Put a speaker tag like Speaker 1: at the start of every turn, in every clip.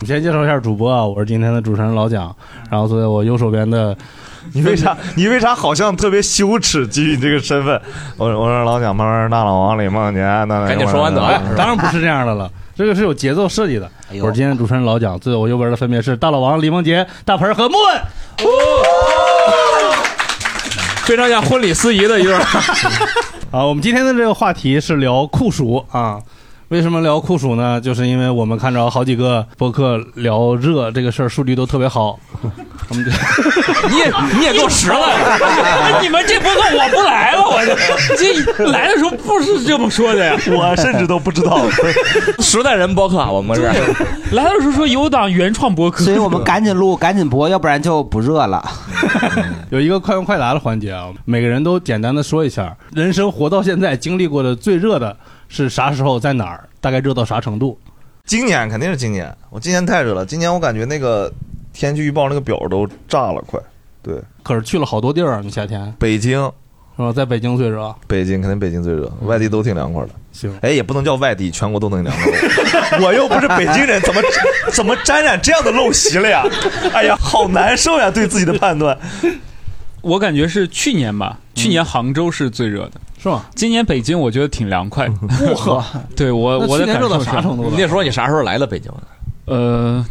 Speaker 1: 我先介绍一下主播啊，我是今天的主持人老蒋，然后坐在我右手边的，
Speaker 2: 你 为啥？你为啥好像特别羞耻？基于你这个身份，我我说老蒋慢慢大老王李梦年，那那
Speaker 1: 赶紧说完得了哎当然不是这样的了，这个是有节奏设计的。我是今天的主持人老蒋，坐在我右边的分别是大老王、李梦洁、大盆儿和莫问。非常像婚礼司仪的一段。啊，我们今天的这个话题是聊酷暑啊。为什么聊酷暑呢？就是因为我们看着好几个博客聊热这个事儿，数据都特别好。我们就
Speaker 3: 你 也你也够实 了，你们这播客我不来了，我这这来的时候不是这么说的呀，
Speaker 2: 我甚至都不 知道，
Speaker 3: 实在人播客啊我们是 来的时候说有档原创播客，
Speaker 4: 所以我 们赶紧录，赶紧播，要不然就不热了。
Speaker 1: 有一个快问快答的环节啊，每个人都简单的说一下，人生活到现在经历过的最热的是啥时候，在哪儿，大概热到啥程度？
Speaker 2: 今年肯定是今年，我今年太热了，今年我感觉那个天气预报那个表都炸了，快。对，
Speaker 1: 可是去了好多地儿啊，你夏天
Speaker 2: 北京
Speaker 1: 是吧？在北京啊最热，
Speaker 2: 北京肯定北京最热，外地都挺凉快的。
Speaker 1: 嗯行，
Speaker 2: 哎，也不能叫外地，全国都能凉快。 我又不是北京人，怎么 怎么沾染这样的陋习了呀？哎呀，好难受呀，对自己的判断。
Speaker 5: 我感觉是去年吧，去年杭州是最热的，
Speaker 1: 是吗？
Speaker 5: 今年北京我觉得挺凉快的。
Speaker 1: 呵，
Speaker 5: 对我
Speaker 1: 那
Speaker 5: 我的
Speaker 1: 去年
Speaker 5: 感
Speaker 1: 热
Speaker 5: 受
Speaker 1: 到
Speaker 5: 是
Speaker 1: 啥程度了
Speaker 3: 你得说你啥时候来的北京？啊
Speaker 5: 呃，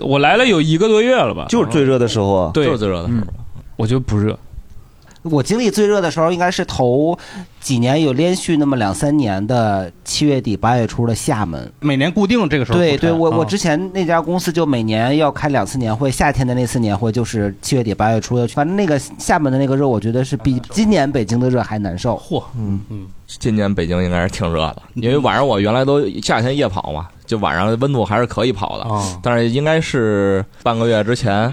Speaker 5: 我来了有一个多月了吧，
Speaker 2: 就是最热的时候啊。
Speaker 5: 对，
Speaker 3: 就是最热的时候
Speaker 5: 嗯我觉得不热，
Speaker 4: 我经历最热的时候应该是头几年有连续那么两三年的七月底八月初的厦门。
Speaker 1: 每年固定这个时候出差。
Speaker 4: 对对，我我
Speaker 1: 啊
Speaker 4: 之前那家公司就每年要开两次年会，夏天的那次年会就是七月底八月初的，反正那个厦门的那个热，我觉得是比今年北京的热还难受。
Speaker 1: 嚯，
Speaker 4: 嗯，
Speaker 3: 今年北京应该是挺热的，因为晚上我原来都夏天夜跑嘛，就晚上温度还是可以跑的，
Speaker 1: 啊，
Speaker 3: 但是应该是半个月之前，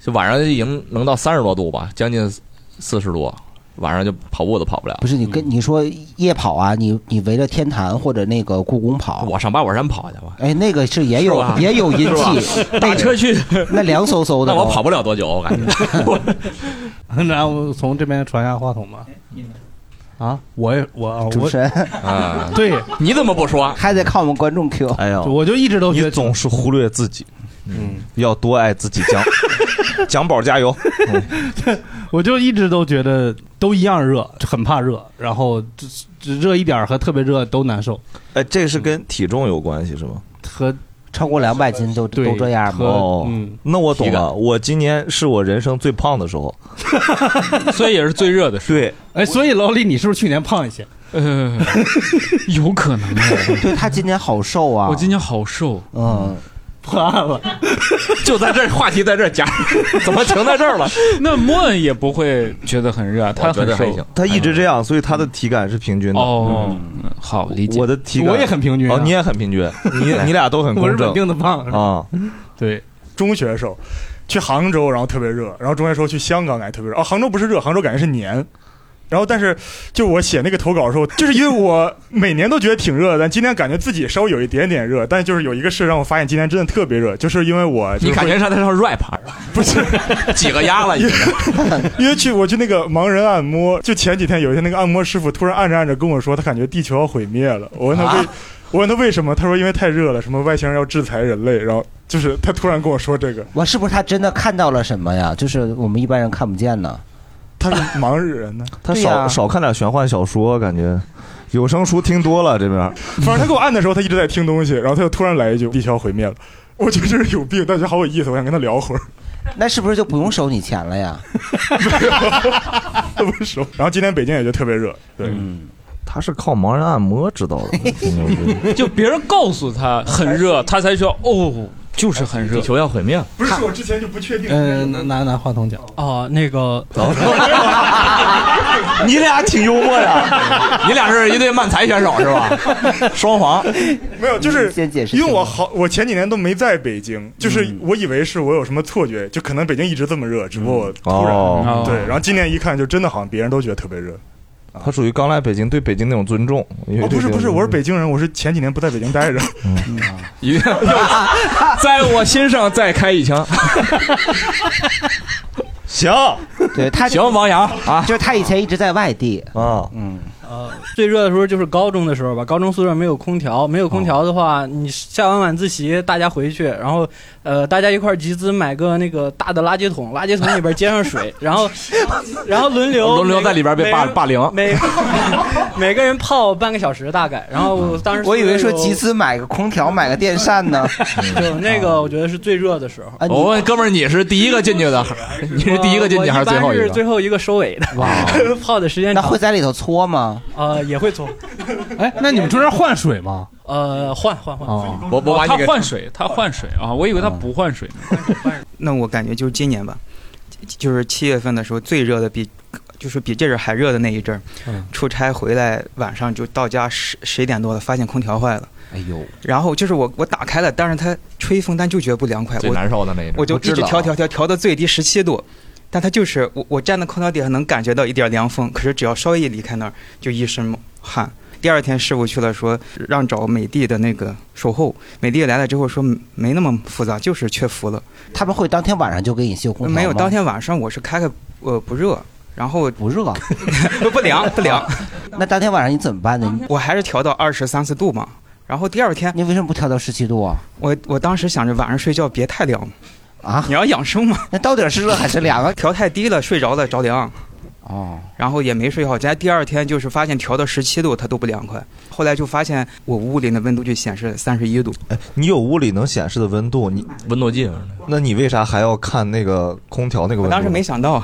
Speaker 3: 就晚上已经能到三十多度吧，将近四十度，晚上就跑步都跑不了。
Speaker 4: 不是你跟你说夜跑啊，你你围着天坛或者那个故宫跑，
Speaker 3: 我上八宝山跑去吧，
Speaker 4: 哎，那个是也
Speaker 3: 是
Speaker 4: 有
Speaker 3: 吧
Speaker 4: 也有阴气， 那
Speaker 5: 打车去
Speaker 4: 那凉 飕飕的。
Speaker 3: 那我跑不了多久，我感觉。
Speaker 1: 然后从这边传下话筒吧。啊，我也我
Speaker 4: 主
Speaker 1: 我
Speaker 4: 持人
Speaker 3: 啊，
Speaker 1: 对，
Speaker 3: 你怎么不说？
Speaker 4: 还得靠我们观众 Q。
Speaker 2: 哎 呀，
Speaker 1: 我就一直都觉
Speaker 2: 你
Speaker 1: 得
Speaker 2: 总是忽略自己，
Speaker 1: 嗯，
Speaker 2: 要多爱自己。蒋蒋宝加油！
Speaker 1: 我就一直都觉得都一样热，很怕热，然后只只热一点儿和特别热都难受，
Speaker 2: 哎，这是跟体重有关系是吗？
Speaker 1: 和
Speaker 4: 超过两百斤都
Speaker 1: 对
Speaker 4: 都这样
Speaker 1: 和
Speaker 4: 吗？
Speaker 2: 哦
Speaker 1: 嗯，
Speaker 2: 那我懂
Speaker 3: 体
Speaker 2: 了，
Speaker 3: 感
Speaker 2: 我今年是我人生最胖的时候。
Speaker 5: 所以也是最热的时
Speaker 2: 对，
Speaker 1: 哎，所以老李，你是不是去年胖一些？
Speaker 5: 候。呃，有可能啊，
Speaker 4: 对他今年好瘦啊！
Speaker 5: 我今年好瘦，
Speaker 4: 嗯，
Speaker 1: 破案了，
Speaker 3: 就在这儿话题在这儿夹， 怎么停在这儿了？
Speaker 5: 那莫恩也不会觉得很热啊，他
Speaker 3: 我觉
Speaker 5: 很
Speaker 3: 得还
Speaker 5: 瘦
Speaker 3: 行。
Speaker 2: 他一直这样，所以他的体感是平均的。嗯
Speaker 5: 哦，好理解
Speaker 2: 我。的体感
Speaker 1: 我也很平均啊
Speaker 2: 哦，你也很平均，你你俩都很
Speaker 1: 我
Speaker 2: 公
Speaker 1: 是稳
Speaker 2: 正
Speaker 1: 定的胖。
Speaker 2: 啊。
Speaker 1: 对，
Speaker 6: 中学的时候去杭州，然后特别热，然后中学时候去香港感觉特别热。哦，杭州不是热，杭州感觉是黏。然后，但是就我写那个投稿的时候，就是因为我每年都觉得挺热的，但今年感觉自己稍微有一点点热。但就是有一个事让我发现今年真的特别热，就是因为我就
Speaker 3: 你
Speaker 6: 是
Speaker 3: 感
Speaker 6: 会
Speaker 3: 觉他在上 rap 啊
Speaker 6: 不是
Speaker 3: 几个鸭了已经？
Speaker 6: 因为去我去那个盲人按摩，就前几天有一天那个按摩师傅突然按着按着跟我说，他感觉地球要毁灭了。我问他为，
Speaker 3: 啊
Speaker 6: 我问他为什么，他说因为太热了，什么外星人要制裁人类。然后就是他突然跟我说这个，
Speaker 4: 啊我是不是他真的看到了什么呀？就是我们一般人看不见呢。
Speaker 6: 他是盲人 呢。
Speaker 2: 他
Speaker 4: 对
Speaker 2: 少、
Speaker 4: 呀
Speaker 2: 少看点玄幻小说，感觉有声书听多了这边。
Speaker 6: 反正他给我按的时候，他一直在听东西，然后他又突然来一句“地球要毁灭了”，我觉得这是有病，但是好有意思，我想跟他聊会儿，
Speaker 4: 那是不是就不用收你钱了呀？
Speaker 6: 他 不熟。然后今天北京也就特别热，对，
Speaker 4: 嗯
Speaker 2: 他是靠盲 人按摩知道的，挺牛逼的
Speaker 5: 就别人告诉他很热，他才说哦，就是很热
Speaker 3: 地。球要毁灭，
Speaker 6: 不是，我之前就不确定。
Speaker 7: 呃，拿拿拿话筒讲，
Speaker 1: 哦，那个
Speaker 2: 你俩挺幽默呀，
Speaker 3: 你俩是一对慢才选手 是吧？双簧，
Speaker 6: 没有，就是
Speaker 4: 先解释
Speaker 6: 因为我
Speaker 4: 清楚
Speaker 6: 好，我前几年都没在北京，就是我以为是我有什么错觉，就可能北京一直这么热，只不过我突然、
Speaker 2: 哦，
Speaker 5: 哦
Speaker 6: 对，然后今年一看，就真的好像别人都觉得特别热。
Speaker 2: 他属于刚来北京对北京那种尊重。
Speaker 6: 哦，不是不是，我是 北京人，我是前几年不在北京待着。
Speaker 3: 一定要在我心上再开一枪。
Speaker 2: 行
Speaker 4: 对他
Speaker 3: 行，王洋啊，
Speaker 4: 就是他以前一直在外地，
Speaker 2: 啊，
Speaker 4: 嗯，
Speaker 7: 呃， 最热的时候就是高中的时候吧。高中宿舍没有空调，没有空调的话，你下完晚自习，大家回去，然后呃，大家一块儿集资买个那个大的垃圾桶，垃圾桶里边接上水，然后然后轮流
Speaker 3: 轮流在里边被霸霸凌。
Speaker 7: 每个每每个人泡半个小时大概。然后啊我当时
Speaker 4: 我以为说
Speaker 7: 宿舍有
Speaker 4: 集资买个空调，买个电扇呢。
Speaker 7: 就那个，我觉得是最热的时候。
Speaker 4: 啊，你
Speaker 3: 我问哥们儿，你是第一个进去的，你是第一个进去还是最后
Speaker 7: 我一般
Speaker 3: 一
Speaker 7: 是
Speaker 3: 个？
Speaker 7: 最后一个收尾的， 泡的时间
Speaker 4: 那
Speaker 7: 长
Speaker 4: 会在里头搓吗？
Speaker 7: 呃也会搓，
Speaker 1: 哎， 那你们中间换水吗？
Speaker 7: 呃换换换，
Speaker 1: 哦，
Speaker 3: 我我把
Speaker 5: 哦
Speaker 3: 你
Speaker 5: 他
Speaker 3: 给
Speaker 5: 换水，他换水啊！我以为他不换水呢。
Speaker 8: 那我感觉就是今年吧，就是七月份的时候最热的比，就是比这阵儿还热的那一阵儿，
Speaker 7: 嗯
Speaker 8: 出差回来晚上就到家十十一点多了，发现空调坏了，
Speaker 4: 哎呦，
Speaker 8: 然后就是我我打开了，但是它吹风，但就觉得不凉快，
Speaker 3: 最
Speaker 8: 我
Speaker 3: 难受的那一种。
Speaker 8: 我就
Speaker 4: 我知
Speaker 8: 一直
Speaker 4: 道
Speaker 8: 调调调调到最低十七度，但它就是我我站在空调底下能感觉到一点凉风，可是只要稍微一离开那儿就一身汗。第二天师傅去了说让找美的的那个售后，美的来了之后说没那么复杂，就是缺氟了。
Speaker 4: 他们会当天晚上就给你修空调吗
Speaker 8: 没有，当天晚上我是开开呃不热，然后
Speaker 4: 不热，
Speaker 8: 不不凉不凉，
Speaker 4: 那当天晚上你怎么办呢？你
Speaker 8: 我还是调到二十三四度嘛。然后第二天，
Speaker 4: 你为什么不调到十七度啊？
Speaker 8: 我我当时想着晚上睡觉别太凉，
Speaker 4: 啊，
Speaker 8: 你要养生嘛，
Speaker 4: 那到底是热还是凉啊？
Speaker 8: 调太低了睡着了着凉，
Speaker 4: 哦，
Speaker 8: 然后也没睡好。加第二天就是发现调到十七度它都不凉快，后来就发现我屋 里的温度就显示三十一度，
Speaker 2: 哎你有屋里能显示的温度，你
Speaker 3: 温度计，
Speaker 2: 那你为啥还要看那个空调那个温
Speaker 8: 我
Speaker 2: 度？
Speaker 8: 当时没想到，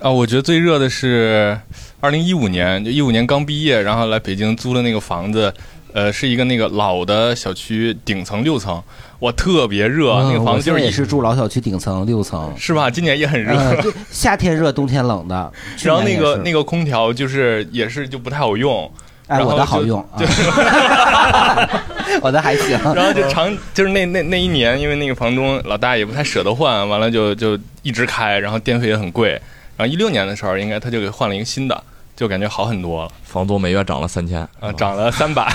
Speaker 9: 啊，我觉得最热的是二零一五年，就一五年刚毕业，然后来北京租的那个房子，呃，是一个那个老的小区，顶层六层，哇，特别热，那个
Speaker 4: 嗯我
Speaker 9: 房子
Speaker 4: 现
Speaker 9: 就
Speaker 4: 在
Speaker 9: 是
Speaker 4: 也
Speaker 9: 一
Speaker 4: 是住老小区顶层六层，
Speaker 9: 是吧？今年也很热。
Speaker 4: 呃，就夏天热，冬天冷的。去
Speaker 9: 然后那
Speaker 4: 年
Speaker 9: 个
Speaker 4: 也
Speaker 9: 那
Speaker 4: 是
Speaker 9: 个空调就是也是就不太好用，
Speaker 4: 哎，
Speaker 9: 然后
Speaker 4: 我的好
Speaker 9: 就
Speaker 4: 用，啊 我的还行。
Speaker 9: 然后就长就是那那那一年，因为那个房东老大也不太舍得换，完了就就一直开，然后电费也很贵。然后一六年的时候，应该他就给换了一个新的，就感觉好很多了，
Speaker 3: 房租每月涨了三千
Speaker 9: 啊，涨了 三百。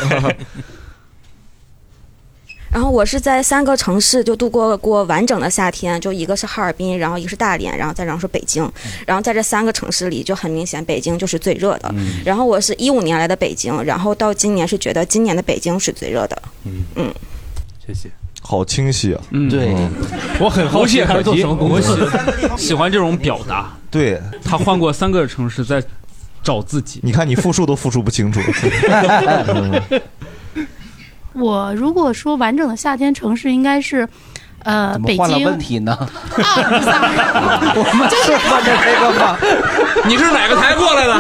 Speaker 10: 然后我是在三个城市就度过过完整的夏天，就一个是哈尔滨，然后一个是大连，然后再然后是北京。然后在这三个城市里，就很明显北京就是最热的。然后我是一五年来的北京，然后到今年是觉得今年的北京是最热的。
Speaker 1: 谢谢。
Speaker 2: 好清晰啊！
Speaker 5: 嗯，
Speaker 4: 对，
Speaker 11: 我很好
Speaker 5: 无
Speaker 11: 奇
Speaker 5: 懈
Speaker 11: 他
Speaker 5: 可
Speaker 11: 是做
Speaker 5: 击。
Speaker 11: 什么工
Speaker 5: 我
Speaker 11: 作的。
Speaker 5: 喜喜欢这种表达。
Speaker 2: 对，
Speaker 5: 他换过三个城市，在找自己。
Speaker 2: 你看你复述都复述不清楚。
Speaker 12: 我如果说完整的夏天城市，应该是，呃，
Speaker 4: 怎么
Speaker 12: 北
Speaker 4: 换了
Speaker 12: 京
Speaker 4: 问题呢？
Speaker 12: 啊 ，sorry，
Speaker 4: 我们是换的这个吗？
Speaker 3: 你是哪个台过来的？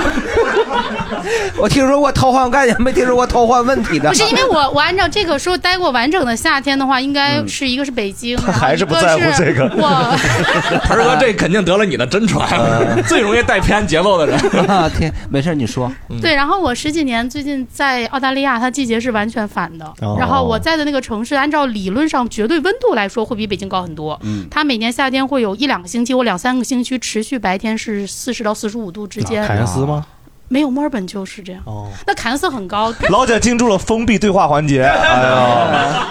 Speaker 4: 我听说过偷换概念，没听说过偷换问题的
Speaker 12: 不。是因为我我按照这个说待过完整的夏天的话，应该是一个是北 京，然
Speaker 2: 嗯
Speaker 12: 后
Speaker 2: 还
Speaker 12: 一
Speaker 2: 是不
Speaker 12: 个
Speaker 2: 在乎这个
Speaker 12: 我
Speaker 3: 盆儿哥，这肯定得了你的真传， 最容易带偏节奏的人。
Speaker 4: 啊， 天，没事，你说。
Speaker 12: 对，然后我十几年最近在澳大利亚，它季节是完全反的。
Speaker 2: 哦
Speaker 12: 然后我在的那个城市，按照理论上绝对温度来说，会比北京高很多。
Speaker 4: 嗯
Speaker 12: 它每年夏天会有一两个星期或两三个星期持续白天是四十到四十五度之间，
Speaker 2: 凯恩斯吗？
Speaker 12: 没有墨尔本就是这样。
Speaker 2: 哦，
Speaker 12: 那凯恩斯很高，
Speaker 2: 老蒋进入了封闭对话环节。哎呀，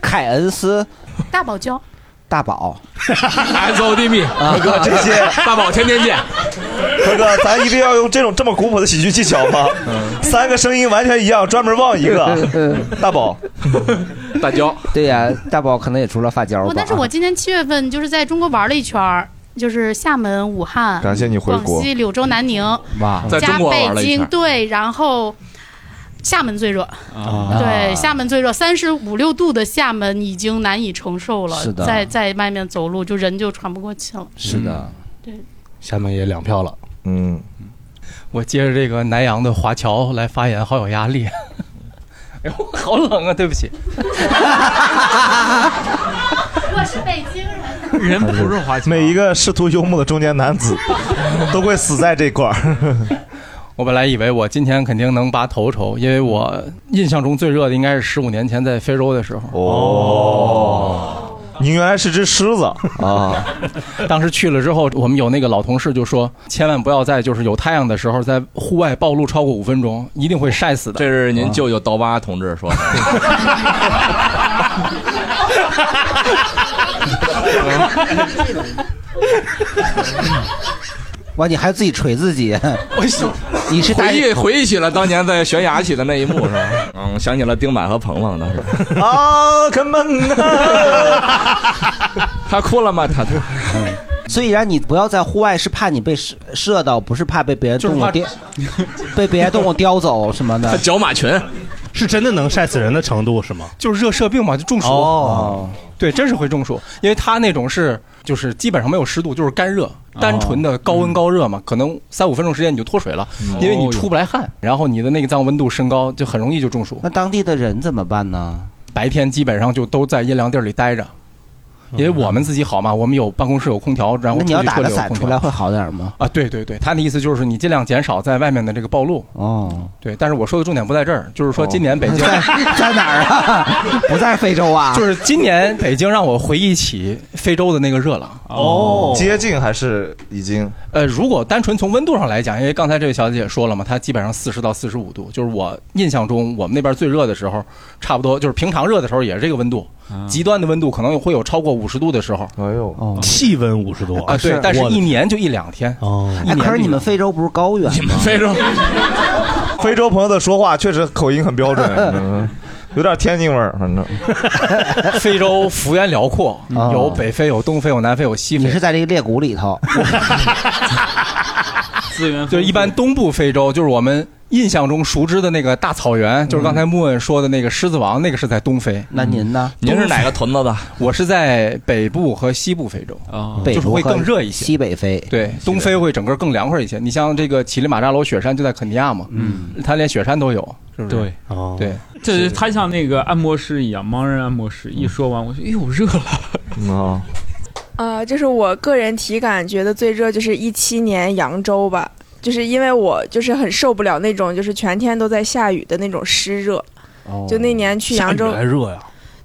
Speaker 4: 凯恩斯
Speaker 12: 大堡礁。
Speaker 4: 大宝，
Speaker 3: S O D B，
Speaker 2: 何哥，这些
Speaker 3: 大宝天天见。
Speaker 2: 何哥，咱一定要用这种这么古朴的喜剧技巧吗？
Speaker 4: 嗯
Speaker 2: 三个声音完全一样，专门忘一个。大宝，
Speaker 3: 大娇，
Speaker 4: 对呀、大宝可能也除了发胶吧
Speaker 12: 哦我。但是我今年七月份就是在中国玩了一圈儿，就是厦门、武汉、
Speaker 2: 感谢你回
Speaker 12: 广
Speaker 2: 国。
Speaker 12: 西、柳州、南宁
Speaker 4: 哇，
Speaker 3: 嗯在
Speaker 12: 加
Speaker 3: 中国玩
Speaker 12: 北
Speaker 3: 了一
Speaker 12: 京，
Speaker 3: 圈，
Speaker 12: 对，然后厦门最热。
Speaker 4: 啊
Speaker 12: 对，厦门最热，三十五六度的厦门已经难以承受了，
Speaker 4: 是的
Speaker 12: 在在外面走路就人就喘不过气了。嗯
Speaker 4: 是的，
Speaker 11: 厦门也两票了，
Speaker 2: 嗯，
Speaker 7: 我接着这个南阳的华 侨来发言，好有压力。哎呦，好冷啊！对不起，
Speaker 13: 我是北京人。
Speaker 2: 人不是华每一个试图幽默的中年男 子 都会死在这块儿。
Speaker 7: 我本来以为我今天肯定能拔头筹，因为我印象中最热的应该是十五年前在非洲的时候。哦，
Speaker 2: 你原来是只狮 子啊！
Speaker 7: 当时去了之后，我们有那个老同事就说，千万不要在就是有太阳的时候在户外暴露超过五分钟，一定会晒死的。
Speaker 3: 这是您舅舅刀疤同志说的。
Speaker 4: 哇，你还自己锤自 己？
Speaker 3: 我想，
Speaker 4: 你是大
Speaker 3: 回忆回忆起了当年在悬崖起的那一幕是吧？嗯，想起了丁满和鹏鹏当时。
Speaker 2: 啊，可梦啊！
Speaker 3: 他哭了吗？他他
Speaker 4: 所以然你不要在户外，是怕你被射射到，不是怕被别的动物叼，被别的动物叼走什么的。
Speaker 3: 角马群
Speaker 1: 是真的能晒死人的程度是吗？
Speaker 7: 就是热射病嘛，就中暑。
Speaker 4: 哦，
Speaker 7: 对，真是会中暑，因为他那种是就是基本上没有湿度，就是干热，
Speaker 4: 哦
Speaker 7: 单纯的高温高热嘛，可能三五分钟时间你就脱水了，
Speaker 4: 嗯
Speaker 7: 因为你出不来汗，然后你的那个脏温度升高，就很容易就中暑。
Speaker 4: 那当地的人怎么办呢？
Speaker 7: 白天基本上就都在阴凉地儿里待着。因为我们自己好嘛，我们有办公室有空调，然
Speaker 4: 嗯
Speaker 7: 后
Speaker 4: 那你要
Speaker 7: 出去
Speaker 4: 打个
Speaker 7: 车里有
Speaker 4: 伞
Speaker 7: 空
Speaker 4: 出
Speaker 7: 调
Speaker 4: 来会好点吗？
Speaker 7: 啊，对对对，他的意思就是你尽量减少在外面的这个暴露。
Speaker 4: 哦，
Speaker 7: 对，但是我说的重点不在这儿，就是说今年北 京、
Speaker 4: 在在哪儿 啊？不在非洲啊？
Speaker 7: 就是今年北京让我回忆起非洲的那个热浪。
Speaker 2: 哦接近还是已经？
Speaker 7: 呃，如果单纯从温度上来讲，因为刚才这位小姐也说了嘛，她基本上四十到四十五度，就是我印象中我们那边最热的时候，差不多就是平常热的时候也是这个温度，极端的温度可能会有超过五十度的时候。
Speaker 2: 哎呦，
Speaker 1: 气温五十度
Speaker 7: 啊，对，但是一年就一两天。
Speaker 1: 哦
Speaker 7: 一
Speaker 4: 哎，
Speaker 7: 年
Speaker 4: 可是
Speaker 7: 就
Speaker 4: 你们非洲不是高原吗？
Speaker 7: 非洲
Speaker 2: 非洲朋友的说话确实口音很标准， 嗯有点天津味儿，反正。
Speaker 7: 非洲幅员辽阔，有北非，有东非，有南非，有西非。你
Speaker 4: 哦是在这个裂谷里头，
Speaker 7: 资源就是一般东部非洲，就是我们印象中熟知的那个大草原，就是刚才莫问说的那个狮子王，那个是在东非。
Speaker 4: 嗯
Speaker 7: 嗯
Speaker 4: 那您呢？
Speaker 3: 您是哪个屯子的？
Speaker 7: 我是在北部和西部非洲
Speaker 3: 啊
Speaker 4: 北
Speaker 7: 就是
Speaker 4: 部
Speaker 7: 会
Speaker 4: 和
Speaker 7: 更热一些。
Speaker 4: 西北非
Speaker 7: 对，东非会整个更凉快一些。你像这个乞力马扎罗雪山就在肯尼亚嘛，嗯，它连雪山都有，是不是？
Speaker 5: 对，
Speaker 1: 哦
Speaker 7: 对，
Speaker 5: 这是他像那个按摩师一样，盲人按摩师。一说完，我说：“哎呦，热了。
Speaker 2: 哦，
Speaker 14: 呃，就是我个人体感觉得最热就是一七年扬州吧，就是因为我就是很受不了那种就是全天都在下雨的那种湿热，就那年去扬州
Speaker 3: 哦
Speaker 1: 下雨还热呀，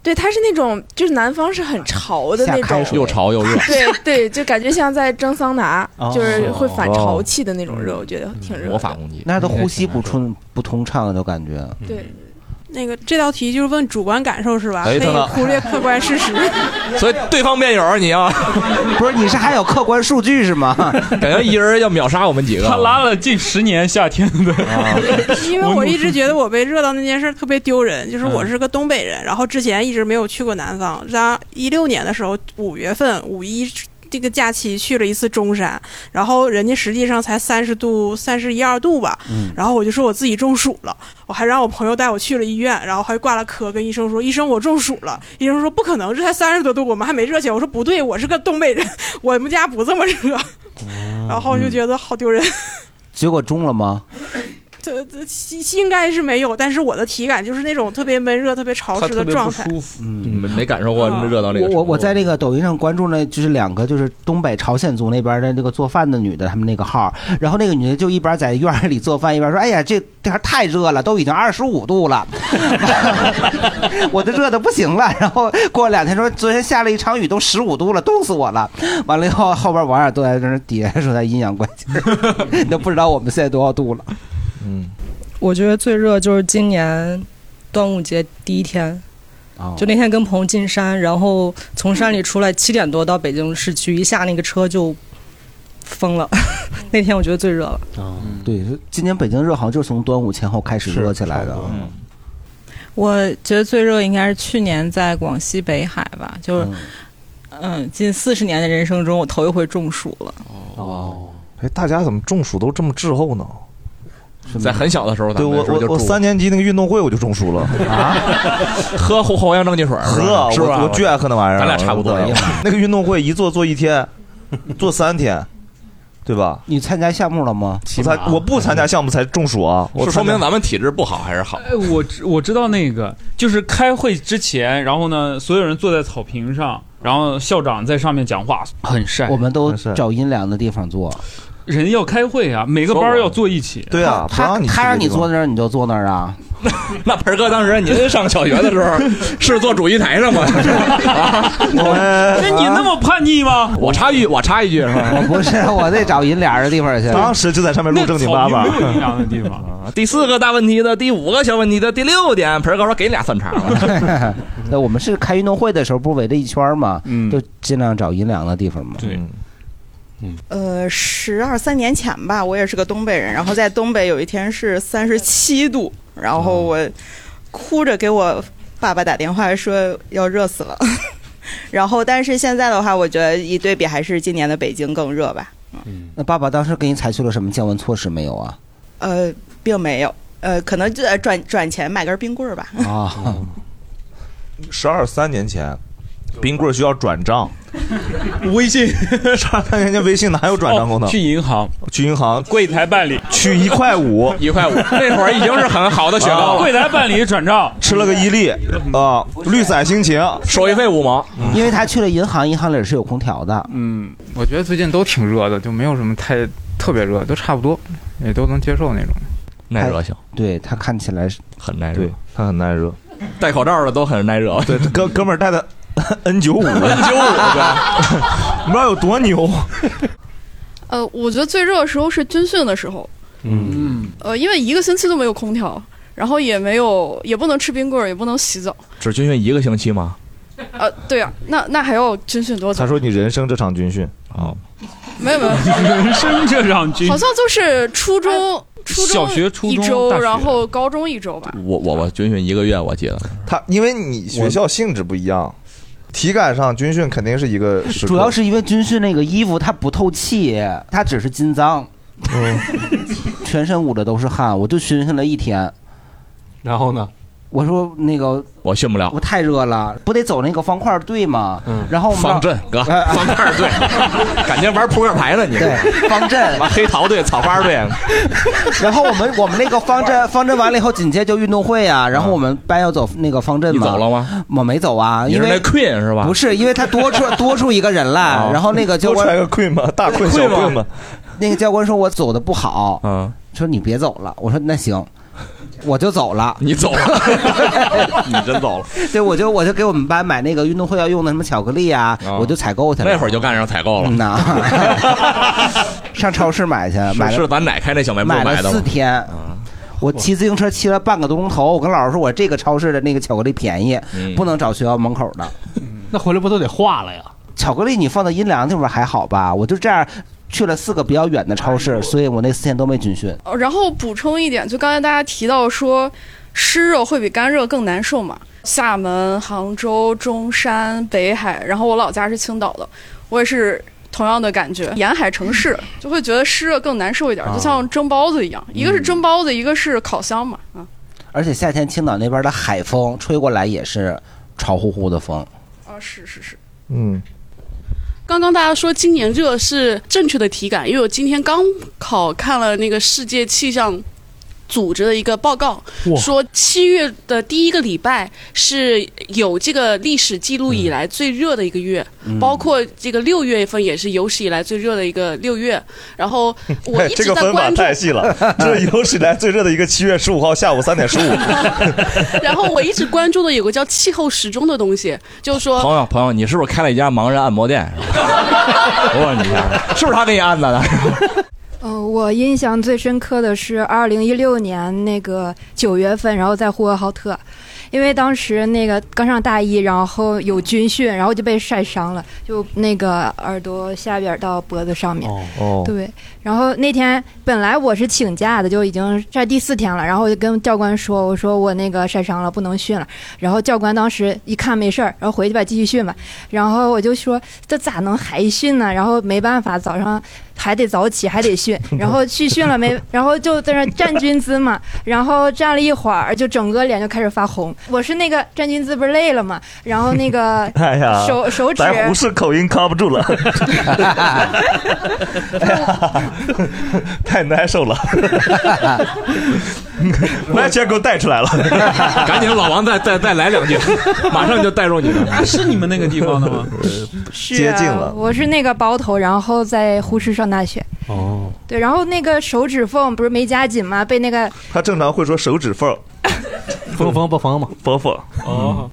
Speaker 14: 对，它是那种就是南方是很潮的那种，
Speaker 3: 又潮又热。
Speaker 14: 对对，就感觉像在蒸桑拿，
Speaker 4: 哦嗯
Speaker 14: 就是会反潮气的那种热，我觉得挺热的。
Speaker 3: 攻击
Speaker 4: 那都呼吸不通不通畅了，都感觉。
Speaker 15: 对，那个这道题就是问主观感受是吧？
Speaker 3: 哎
Speaker 15: 可
Speaker 3: 等
Speaker 15: 以
Speaker 3: 等
Speaker 15: 忽略客观事实。
Speaker 3: 所以对方辩友，你要
Speaker 4: 不是你是还有客观数据是吗？
Speaker 3: 感觉一人要秒杀我们几”个。啊
Speaker 5: 他拉了近十年夏天的，
Speaker 15: 因为我一直觉得我被热到那件事儿特别丢人，就是我是个东北人，然后之前一直没有去过南方。咱一六年的时候，五月份五一这个假期去了一次中山，然后人家实际上才三十度、三十一二度吧，
Speaker 16: 嗯
Speaker 15: 然后我就说我自己中暑了，我还让我朋友带我去了医院，然后还挂了科，跟医生说医生我中暑了，医生说不可能，这才三十多度，我们还没热起来。我说不对，我是个东北人，我们家不这么热， 然后我就觉得好丢人。
Speaker 4: 结果中了吗？
Speaker 15: 这这应该是没有，但是我的体感就是那种特别闷热、特别潮
Speaker 3: 他
Speaker 15: 湿
Speaker 3: 特
Speaker 15: 的
Speaker 3: 别
Speaker 15: 状
Speaker 3: 不
Speaker 15: 态。
Speaker 3: 舒服，没没感受过热到那个
Speaker 4: 啊我。我我在那个抖音上关注了，就是两个就是东北朝鲜族那边的那个做饭的女的，他们那个号儿，然后那个女的就一边在院儿里做饭，一边说：“哎呀，这天儿太热了，都已经二十五度了， 我都热的不行了。”然后过了两天说：“昨天下了一场雨，都十五度了，冻死我了。”完了以后，后边网友都在那儿底下说他阴阳怪气儿，你都不知道我们现在多少度了。
Speaker 16: 我觉得最热就是今年端午节第一天，
Speaker 4: 哦
Speaker 16: 就那天跟朋友进山，然后从山里出来七点多到北京市区，一下那个车就疯了。 那天我觉得最热了。
Speaker 4: 哦
Speaker 1: 啊，
Speaker 4: 对，今年北京热好像就是从端午前后开始热起来的。哦
Speaker 16: 嗯我觉得最热应该是去年在广西北海吧，就是嗯，近四十年的人生中，我头一回中暑了。
Speaker 2: 哦，哎，大家怎么中暑都这么滞后呢？
Speaker 3: 在很小的时候，
Speaker 2: 对我
Speaker 3: 咱们那时候
Speaker 2: 我
Speaker 3: 就
Speaker 2: 我
Speaker 3: 住
Speaker 2: 三年级那个运动会我就中 暑了啊！
Speaker 3: 喝藿藿阳正气水儿是吧，
Speaker 2: 喝，
Speaker 3: 是
Speaker 2: 我
Speaker 3: 吧？
Speaker 2: 我巨爱喝那玩意儿。
Speaker 3: 咱俩差不多
Speaker 2: 我。那个运动会一坐坐一天，坐三天，对吧？
Speaker 4: 你参加项目了吗？
Speaker 2: 我才我不参加项目才中暑啊！我
Speaker 3: 是说
Speaker 2: 参加
Speaker 3: 明咱们体质不好还是好？
Speaker 5: 哎，我知我知道那个，就是开会之前，然后呢，所有人坐在草坪上，然后校长在上面讲话，很晒。
Speaker 4: 我们都找阴凉的地方坐。
Speaker 5: 人要开会啊，每个班儿要坐一起。
Speaker 2: 啊
Speaker 4: 他他他啊让你坐那儿，你就坐那儿啊。
Speaker 3: 那盆儿哥当时您上小学的时 候是坐主席台上 吗？
Speaker 5: 那你那么叛逆吗？
Speaker 3: 我插一我插一句是吧？
Speaker 4: 我不是，我得找阴凉的地方去。
Speaker 2: 哎 当时就在上面录正经八百。
Speaker 5: 的地方。
Speaker 3: 第四个大问题的，第五个小问题的，第六点，盆儿哥说给你俩蒜肠 了。
Speaker 4: 对，我们是开运动会的时候，不是围着一圈儿嘛，
Speaker 2: 嗯
Speaker 4: 就尽量找阴凉的地方嘛。
Speaker 5: 对，
Speaker 4: 嗯，
Speaker 17: 呃，十二三年前吧，我也是个东北人，然后在东北有一天是三十七度，然后我哭着给我爸爸打电话说要热死了， 然后但是现在的话，我觉得一对比还是今年的北京更热吧，
Speaker 4: 那爸爸当时给你采取了什么降温措施没有啊？
Speaker 17: 呃，并没有，呃，可能就呃转转钱买根冰棍儿吧，
Speaker 4: 啊，
Speaker 2: 十二三年前，冰棍儿需要转账，
Speaker 5: 微信
Speaker 2: 十二三年前微信哪有转账功能？
Speaker 5: 哦去银行，
Speaker 2: 去银行
Speaker 5: 柜台办理，
Speaker 2: 取一块五，
Speaker 3: 一块五，那会儿已经是很好的雪糕了。
Speaker 5: 柜台办理转账，
Speaker 2: 吃了个伊利啊，绿色心情，
Speaker 3: 手续费五毛，
Speaker 4: 因为他去了银行，银行里是有空调的。
Speaker 18: 嗯，我觉得最近都挺热的，就没有什么太特别热，都差不多，也都能接受那种。
Speaker 3: 耐热性，
Speaker 4: 对他看起来
Speaker 3: 很耐热，
Speaker 2: 他很耐热，
Speaker 3: 戴口罩的都很耐热。
Speaker 2: 对，哥哥们儿戴的 N 九五，N 九 五，不知道有多牛。
Speaker 19: 呃，我觉得最热的时候是军训的时候，
Speaker 2: 嗯，
Speaker 19: 呃，因为一个星期都没有空调，然后也没有，也不能吃冰棍儿，也不能洗澡。
Speaker 3: 只军训一个星 期吗？
Speaker 19: 呃，对呀、那那还要军训多久
Speaker 2: 他？说你人生这场军训啊，
Speaker 19: 没有没有，
Speaker 5: 人生这场军
Speaker 19: 好像就是初中、初中
Speaker 3: 小学初
Speaker 19: 一
Speaker 3: 中
Speaker 19: 周
Speaker 3: 大，学
Speaker 19: 然后高中一周吧。
Speaker 3: 我我我军训一个月，我记得
Speaker 2: 他因为你学校性质不一样，体感上军训肯定是 一个时刻，
Speaker 4: 主要是因为军训那个衣服它不透气，它只是金脏，全身捂的都是汗，我就军训了一天。
Speaker 7: 然后呢？
Speaker 4: 我说那个
Speaker 3: 我训不了，
Speaker 4: 我太热了，不得走那个方块队吗？
Speaker 7: 嗯
Speaker 4: 然后我们
Speaker 3: 方阵哥，方块队，感觉玩扑克牌呢你。
Speaker 4: 对方 阵，
Speaker 3: 完黑桃队、草花队，
Speaker 4: 然后我们我们那个方 阵方阵完了以后，紧接着就运动会啊，然后我们班要走那个方阵嘛。
Speaker 3: 嗯你走了吗？
Speaker 4: 我没走啊，
Speaker 3: 你
Speaker 4: 因
Speaker 3: 是那
Speaker 4: 为
Speaker 3: Queen 是吧？
Speaker 4: 不 是因为他多 出多出一个人来
Speaker 3: 哦，
Speaker 4: 然后那个教
Speaker 2: 多
Speaker 4: 官
Speaker 2: 出来个困吗？大困小困吗？
Speaker 4: 那个教官说我走的不好，
Speaker 3: 嗯，
Speaker 4: 说你别走了，我说那行。我就走了，
Speaker 3: 你走 了，你真走了。
Speaker 4: 对，我就我就给我们班买那个运动会要用的什么巧克力啊，我就采购去了。嗯
Speaker 3: 哦那会儿就干上采购了。
Speaker 4: 呐，上超市买去，买了
Speaker 3: 是是咱奶开那小卖部
Speaker 4: 买
Speaker 3: 买的
Speaker 4: 了四
Speaker 3: 吗？嗯
Speaker 4: 天。我骑自行车骑了半个多钟头，我跟老师说，我这个超市的那个巧克力便宜，
Speaker 3: 嗯
Speaker 4: 不能找学校门口的。
Speaker 20: 那回来不都得化了呀？
Speaker 4: 巧克力你放到阴凉地方还好吧？我就这样去了四个比较远的超市，所以我那四天都没军训。
Speaker 19: 呃然后补充一点，就刚才大家提到说，湿热会比干热更难受嘛。厦门、杭州、中山、北海，然后我老家是青岛的，我也是同样的感觉。沿海城市就会觉得湿热更难受一点，
Speaker 4: 啊
Speaker 19: 就像蒸包子一样，一个是蒸包子，一个是烤箱嘛。啊，
Speaker 4: 而且夏天青岛那边的海风吹过来也是潮乎乎的风。
Speaker 21: 哦
Speaker 22: 啊，是是是。
Speaker 2: 嗯，
Speaker 22: 刚刚大家说今年热是正确的体感，因为我今天刚好看了那个世界气象组织的一个报告
Speaker 23: 哇，
Speaker 22: 说七月的第一个礼拜是有这个历史记录以来最热的一个月，
Speaker 2: 嗯
Speaker 22: 包括这个六月份也是有史以来最热的一个六月。然后 我
Speaker 2: 哎
Speaker 22: 一
Speaker 2: 这
Speaker 22: 直
Speaker 2: 个
Speaker 22: 在
Speaker 2: 分法
Speaker 22: 关注，
Speaker 2: 太细了，这是有史以来最热的一个七月十五号下午三点十 五。
Speaker 22: 然后我一直关注的有个叫气候时钟的东西，就是
Speaker 2: 哦
Speaker 22: 说
Speaker 3: 朋友朋友，你是不是开了一家盲人按摩 店？我问你一下，是不是他给你按的？
Speaker 21: 呃，我印象最深刻的是二零一六年那个九月份，然后在呼和浩特，因为当时那个刚上大一，然后有军训，然后就被晒伤了，就那个耳朵下边到脖子上面。
Speaker 2: 哦
Speaker 21: 对，然后那天本来我是请假的，就已经这第四天了，然后我就跟教官说，我说我那个晒伤了，不能训了。然后教官当时一看没事儿，然后回去吧，继续训吧。然后我就说这咋能还训呢？然后没办法，早上还得早起，还 得训。然后去训了没，然后就在那儿站军姿嘛，然后站了一会儿，就整个脸就开始发红。我是那个站军姿不是累了嘛，然后那个
Speaker 2: 哎呀，
Speaker 21: 手手指
Speaker 2: 咱胡适口音扛不住了， 太难受了，完全给我带出来了，
Speaker 3: 赶紧老王再再再来 两句，马上就带入你了。
Speaker 5: 是你们那个地方的吗？
Speaker 2: 接近了。
Speaker 21: 啊我是那个包头，然后在呼市上大学。
Speaker 2: 哦，
Speaker 21: 对，然后那个手指缝不是没夹紧吗？被那个
Speaker 2: 他正常会说手指缝，缝缝不缝嘛，缝缝。哦，
Speaker 4: 嗯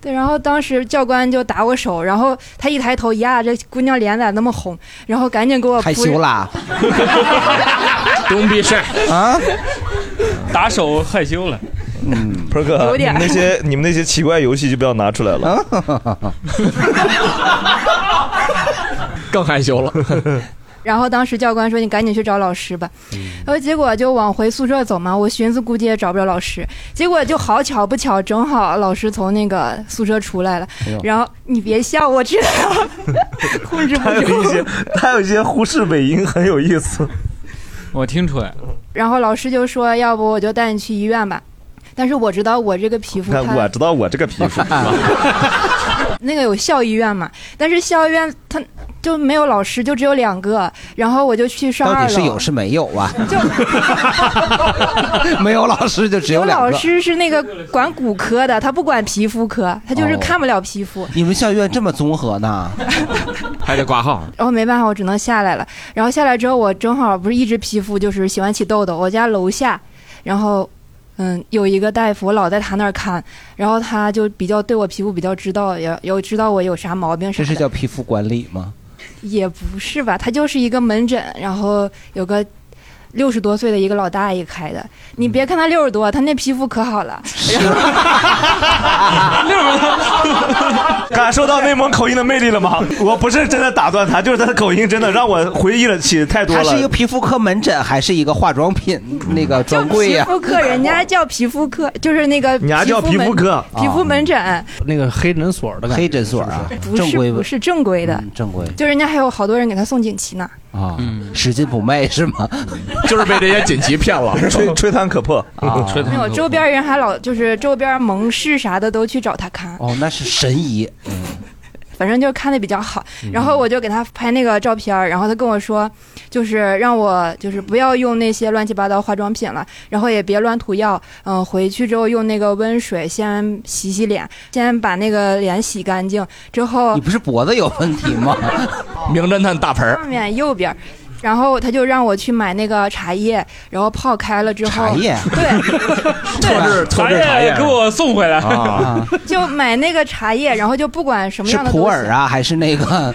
Speaker 21: 对，然后当时教官就打我手，然后他一抬头，呀，这姑娘脸咋那么红？然后赶紧给我
Speaker 4: 害
Speaker 21: 扑
Speaker 4: 羞啦，
Speaker 3: 东壁晒
Speaker 4: 啊，
Speaker 5: 打手害羞了。
Speaker 2: 嗯，鹏哥，
Speaker 21: 有
Speaker 2: 你
Speaker 21: 点
Speaker 2: 们那些你们那些奇怪游戏就不要拿出来 了，
Speaker 3: 更害羞了。
Speaker 21: 然后当时教官说：“你赶紧去找老师吧。”然后结果就往回宿舍走嘛，我寻思估计也找不着老师，结果就好巧不巧，正好老师从那个宿舍出来了
Speaker 2: 哎呦。
Speaker 21: 然后你别笑，我知 道，控制不
Speaker 2: 他有一
Speaker 21: 住
Speaker 2: 些。他有一些忽视尾音很有意思。
Speaker 5: 我听出来了，
Speaker 21: 然后老师就说：“要不我就带你去医院吧。”但是我知道我这个皮肤
Speaker 2: 你看，我
Speaker 21: 它
Speaker 2: 知道我这个皮 肤，
Speaker 21: 那个有校医院嘛，但是校医院它就没有老师，就只有两个。然后我就去上
Speaker 4: 到
Speaker 21: 二
Speaker 4: 底是
Speaker 21: 楼。
Speaker 4: 有是没有啊？没有老师就只有
Speaker 21: 我
Speaker 4: 两个。
Speaker 21: 老师是那个管骨科的，他不管皮肤科，他就是
Speaker 4: 哦
Speaker 21: 看不了皮肤。
Speaker 4: 你们校医院这么综合呢？
Speaker 3: 还得挂号。
Speaker 21: 然后没办法，我只能下来了。然后下来之后，我正好不是一直皮肤就是喜欢起痘痘，我家楼下，然后嗯有一个大夫，我老在他那儿看，然后他就比较对我皮肤比较知道，也有知道我有啥毛病啥
Speaker 4: 这
Speaker 21: 的。
Speaker 4: 是叫皮肤管理吗？
Speaker 21: 也不是吧，他就是一个门诊，然后有个。六十多岁的一个老大爷开的，
Speaker 4: 嗯
Speaker 21: 你别看他六十多，他那皮肤可好了。
Speaker 2: 感受到内蒙口音的魅力了 吗？我不是真的打断他，就是他的口音真的让我回忆了起太多
Speaker 4: 它
Speaker 2: 了。
Speaker 4: 是一个皮肤科门诊，还是一个化妆品那个专柜
Speaker 21: 皮
Speaker 4: 呀、
Speaker 21: 肤 科人家叫皮肤科，就是那个
Speaker 4: 人家叫皮
Speaker 21: 门
Speaker 4: 肤科啊
Speaker 21: 皮肤门诊，
Speaker 1: 那个黑诊所的感觉
Speaker 4: 黑诊所啊
Speaker 1: 是，
Speaker 21: 不是哎不是正规的，
Speaker 4: 正规
Speaker 21: 就人家还有好多人给他送锦旗呢。
Speaker 4: 啊，使劲不卖是吗？
Speaker 3: 嗯 就是被这些锦旗骗了，
Speaker 2: 吹吹弹可破
Speaker 4: 啊！
Speaker 2: 吹
Speaker 21: 没有，周边人还老就是周边盟誓啥的都去找他看，
Speaker 4: 哦，那是神 医，
Speaker 21: 反正就是看的比较好
Speaker 4: 嗯。
Speaker 21: 然后我就给他拍那个照片儿，然后他跟我说，就是让我就是不要用那些乱七八糟化妆品了，然后也别乱涂药。嗯、回去之后用那个温水先洗洗脸，先把那个脸洗干净，之后
Speaker 4: 你不是脖子有问题吗？
Speaker 3: 名侦探大盆
Speaker 21: 上面右边儿。然后他就让我去买那个茶叶，然后泡开了之后，
Speaker 4: 茶叶
Speaker 5: 特制
Speaker 3: 特制
Speaker 2: 哎
Speaker 3: 茶叶
Speaker 5: 给我送回来。
Speaker 4: 啊
Speaker 21: 就买那个茶叶，然后就不管什么
Speaker 4: 是
Speaker 21: 样的
Speaker 4: 普
Speaker 21: 东
Speaker 4: 洱
Speaker 21: 西，
Speaker 4: 啊，还是那 个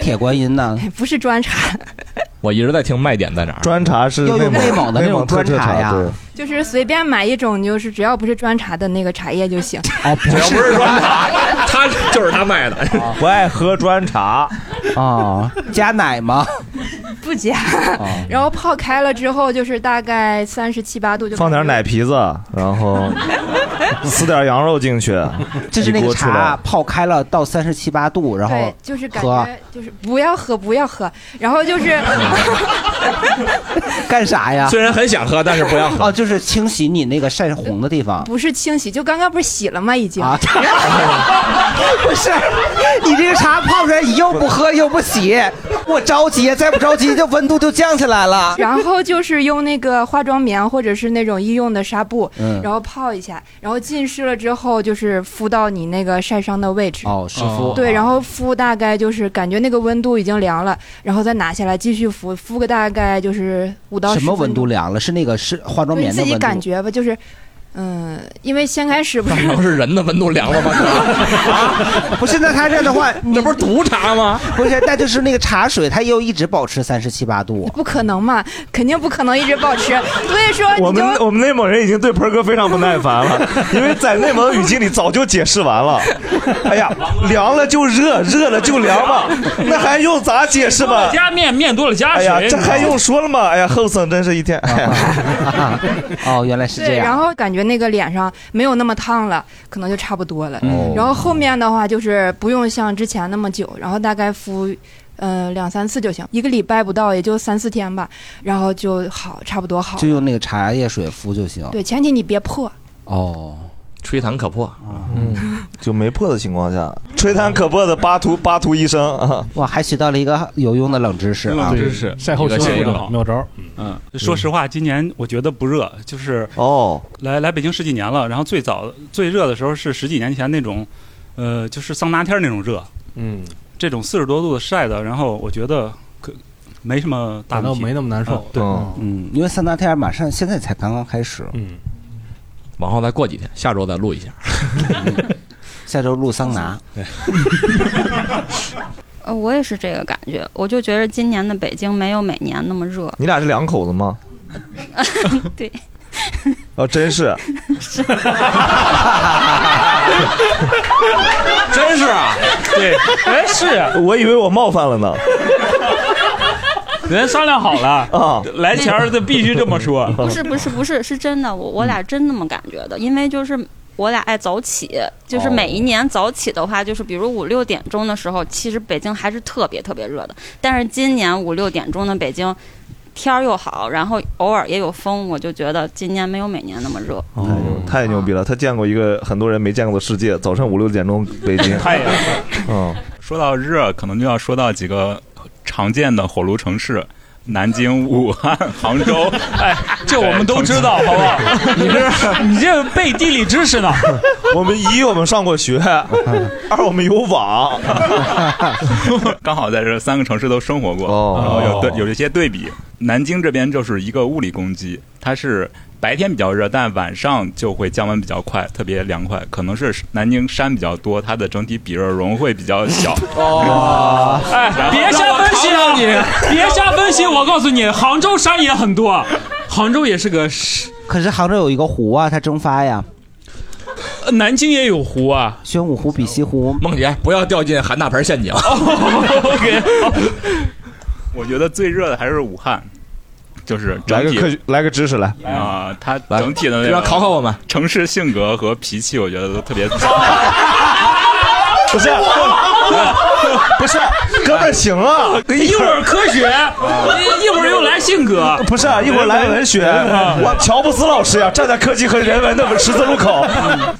Speaker 4: 铁观音呢？
Speaker 21: 不是砖茶，
Speaker 3: 我一直在听卖点在哪儿。
Speaker 2: 砖茶是
Speaker 4: 要用内蒙内蒙的那种
Speaker 2: 特制
Speaker 4: 砖茶
Speaker 2: 茶
Speaker 4: 呀
Speaker 2: 对
Speaker 21: 就是随便买一种，就是只要不是砖茶的那个茶叶 就行。
Speaker 4: 哦，不
Speaker 3: 要不是砖茶，他就是他卖的。
Speaker 2: 不爱喝砖茶
Speaker 4: 啊，加奶吗？
Speaker 21: 不加。
Speaker 4: 哦
Speaker 21: 然后泡开了之后，就是大概三十七八度就
Speaker 2: 放点奶
Speaker 21: 感
Speaker 2: 皮子，然后 撕点羊肉进去，
Speaker 4: 就是那
Speaker 2: 一
Speaker 4: 个
Speaker 2: 锅出
Speaker 4: 茶
Speaker 2: 来。
Speaker 4: 泡开了到三十七八度，然
Speaker 21: 觉。
Speaker 4: 后
Speaker 21: 对，就是感
Speaker 4: 喝啊
Speaker 21: 觉就是不要喝，不要喝，然 后就是，
Speaker 4: 干啥呀？
Speaker 3: 虽然很想喝，但是不要喝。
Speaker 4: 哦，就是清洗你那个晒红的地方。
Speaker 21: 不是清洗，就刚刚不是洗了吗？已经，
Speaker 4: 啊， 不是，你这个茶泡出来，你又不喝又不洗， 我着急，再不着急就温度就降下来了。
Speaker 21: 然后就是用那个化妆棉或者是那种医用的纱布，
Speaker 4: 嗯
Speaker 21: 然后泡一下，然后浸湿了之后就是敷到你那个晒伤的位置。
Speaker 4: 哦湿敷
Speaker 21: 对，
Speaker 4: 哦
Speaker 21: 然后敷大概就是感觉那个温度已经凉了，然后再拿下来继续敷，敷个大概就是五到十
Speaker 4: 什么
Speaker 21: 分
Speaker 4: 温度凉了？是那个是化妆
Speaker 21: 就你
Speaker 4: 棉的
Speaker 21: 自己
Speaker 4: 温
Speaker 21: 感
Speaker 4: 度。
Speaker 21: 觉吧，就是。嗯，因为先开始不 是
Speaker 3: 然后是人的温度凉了吗？
Speaker 4: 啊不是，那他这样的 话，那
Speaker 3: 不是毒茶吗？
Speaker 4: 不是，那就是那个茶水，它又一直保持三十七八度。
Speaker 21: 不可能嘛，肯定不可能一直保持，所以说
Speaker 2: 我
Speaker 21: 你
Speaker 2: 们
Speaker 21: 就
Speaker 2: 我们内蒙人已经对盆儿哥非常不耐烦了，因为在内蒙语境里早就解释完了。哎呀，凉了就热，热了就凉嘛，那还用咋解释
Speaker 5: 多
Speaker 2: 吧
Speaker 5: 了？加面，面多了加
Speaker 2: 哎
Speaker 5: 水。
Speaker 2: 呀，这还用说了吗？哎呀，后生真是一天。哎呀，
Speaker 4: 哦，原来是
Speaker 21: 对，然。后感觉那个脸上没有那么烫了，可能就差不多了。
Speaker 4: 哦
Speaker 21: 然后后面的话就是不用像之前那么久，然后大概敷，嗯、两三次就行，一个礼拜不到，也就三四天吧，然后就好，差不多好
Speaker 4: 就。用那个茶叶水敷就行。
Speaker 21: 对，前提你别破。
Speaker 4: 哦，
Speaker 3: 吹弹可破。
Speaker 2: 就没破的情况下，吹弹可破的巴图巴图医生啊，
Speaker 4: 哇，还学到了一个有用的冷知识啊！
Speaker 6: 冷知识，
Speaker 1: 妙招。
Speaker 6: 嗯，说实话，今年我觉得不热，就是
Speaker 2: 哦，
Speaker 6: 来来北京十几年了，然后最早最热的时候是十几年前那种，呃，就是桑拿天那种热，
Speaker 2: 嗯，。
Speaker 6: 这种四十多度晒的，然后我觉得可没什么大问题，啊对，
Speaker 4: 嗯，因为三大天马上现在才刚刚开始，
Speaker 1: 嗯，
Speaker 3: 往后再过几天，下周再录一下。
Speaker 4: 下周录桑拿，
Speaker 23: 呃，我也是这个感觉，我就觉得今年的北京没有每年那么热
Speaker 2: 你俩是两口子吗？
Speaker 23: 对，
Speaker 2: 啊，真是，
Speaker 3: 真是啊，
Speaker 5: 对，哎是啊，
Speaker 2: 我以为我冒犯了呢。
Speaker 5: 人商量好了
Speaker 2: 啊，
Speaker 5: 来前儿的必须这么 说，
Speaker 23: 不是不是不是，是真的，我我
Speaker 6: 嗯
Speaker 23: 俩真那么感觉的，因为就是。我俩爱早起，就是每
Speaker 6: 哦
Speaker 23: 一年早起的话，就是比如五六点钟的时候，其实北京还是特别特别热的。但是今年五六点钟的北京，天儿又好，然后偶尔也有风，我就觉得今年没有每年那么热。
Speaker 2: 太牛逼了！他见过一个很多人没见过的世界，早上五六点钟北 京，
Speaker 6: 太阳，
Speaker 2: 嗯，
Speaker 24: 说到热，可能就要说到几个常见的火炉城市。南京、武汉、杭州，哎，
Speaker 5: 这我们都知道，好不好？你这 你这背地理知识呢？
Speaker 2: 我们一我们上过 学，二我们有 网，
Speaker 24: 刚好在这三个城市都生活过，然后有
Speaker 5: 哦
Speaker 24: 对有一些对比。南京这边就是一个物理攻击，它是白天比较热，但晚上就会降温比较快，特别凉快。可能是南京山比较多，它的整体比热容会比较 小。
Speaker 5: 哦，哎，别瞎分析啊 你，别瞎分析，我告诉你，杭州山也很多，杭州也是
Speaker 6: 呃
Speaker 5: 个山，
Speaker 4: 可是杭州有一个湖啊，它蒸发呀。
Speaker 5: 呃南京也有湖啊，
Speaker 4: 玄武湖、比西湖。
Speaker 3: 梦姐，不要掉进韩大 牌陷阱。
Speaker 24: 我觉得最热的还是武汉，就是
Speaker 2: 来
Speaker 24: 整
Speaker 2: 个
Speaker 24: 体
Speaker 2: 科学，来个知识来。
Speaker 24: 啊，它整体的
Speaker 2: 来
Speaker 24: 那
Speaker 2: 考考
Speaker 24: 我们城市性格和脾气，我觉得都特 别。
Speaker 2: 不是， 不是，哥们儿行啊，
Speaker 5: 一会儿科学，一会儿又来性格，
Speaker 2: 不是啊一会儿来文啊学，我乔布斯老师呀，站在科技和人文的十字路 口，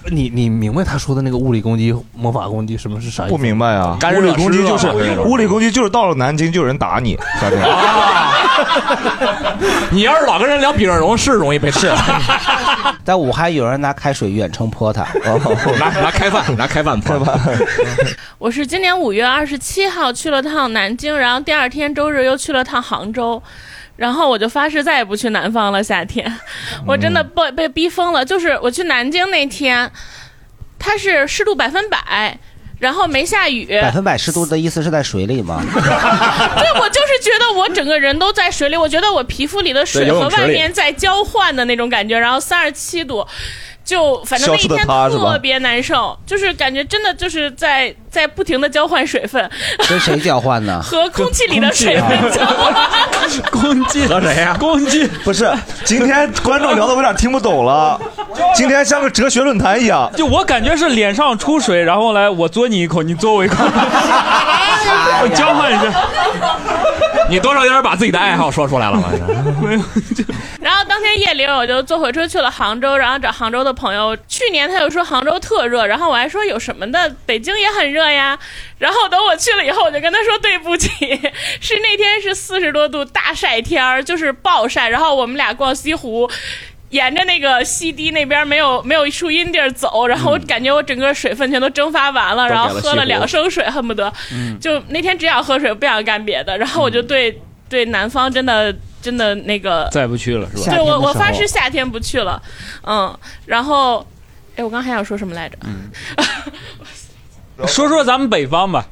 Speaker 6: 你你明白他说的那个物理攻击、魔法攻击什么是啥意思？
Speaker 2: 不明白啊，物理攻击就是物理攻击就是到了南京就有人打你，夏天。
Speaker 3: 你要是老跟人聊比热容，是容易被吃。
Speaker 4: 在武汉有人拿开水远程泼它，
Speaker 3: 哦拿拿开饭，拿开饭
Speaker 2: 开饭。
Speaker 25: 我是今年五月二十七号去了趟南京，然后第二天周日又去了趟杭州，然后我就发誓再也不去南方了。夏天，
Speaker 4: 嗯
Speaker 25: 我真的被被逼疯了。就是我去南京那天，它是湿度百分百，然后没下 雨，
Speaker 4: 百分百湿度的意思是在水里 吗？
Speaker 25: 对我就是觉得我整个人都在水里，我觉得我皮肤里的水
Speaker 4: 对游
Speaker 25: 和
Speaker 4: 泳池里
Speaker 25: 外面在交换的那种感觉，然后三十七度，就反正那一
Speaker 2: 消
Speaker 25: 天
Speaker 2: 失的他是吧
Speaker 25: 特别难受，就是感觉真的就是在在不停的交换水分，
Speaker 4: 跟谁交换 呢？
Speaker 25: 和空气里的水分交换。
Speaker 5: 攻击
Speaker 2: 和谁啊呀？
Speaker 5: 攻击
Speaker 2: 不是，今天观众聊的我有点听不懂 了，今天像个哲学论坛一样。
Speaker 5: 就我感觉是脸上出水，然后来我嘬你一口，你嘬我一口，我交换一下。
Speaker 3: 你多少有点把自己的爱好说出来了 吧？
Speaker 25: 然后当天夜里我就坐火车去了杭州，然后找杭州的朋友。去年他又说杭州特热，然后我还说有什么的，北京也很热呀。然后等我去了以后，我就跟他说对不起，是那天是四十多度大晒天儿，就是暴晒。然后我们俩逛西湖。沿着那个西堤那边没有没有树荫地儿走，然后我感觉我整个水分全都蒸发完了，
Speaker 24: 都给
Speaker 25: 然
Speaker 24: 了
Speaker 25: 后喝了两升水，恨不得，
Speaker 24: 嗯
Speaker 25: 就那天只想喝水，不想干别的。然后我就对、对南方真的真的那个
Speaker 5: 嗯再不去了是吧？
Speaker 25: 对我，我发誓夏天不去了。嗯，然后，哎，我刚还想说什么来着？
Speaker 5: 说说咱们北方吧，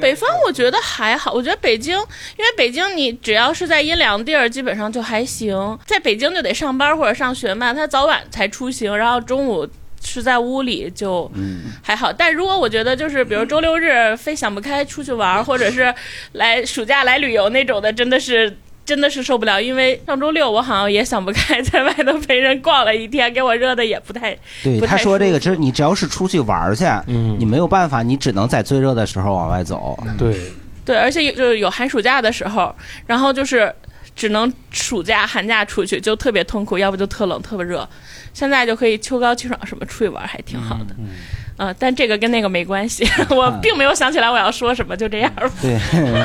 Speaker 25: 北方我觉得还好，我觉得北京，因为北京你只要是在阴凉地儿，基本上就还行。在北京就得上班或者上学嘛，他早晚才出行，然后中午是在屋里就
Speaker 26: 嗯，
Speaker 25: 还好。但如果我觉得就是比如周六日非想不开出去玩儿，或者是来暑假来旅游那种的，真的是。真的是受不了，因为上周六我好像也想不开，在外头陪人逛了一天，给我热的也不太。
Speaker 4: 对，
Speaker 25: 不
Speaker 4: 他
Speaker 25: 太
Speaker 4: 说这
Speaker 25: 舒
Speaker 4: 个，就是你只要是出去玩儿去，你没有办法，你只能在最热的时候往外走。
Speaker 1: 对，
Speaker 25: 对，而且有就是有寒暑假的时候，然后就是只能暑假、寒假出去，就特别痛苦，要不就特冷、特别热。现在就可以秋高气爽，什么出去玩还挺好的。嗯但这个跟那个没关系， 我并没有想起来我要说什么，就这样吧。
Speaker 4: 对，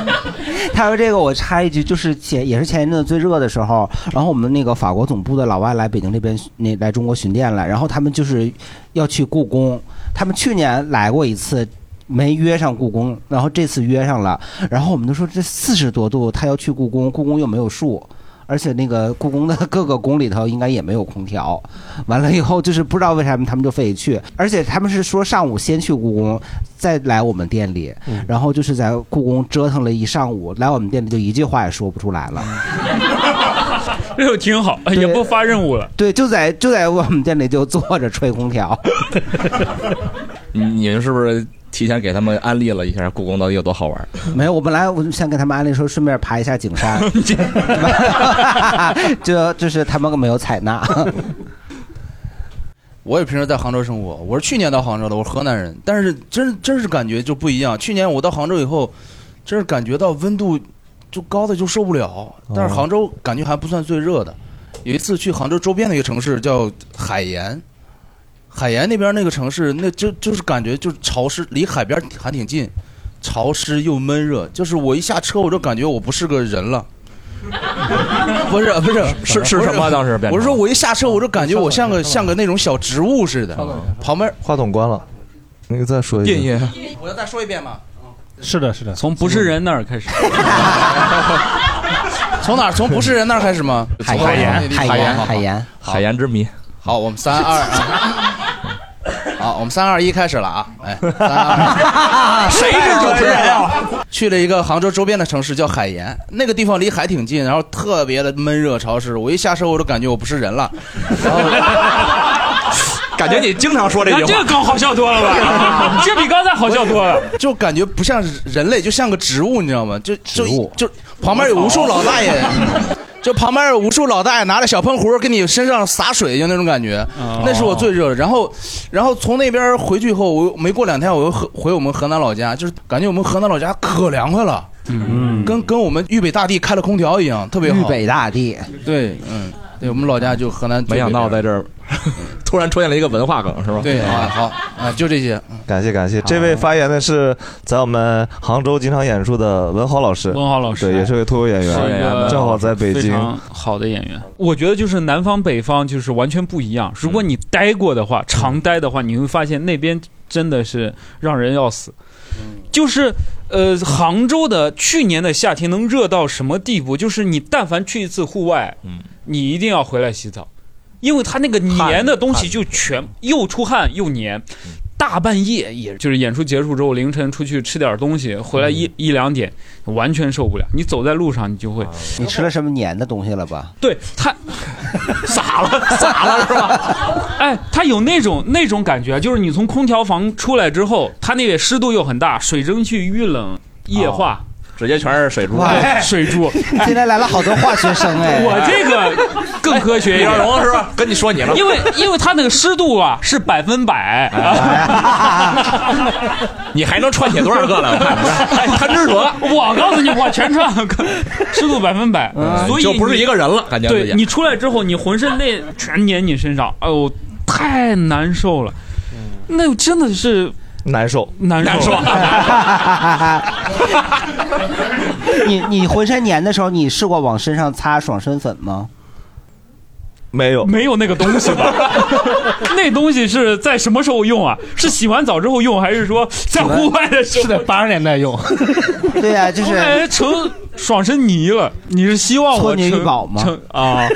Speaker 4: 他说这个我插一句，就是前也是前一阵子最热的时候，然后我们那个法国总部的老外来北京这边那来中国巡店来，然后他们就是要去故宫，他们去年来过一次。没约上故宫，然后这次约上了，然后我们就说这四十多度，他要去故宫，故宫又没有树，而且那个故宫的各个宫里头应该也没有空调。完了以后就是不知道为什么他们就非得去，而且他们是说上午先去故宫，再来我们店里，
Speaker 5: 嗯
Speaker 4: 然后就是在故宫折腾了一上午，来我们店里就一句话也说不出来了。
Speaker 5: 哎呦，挺好，也不发任务了。
Speaker 4: 对，就在就在我们店里就坐着吹空调。
Speaker 3: 你你们是不是提前给他们安利了一下故宫到底有多好玩？
Speaker 4: 没有，我本来我就想给他们安利说，顺便爬一下景 山， 这这是他们没有采纳。
Speaker 27: 我也平时在杭州生活，我是去年到杭州的，我是河南人，但是真真是感觉就不一样。去年我到杭州以后，真是感觉到温度就高的就受不了，但是杭州感觉还不算最热的。有一次去杭州周边的一个城市叫海盐，海盐那边那个城市，那就就是感觉就是潮湿，离海边还挺近，潮湿又闷热。就是我一下车，我就感觉我不是个人了。不 是不是
Speaker 3: 是是什么当时变成
Speaker 27: 我是说我一下车，我就感觉我像个像个那种小植物似的。旁边
Speaker 2: 话筒关了，那个再说
Speaker 3: 哎
Speaker 2: 一遍。
Speaker 27: 电我要再说一遍嘛，
Speaker 5: 是的，是的，从不是人那儿开始。
Speaker 27: 从哪儿？从不是人那儿开始吗？
Speaker 3: 海盐
Speaker 27: 从
Speaker 3: 海
Speaker 27: 海
Speaker 3: 盐
Speaker 27: 好
Speaker 3: 海盐海盐之谜。
Speaker 27: 好，我们三二，好，我们三二一开始了啊！哎，三二，
Speaker 2: 谁是主持人
Speaker 27: 啊？去了一个杭州周边的城市叫海盐，那个地方离海挺近，然后特别的闷热潮湿。我一下车我就感觉我不是人了，
Speaker 2: 感觉你经常说这
Speaker 3: 哎
Speaker 2: 句话那这个
Speaker 5: 更好笑多 了吧这比刚才好笑多了，
Speaker 27: 就感觉不像人类，就像个植物，你知道吗？就就就旁边有无数老 大爷。就旁边有无数老大爷拿着小喷壶跟你身上洒水，就那种感觉，
Speaker 2: 哦
Speaker 27: 那是我最热的。然后，然后从那边回去以后，我又没过两天，我又回回我们河南老家，就是感觉我们河南老家可凉快了，嗯，跟跟我们豫北大地开了空调一样，特别好。
Speaker 4: 豫北大地，
Speaker 27: 对，嗯，对我们老家就河南。
Speaker 3: 没想到在这儿突然出现了一个文化梗，是吧？
Speaker 27: 对啊，好啊，就这些。
Speaker 2: 感谢感谢，这位发言的是在我们杭州经常演出的文豪老师，文豪老
Speaker 5: 师
Speaker 2: 对，也是位脱口演
Speaker 5: 是一个
Speaker 27: 啊
Speaker 2: 员，正好在北
Speaker 5: 非
Speaker 2: 京。
Speaker 5: 常好的演员。我觉得就是南方北方就是完全不一样。如果你待过的话，常待的话，你会发现那边真的是让人要死。嗯就是呃，杭州的去年的夏天能热到什么地步？就是你但凡去一次户外，你一定要回来洗澡，因为它那个黏的东西就全又出汗又黏。大半夜，也就是演出结束之后，凌晨出去吃点东西，回来一、一两点，完全受不了。你走在路上，你就会，
Speaker 4: 你吃了什么黏的东西了吧？
Speaker 5: 对 他傻了，傻了是吧？哎，他有那种那种感觉，就是你从空调房出来之后，它那个湿度又很大，水蒸气遇冷液化。
Speaker 3: 直接全是水珠，
Speaker 5: 哎水珠。
Speaker 4: 今天来了好多化学生哎
Speaker 5: 我这个更科学 一点，
Speaker 3: 哎李小龙是吧跟你说你了
Speaker 5: 因为因为它那个湿度啊是百分百，
Speaker 3: 你还能串起多少个来？ 我看哎，贪吃蛇，
Speaker 5: 我告诉你，我全串， 湿度百分百，所
Speaker 3: 嗯
Speaker 5: 以
Speaker 3: 就不是
Speaker 5: 你
Speaker 3: 一个人了，感觉自
Speaker 5: 对
Speaker 3: 己
Speaker 5: 你出来之后，你浑身那全粘你身 上，哎呦，太难受了，
Speaker 3: 嗯
Speaker 5: 那真的是
Speaker 2: 难受，
Speaker 5: 难 受。
Speaker 4: 你你浑身黏的时候，你试过往身上擦爽身粉吗？
Speaker 2: 没有，
Speaker 5: 没有那个东西吧？那东西是在什么时候用啊？是洗完澡之后用，还是说在户外的时候？是在
Speaker 20: 八十年代用。
Speaker 4: 对呀、就是
Speaker 5: 我感觉成爽身泥了。你是希望我
Speaker 4: 搓泥
Speaker 5: 成
Speaker 4: 玉宝吗
Speaker 5: 成啊，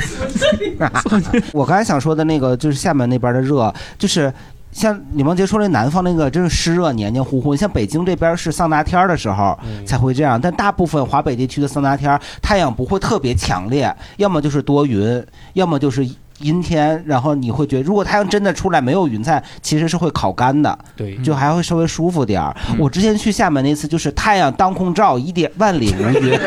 Speaker 4: 我刚才想说的那个就是厦门那边的热，就是。像李梦洁说那南方那个真是湿热黏黏糊糊，像北京这边是桑拿天儿的时候才会这样，但大部分华北地区的桑拿天儿太阳不会特别强烈，要么就是多云，要么就是阴天，然后你会觉得如果太阳真的出来没有云彩，其实是会烤干的，
Speaker 20: 对
Speaker 4: 就还会稍微舒服点儿。我之前去厦门那次就是太阳当空照，一点万里无云。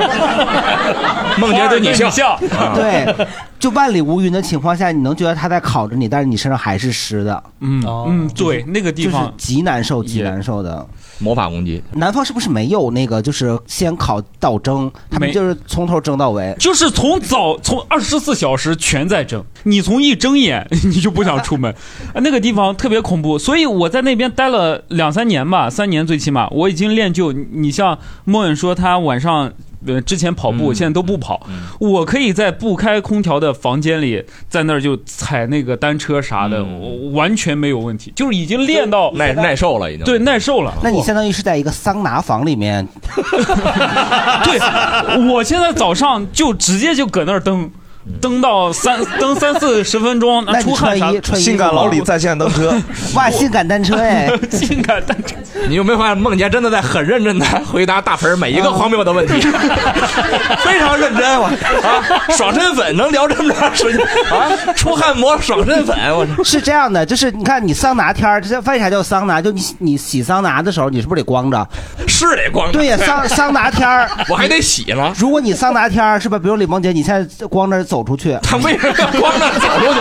Speaker 3: 梦洁对你笑，啊
Speaker 4: 对，就万里无云的情况下，你能觉得它在烤着你，但是你身上还是湿的，
Speaker 3: 哦
Speaker 5: 嗯嗯，对，那个地
Speaker 4: 就是
Speaker 5: 方
Speaker 4: 极难受、极难受的。
Speaker 3: 魔法攻击。
Speaker 4: 南方是不是没有那个就是先烤到蒸，他们
Speaker 5: 没
Speaker 4: 就是从头蒸到尾？
Speaker 5: 就是从早从二十四小时全在蒸，你从一睁眼 你就不想 出门，啊那个地方特别恐怖，所以我在那边待了两三年吧，三年最起码，我已经练就你你像莫恩说他晚上。呃，之前跑
Speaker 3: 嗯
Speaker 5: 步，现在都不跑。我可以在不开空调的房间里，在那儿就踩那个单车啥的，我完全没有问题，就是已经练到
Speaker 3: 嗯耐耐受了，已经
Speaker 5: 对耐受了。
Speaker 4: 那你相当于是在一个桑拿房里面，
Speaker 5: 我现在早上就直接就搁那儿蹬，蹬到三蹬三四十分钟，
Speaker 4: 那你
Speaker 5: 出汗啥
Speaker 4: 穿衣穿衣性感老李在
Speaker 2: 线蹬车，
Speaker 4: 哇，性感单车 哎！
Speaker 5: 性感单
Speaker 3: 车。你有没有发现孟杰真的在很认真的回答大盆儿每一个荒谬的 问题，非常认真我啊，爽身粉能聊这么长时间啊，出汗膜爽身粉
Speaker 5: 哎
Speaker 3: 我操。
Speaker 4: 是这样的，就是你看你桑拿天儿，这为啥叫桑拿？就你你洗桑拿的时候，你是不是得光着？
Speaker 3: 是得光着，
Speaker 4: 对呀，桑桑拿天儿
Speaker 3: 我还得洗呢。
Speaker 4: 如果你桑拿天儿是吧？比如李萌姐，你现在光着走出去，
Speaker 3: 他为什么光着走出去？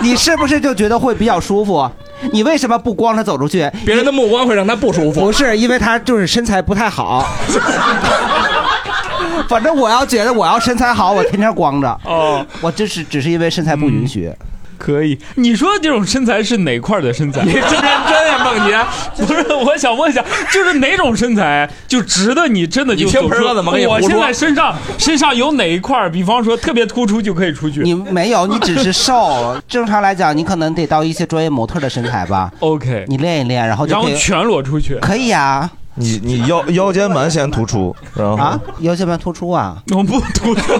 Speaker 4: 你是不是就觉得会比较舒服？你为什么不光着走出去？
Speaker 3: 别人的目光会让他不舒服。
Speaker 4: 不是，因为他就是身材不太 好。反正我要觉得我要身材好，我天天光着。
Speaker 5: 哦，
Speaker 4: 我这是只是因为身材不允许。
Speaker 3: 嗯
Speaker 5: 可以，你说这种身材是哪块儿的身材？
Speaker 4: 你真认
Speaker 3: 真呀，孟杰！
Speaker 5: 不是，我想问一下，就是哪种身材啊就值得你真的就
Speaker 3: 你听
Speaker 5: 走出
Speaker 3: 盆儿哥怎么跟你胡
Speaker 5: 我现
Speaker 3: 说
Speaker 5: 在身上身上有哪一块儿，比方说特别突出就可以出去？
Speaker 4: 你没有，你只是瘦。正常来讲，你可能得到一些专业模特的身材吧。
Speaker 5: OK，
Speaker 4: 你练一练，然后就
Speaker 2: 然后
Speaker 4: 可以
Speaker 2: 全
Speaker 5: 裸出去
Speaker 4: 可以啊。
Speaker 2: 你你腰腰间盘先突出，然后
Speaker 4: 啊，腰间盘突出啊，
Speaker 5: 我不突出。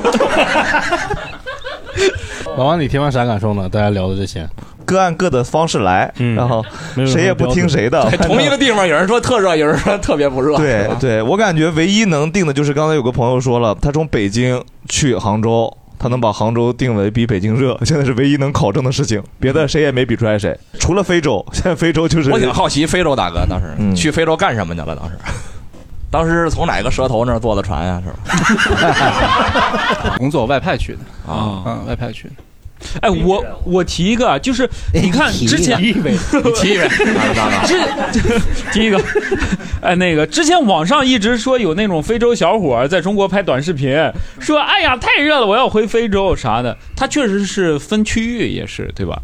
Speaker 1: 老王，你听完啥感受呢？大家聊的这些， 嗯
Speaker 2: 各按各的方式来，然后
Speaker 1: 没有什么
Speaker 2: 谁也不听谁的
Speaker 1: 标，准
Speaker 3: 同一个地方有人说特热，有人说特别不热。
Speaker 2: 对
Speaker 3: 是吧
Speaker 2: 对，我感觉唯一能定的就是刚才有个朋友说了，他从北京去杭州，他能把杭州定为比北京热， 现在是唯一能考证的事情，别的谁也没比出来谁，除了非洲， 现在非洲就是嗯
Speaker 3: 我挺好奇非洲大哥当时、去非洲干什么去了？当时，当时是从哪个蛇头那儿坐的船呀、
Speaker 7: 工作外派去的
Speaker 3: 啊，
Speaker 7: 嗯，外派去的。
Speaker 5: 哎，我我提一个啊，就是
Speaker 4: 哎
Speaker 5: 你看
Speaker 7: 提一
Speaker 5: 之前
Speaker 7: 个提一位提 一位
Speaker 4: 啊
Speaker 5: 这第一个，哎，那个之前网上一直说有那种非洲小伙儿在中国拍短视频，说哎呀太热了，我要回非洲啥的。他确实是分区域，也是对吧？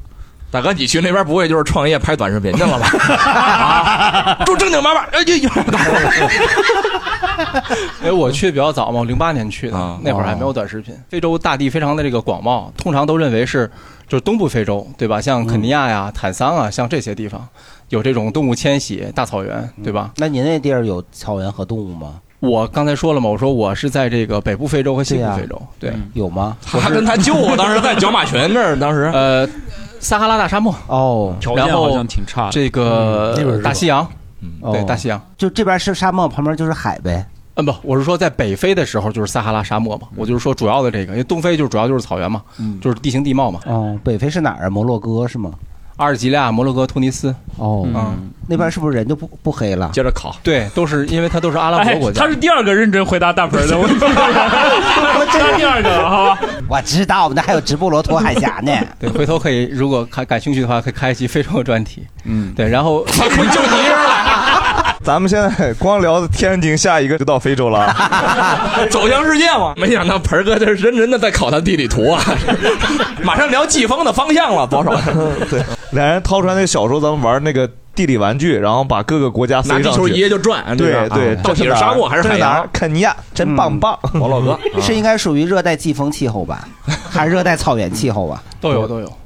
Speaker 3: 大哥，你去那边不会就是创业拍短视频去了 吧？啊，住正经八百，哎呦，
Speaker 7: 因为哎我去比较早嘛，我零八年去
Speaker 4: 啊
Speaker 7: 的，那会儿还没有短视频。非洲大地非常的这个广袤，通常都认为是就是东部非洲，对吧？
Speaker 4: 嗯
Speaker 7: 像肯尼亚呀、坦桑啊，像这些地方有这种动物迁徙、大草原，对吧？
Speaker 4: 嗯那您那地儿有草原和动物吗？
Speaker 7: 我刚才说了嘛，我说我是在这个北部非洲和西
Speaker 4: 对
Speaker 7: 部
Speaker 4: 呀嗯
Speaker 7: 非洲，对，
Speaker 4: 有吗？
Speaker 3: 他跟他舅我当时在角马 群那儿，当时
Speaker 7: 呃，撒哈拉大沙漠
Speaker 4: 哦，
Speaker 5: 条
Speaker 7: 然
Speaker 5: 件
Speaker 7: 后
Speaker 5: 好像挺差的
Speaker 7: 这个
Speaker 5: 嗯那边是
Speaker 7: 大
Speaker 5: 吧
Speaker 7: 西洋，嗯对，
Speaker 4: 哦
Speaker 7: 大西洋。
Speaker 4: 就这边是沙漠，旁边就是海呗。
Speaker 7: 嗯，不，我是说在北非的时候就是撒哈拉沙漠嘛，我就是说主要的这个，因为东非就是主要就是草原嘛，
Speaker 5: 嗯
Speaker 7: 就是地形地貌嘛。
Speaker 4: 哦，北非是哪儿啊？摩洛哥是吗？
Speaker 7: 阿尔及利亚、摩洛哥、突尼斯。
Speaker 4: 哦，
Speaker 7: 嗯，
Speaker 4: 那边是不是人就不
Speaker 5: 嗯
Speaker 4: 不黑了？
Speaker 3: 接着考。
Speaker 7: 对，都是因为它都是阿拉伯
Speaker 5: 哎
Speaker 7: 国，家。
Speaker 5: 他是第二个认真回答大盆儿的，我他第二个啊了哈。
Speaker 4: 我知道，我们那还有直布罗陀海峡呢。
Speaker 7: 对，回头可以，如果感感兴趣的话，可以开一期非洲专题。
Speaker 5: 嗯，
Speaker 7: 对，然后
Speaker 5: 啊
Speaker 2: 咱们现在光聊天津，下一个就到非洲了。
Speaker 3: 走向世界嘛。没想到盆儿哥这是认真的在考他地理图啊， 马上聊季风的方向了，保守。
Speaker 2: 对，俩人掏出来那个小时候咱们玩那个地理玩具，然后把各个国家塞
Speaker 3: 拿
Speaker 2: 上去，
Speaker 3: 地球仪就转
Speaker 2: 对
Speaker 3: 这个
Speaker 2: 对
Speaker 3: 啊，到底是沙漠还是海洋
Speaker 2: 这哪儿肯尼亚，真棒棒，
Speaker 3: 王老哥
Speaker 4: 嗯 是应该属于热带季风气候吧，还是热带草原气候 啊？
Speaker 7: 都有都有。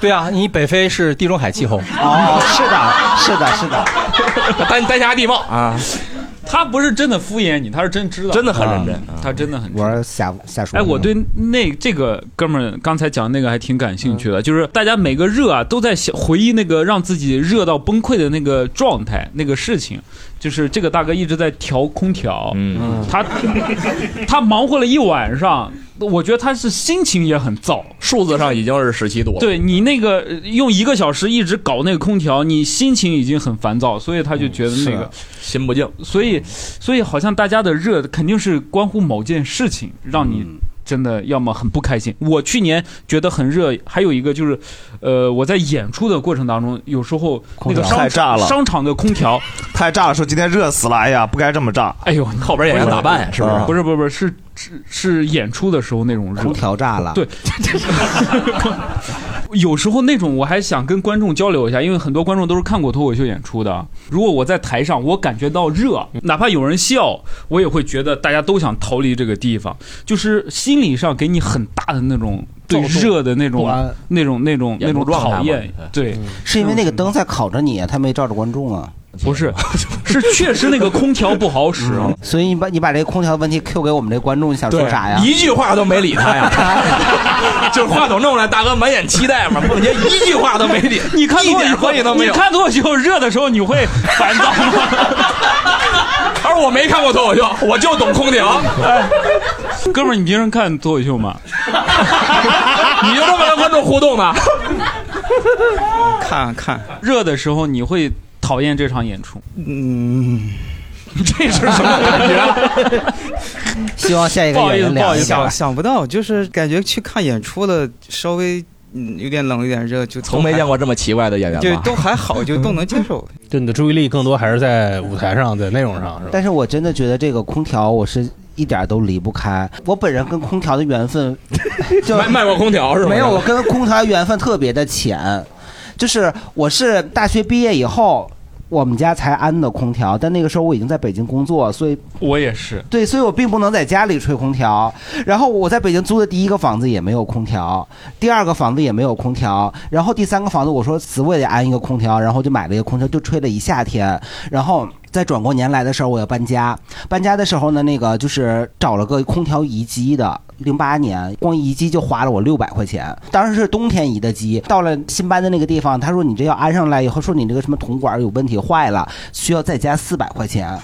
Speaker 7: 对啊，你北非是地中海气候。
Speaker 4: 哦，是 的，是的，是的。
Speaker 3: 丹丹霞地貌啊，
Speaker 5: 他不是真的敷衍你，他是真知道，
Speaker 3: 真的很认真
Speaker 5: 啊他真的很。
Speaker 4: 我是瞎瞎说
Speaker 5: 哎，
Speaker 4: 的。
Speaker 5: 我对那这个哥们儿刚才讲那个还挺感兴趣的，就是大家每个热啊都在想回忆那个让自己热到崩溃的那个状态，那个事情。就是这个大哥一直在调空调，
Speaker 3: 嗯，
Speaker 5: 他他忙活了一晚上，我觉得他是心情也很燥，
Speaker 3: 数字上已经是十七度了。
Speaker 5: 对你那个呃用一个小时一直搞那个空调，你心情已经很烦躁，所以他就觉得那
Speaker 3: 是
Speaker 5: 个
Speaker 3: 啊心不静。
Speaker 2: 嗯
Speaker 5: 所以，所以好像大家的热肯定是关乎某件事情，让你真的要么很不开心。我去年觉得很热，还有一个就是，呃，我在演出的过程当中，有时候那个商
Speaker 2: 太炸了，
Speaker 5: 商场的空调
Speaker 2: 太炸了，说今天热死了，哎呀，不该这么炸。
Speaker 5: 哎呦，
Speaker 2: 靠边演员打
Speaker 4: 嗯
Speaker 2: 扮呀是不是
Speaker 4: 啊
Speaker 5: 不是不是不是是是是演出的时候那种热，空
Speaker 4: 调炸了。
Speaker 5: 对， 有时候那种我还想跟观众交流一下，因为很多观众都是看过脱口秀演出的。如果我在台上，我感觉到热，哪怕有人笑，我也会觉得大家都想逃离这个地方，就是心理上给你很大的那种对热的那种
Speaker 4: 不安
Speaker 5: 那种那种那种讨厌。对，
Speaker 4: 是因为那个灯在烤着你，他没照着观众啊。
Speaker 5: 不是， 是确实那个空调不好使，
Speaker 4: 嗯所以你把你把这个空调问题 Q 给我们这观众，你想说啥呀？
Speaker 3: 一句话都没理他 呀，就是话筒弄来，大哥满眼期待嘛，蹦姐一句话都没理，
Speaker 5: 你看
Speaker 3: 一
Speaker 5: 脱口
Speaker 3: 点
Speaker 5: 秀
Speaker 3: 关系都没有
Speaker 5: 你。看脱口秀热的时候，你会 烦躁吗？
Speaker 3: 他说我没看过脱口秀，我就懂空啊调。
Speaker 5: 哎哥们儿，你平时看脱口秀吗？
Speaker 3: 你就这么跟观众互 动的？
Speaker 5: 看看，热的时候你会讨厌这场演出？
Speaker 4: 嗯，
Speaker 5: 这是什么感觉？
Speaker 4: 希望下一个演员聊一下
Speaker 8: 想。想不到，就是感觉去看演出了，稍微嗯有点冷，有点热，就
Speaker 1: 从没见过这么奇怪的
Speaker 3: 哎
Speaker 1: 演员吧
Speaker 8: 就 都还好，就都能接 受。
Speaker 4: 就你的注意力更多还是在舞台上，在内容上，是吧？但是我真的觉得这个空调，我是一点都离不开。我本人跟空调的缘分，就
Speaker 3: 卖卖过空调是吗？
Speaker 4: 没有，我 跟空调缘分特别的浅，就是我是大学毕业以后。我们家才安的空调，但那个时候我已经在北京工作，所以
Speaker 5: 我也是。
Speaker 4: 对，所以我并不能在家里吹空调。然后我在北京租的第一个房子也没有空调，第二个房子也没有空调，然后第三个房子我说死我也得安一个空调，然后就买了一个空调，就吹了一夏天。然后再转过年来的时候，我要搬家，搬家的时候呢，那个就是找了个空调移机的。零八年，光移机就花了我六百块钱，当时是冬天移的机。到了新搬的那个地方，他说你这要安上来以后，说你这个什么铜管有问题坏了，需要再加四百块钱。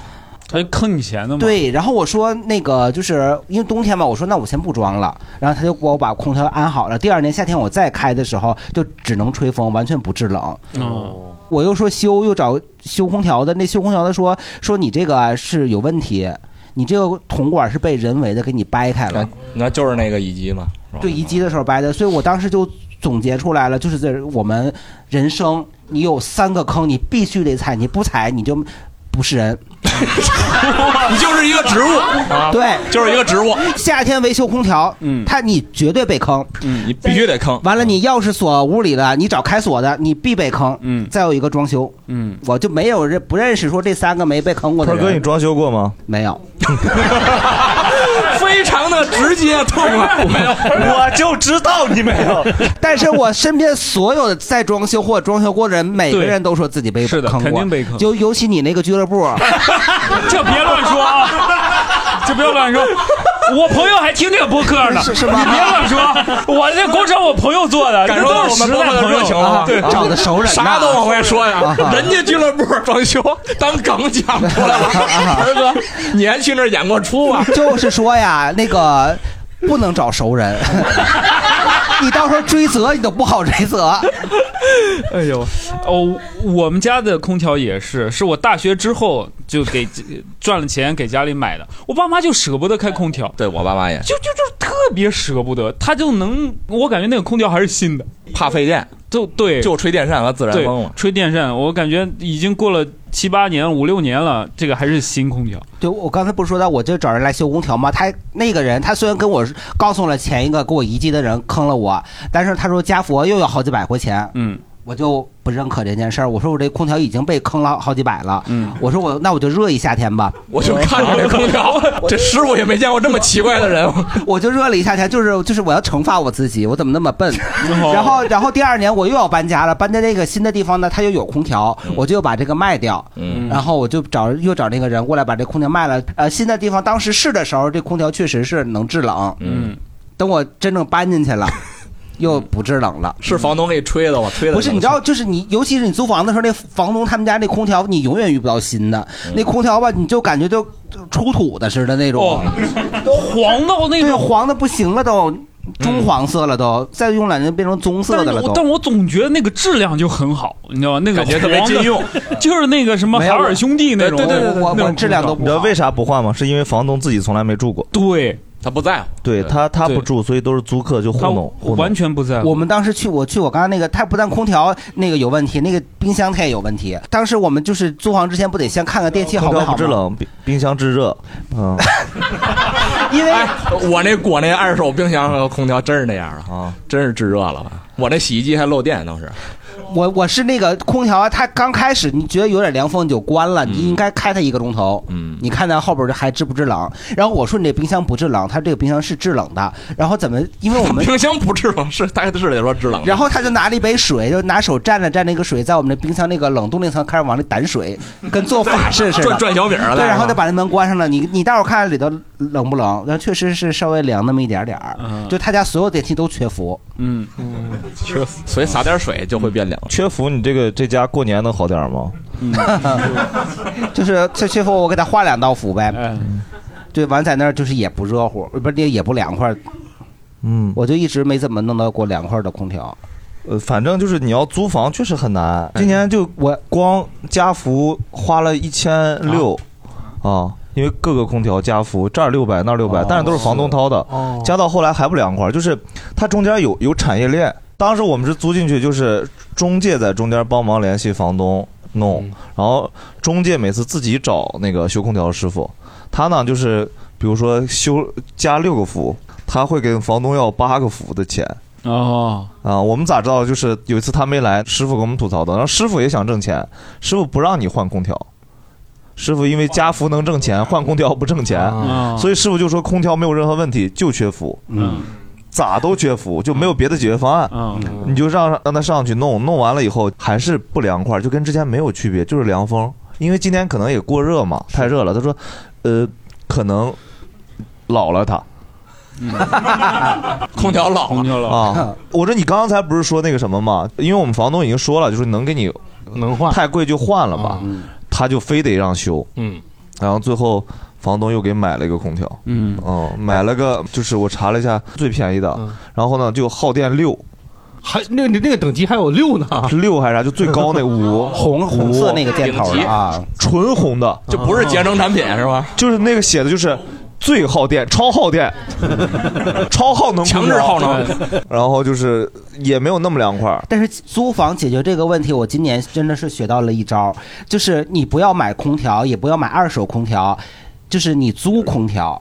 Speaker 5: 他就坑你钱的嘛。
Speaker 4: 对，然后我说那个就是因为冬天嘛，我说那我先不装了，然后他就给我把空调安好了。第二年夏天我再开的时候，就只能吹风，完全不制冷。
Speaker 5: 哦，
Speaker 4: 我又说修，又找修空调的，那修空调的说说你这个是有问题，你这个铜管是被人为的给你掰开了。
Speaker 9: 那就是那个乙级嘛，是吧
Speaker 4: 对，移机的时候掰的，所以我当时就总结出来了，就是在我们人生，你有三个坑，你必须得踩，你不踩你就不是人。
Speaker 3: 你就是一个植物，
Speaker 4: 对，
Speaker 3: 啊就是一个植物。
Speaker 4: 夏天维修空调，
Speaker 5: 嗯，
Speaker 4: 它你绝对被坑，
Speaker 5: 嗯，你
Speaker 9: 必须得坑。
Speaker 4: 完了，你钥匙锁屋里的，你找开锁的，你必被坑，
Speaker 5: 嗯。
Speaker 4: 再有一个装修，
Speaker 5: 嗯，
Speaker 4: 我就没有认不认识说这三个没被坑过的
Speaker 2: 涛
Speaker 4: 人。
Speaker 2: 哥，你装修过吗？
Speaker 4: 没有。
Speaker 3: 非常的直接痛啊 快，没有，
Speaker 2: 我就知道你没 有。
Speaker 4: 但是我身边所有在装修或装修过的人，每个人都说自己被坑过，
Speaker 5: 肯定被坑
Speaker 4: 就尤其你那个俱乐部，
Speaker 5: 这别乱说啊！ 这不要乱说。我朋友还听这个播客呢，
Speaker 4: 是是吧
Speaker 5: 你别乱说，我这工程我朋友做的，
Speaker 3: 感受
Speaker 5: 啊这
Speaker 3: 到
Speaker 5: 都
Speaker 3: 我
Speaker 5: 是
Speaker 3: 们
Speaker 5: 实
Speaker 3: 播
Speaker 5: 在
Speaker 3: 客的
Speaker 5: 朋
Speaker 3: 热
Speaker 5: 友啊
Speaker 3: 情了哈，
Speaker 5: 对，
Speaker 3: 啥都往回说呀
Speaker 5: 啊。
Speaker 3: 人家俱乐部装修当梗讲出来了，儿哥，你还去那儿演过出啊？
Speaker 4: 就是说呀，那个不能找熟人， 你到时候追责你都不好追责。
Speaker 5: 哎呦，哦，我们家的空调也是，是我大学之后就给 赚了钱给家里买的，我爸妈就舍不得开空调，
Speaker 9: 对我爸妈也
Speaker 5: 就就就特别舍不得，他就能，我感觉那个空调还是新的，
Speaker 9: 怕费电，
Speaker 5: 就对，
Speaker 9: 就吹电扇和自然
Speaker 5: 对
Speaker 9: 风嘛。
Speaker 5: 吹电扇，我感觉已经过了七八年、五六年了，这个还是新空调。
Speaker 4: 对，我刚才不是说到我就找人来修空调吗？他那个人，他虽然跟我告诉了前一个给我移机的人坑了我，但是他说家佛又要好几百块钱，
Speaker 5: 嗯，
Speaker 4: 我就不认可这件事儿。我说我这空调已经被坑了好几百了，
Speaker 5: 嗯，
Speaker 4: 我说我那我就热一夏天吧，
Speaker 3: 我就看着这空调，这师傅也没见过这么奇怪的人。
Speaker 4: 我就热了一夏天，就是就是我要惩罚我自己，我怎么那么笨？然后然后第二年我又要搬家了，搬到这个新的地方呢，它又有空调，我就把这个卖掉，
Speaker 9: 嗯
Speaker 4: 然后我就找又找那个人过来把这空调卖了。呃，新的地方当时试的时候，这空调确实是能制冷，
Speaker 9: 嗯，
Speaker 4: 等我真正搬进去了，又不制冷了。嗯
Speaker 3: 是房东给你吹的，我吹的。
Speaker 4: 不是，你知道，就是你，尤其是你租房的时候，那房东他们家那空调，你永远遇不到新的。那空调吧，你就感觉就就出土的似的那种，
Speaker 5: 黄到那
Speaker 4: 种黄的不行了都，棕黄色了都，再用两年变成棕色
Speaker 5: 但
Speaker 4: 的了
Speaker 5: 我
Speaker 4: 都。
Speaker 5: 但我总觉得那个质量就很好，你知道吗？那个
Speaker 2: 感觉特别
Speaker 5: 黄的
Speaker 2: 禁用，
Speaker 5: 就是那个什 么海尔兄弟那种，那种空调
Speaker 2: 你知道为啥不换吗？是因为房东自己从来没住过。
Speaker 5: 对，
Speaker 9: 他不在乎，
Speaker 2: 对他他不住，所以都是租客就糊弄
Speaker 5: 他
Speaker 2: 糊弄。
Speaker 5: 全不在乎
Speaker 4: 我们当时去，我去我刚刚那个，它不但空调那个有问题，那个冰箱它也有问题。当时我们就是租房之前不得先看看电器好
Speaker 2: 空调
Speaker 4: 好
Speaker 2: 不
Speaker 4: 吗？
Speaker 2: 制冷，冰冰箱制热， 嗯，
Speaker 4: 因为
Speaker 9: 我那我那二手冰箱和空调真是那样的啊，真是制热了。我那洗衣机还漏电，当时
Speaker 4: 我我是那个空调，啊它刚开始你觉得有点凉风你就关了，你应该开它一个钟头。嗯，你看它后边还制不制冷？然后我说你这冰箱不制冷，它这个冰箱是制冷的。然后怎么？因为我 们
Speaker 9: 冰箱不制冷，是大概是得说制冷。
Speaker 4: 然后他就拿了一杯水，就拿手蘸了蘸那个水，在我们那冰箱那个冷冻那层开始往里掸水，跟做法事似的，
Speaker 9: 转转小饼儿
Speaker 4: 对，
Speaker 9: 来
Speaker 4: 然后
Speaker 9: 是吧
Speaker 4: 再把那门关上了。你你待会儿看看里头冷不冷？然后确实是稍微凉那么一点点儿。
Speaker 9: 嗯
Speaker 4: 就他家所有电器都缺氟。
Speaker 5: 嗯，
Speaker 9: 缺，所以洒点水就会变凉。
Speaker 2: 缺氟，你这个这家过年能好点吗？
Speaker 9: 嗯
Speaker 4: 就是这缺氟，我给他画两道符呗。
Speaker 9: 哎
Speaker 4: 对，完在那儿就是也不热乎，不是也不凉快。
Speaker 2: 嗯，
Speaker 4: 我就一直没怎么弄到过凉快的空调。
Speaker 2: 呃，反正就是你要租房确实很难。
Speaker 5: 哎
Speaker 2: 今年就我光加幅花了一千六啊，因为各个空调加幅这儿六百那儿六
Speaker 5: 哦
Speaker 2: 百，但是都是房东掏的
Speaker 1: 哦，
Speaker 2: 加到后来还不凉快，就是它中间有有产业链。当时我们是租进去，就是中介在中间帮忙联系房东弄，然后中介每次自己找那个修空调师傅，他呢就是比如说修加六个伏，他会给房东要八个伏的钱。
Speaker 5: 哦，
Speaker 2: 啊，我们咋知道？就是有一次他没来，师傅给我们吐槽的。然后师傅也想挣钱，师傅不让你换空调，师傅因为加氟能挣钱，换空调不挣钱，
Speaker 1: 啊
Speaker 2: 所以师傅就说空调没有任何问题，就缺氟。
Speaker 1: 嗯，
Speaker 2: 咋都缺氟，就没有别的解决方案。
Speaker 9: 嗯
Speaker 2: 你就让让他上去弄，弄完了以后还是不凉快，就跟之前没有区别，就是凉风。因为今天可能也过热嘛，太热了。他说，呃，可能老了他。
Speaker 9: 嗯 空调老了，空调
Speaker 2: 啊！我说你刚才不是说那个什么吗？因为我们房东已经说了，就是能给你
Speaker 1: 能换，
Speaker 2: 太贵就换了
Speaker 9: 啊
Speaker 2: 吧，他就非得让修。
Speaker 1: 嗯，
Speaker 2: 然后最后房东又给买了一个空调，
Speaker 5: 嗯，
Speaker 2: 哦，买了个就是我查了一下最便宜的，然后呢就耗电六。
Speaker 1: 嗯还那那个等级还有六呢，
Speaker 2: 是六还是啥？就最高那 五
Speaker 4: 红
Speaker 9: 红色那个箭头的啊，
Speaker 2: 纯红的，啊
Speaker 9: 就不是节能啊产品是吧？
Speaker 2: 就是那个写的就是最耗电、超耗 电、超耗能空调、
Speaker 9: 强制耗能
Speaker 2: 然后就是也没有那么凉快，
Speaker 4: 但是租房解决这个问题，我今年真的是学到了一招，就是你不要买空调，也不要买二手空调，就是你租空调。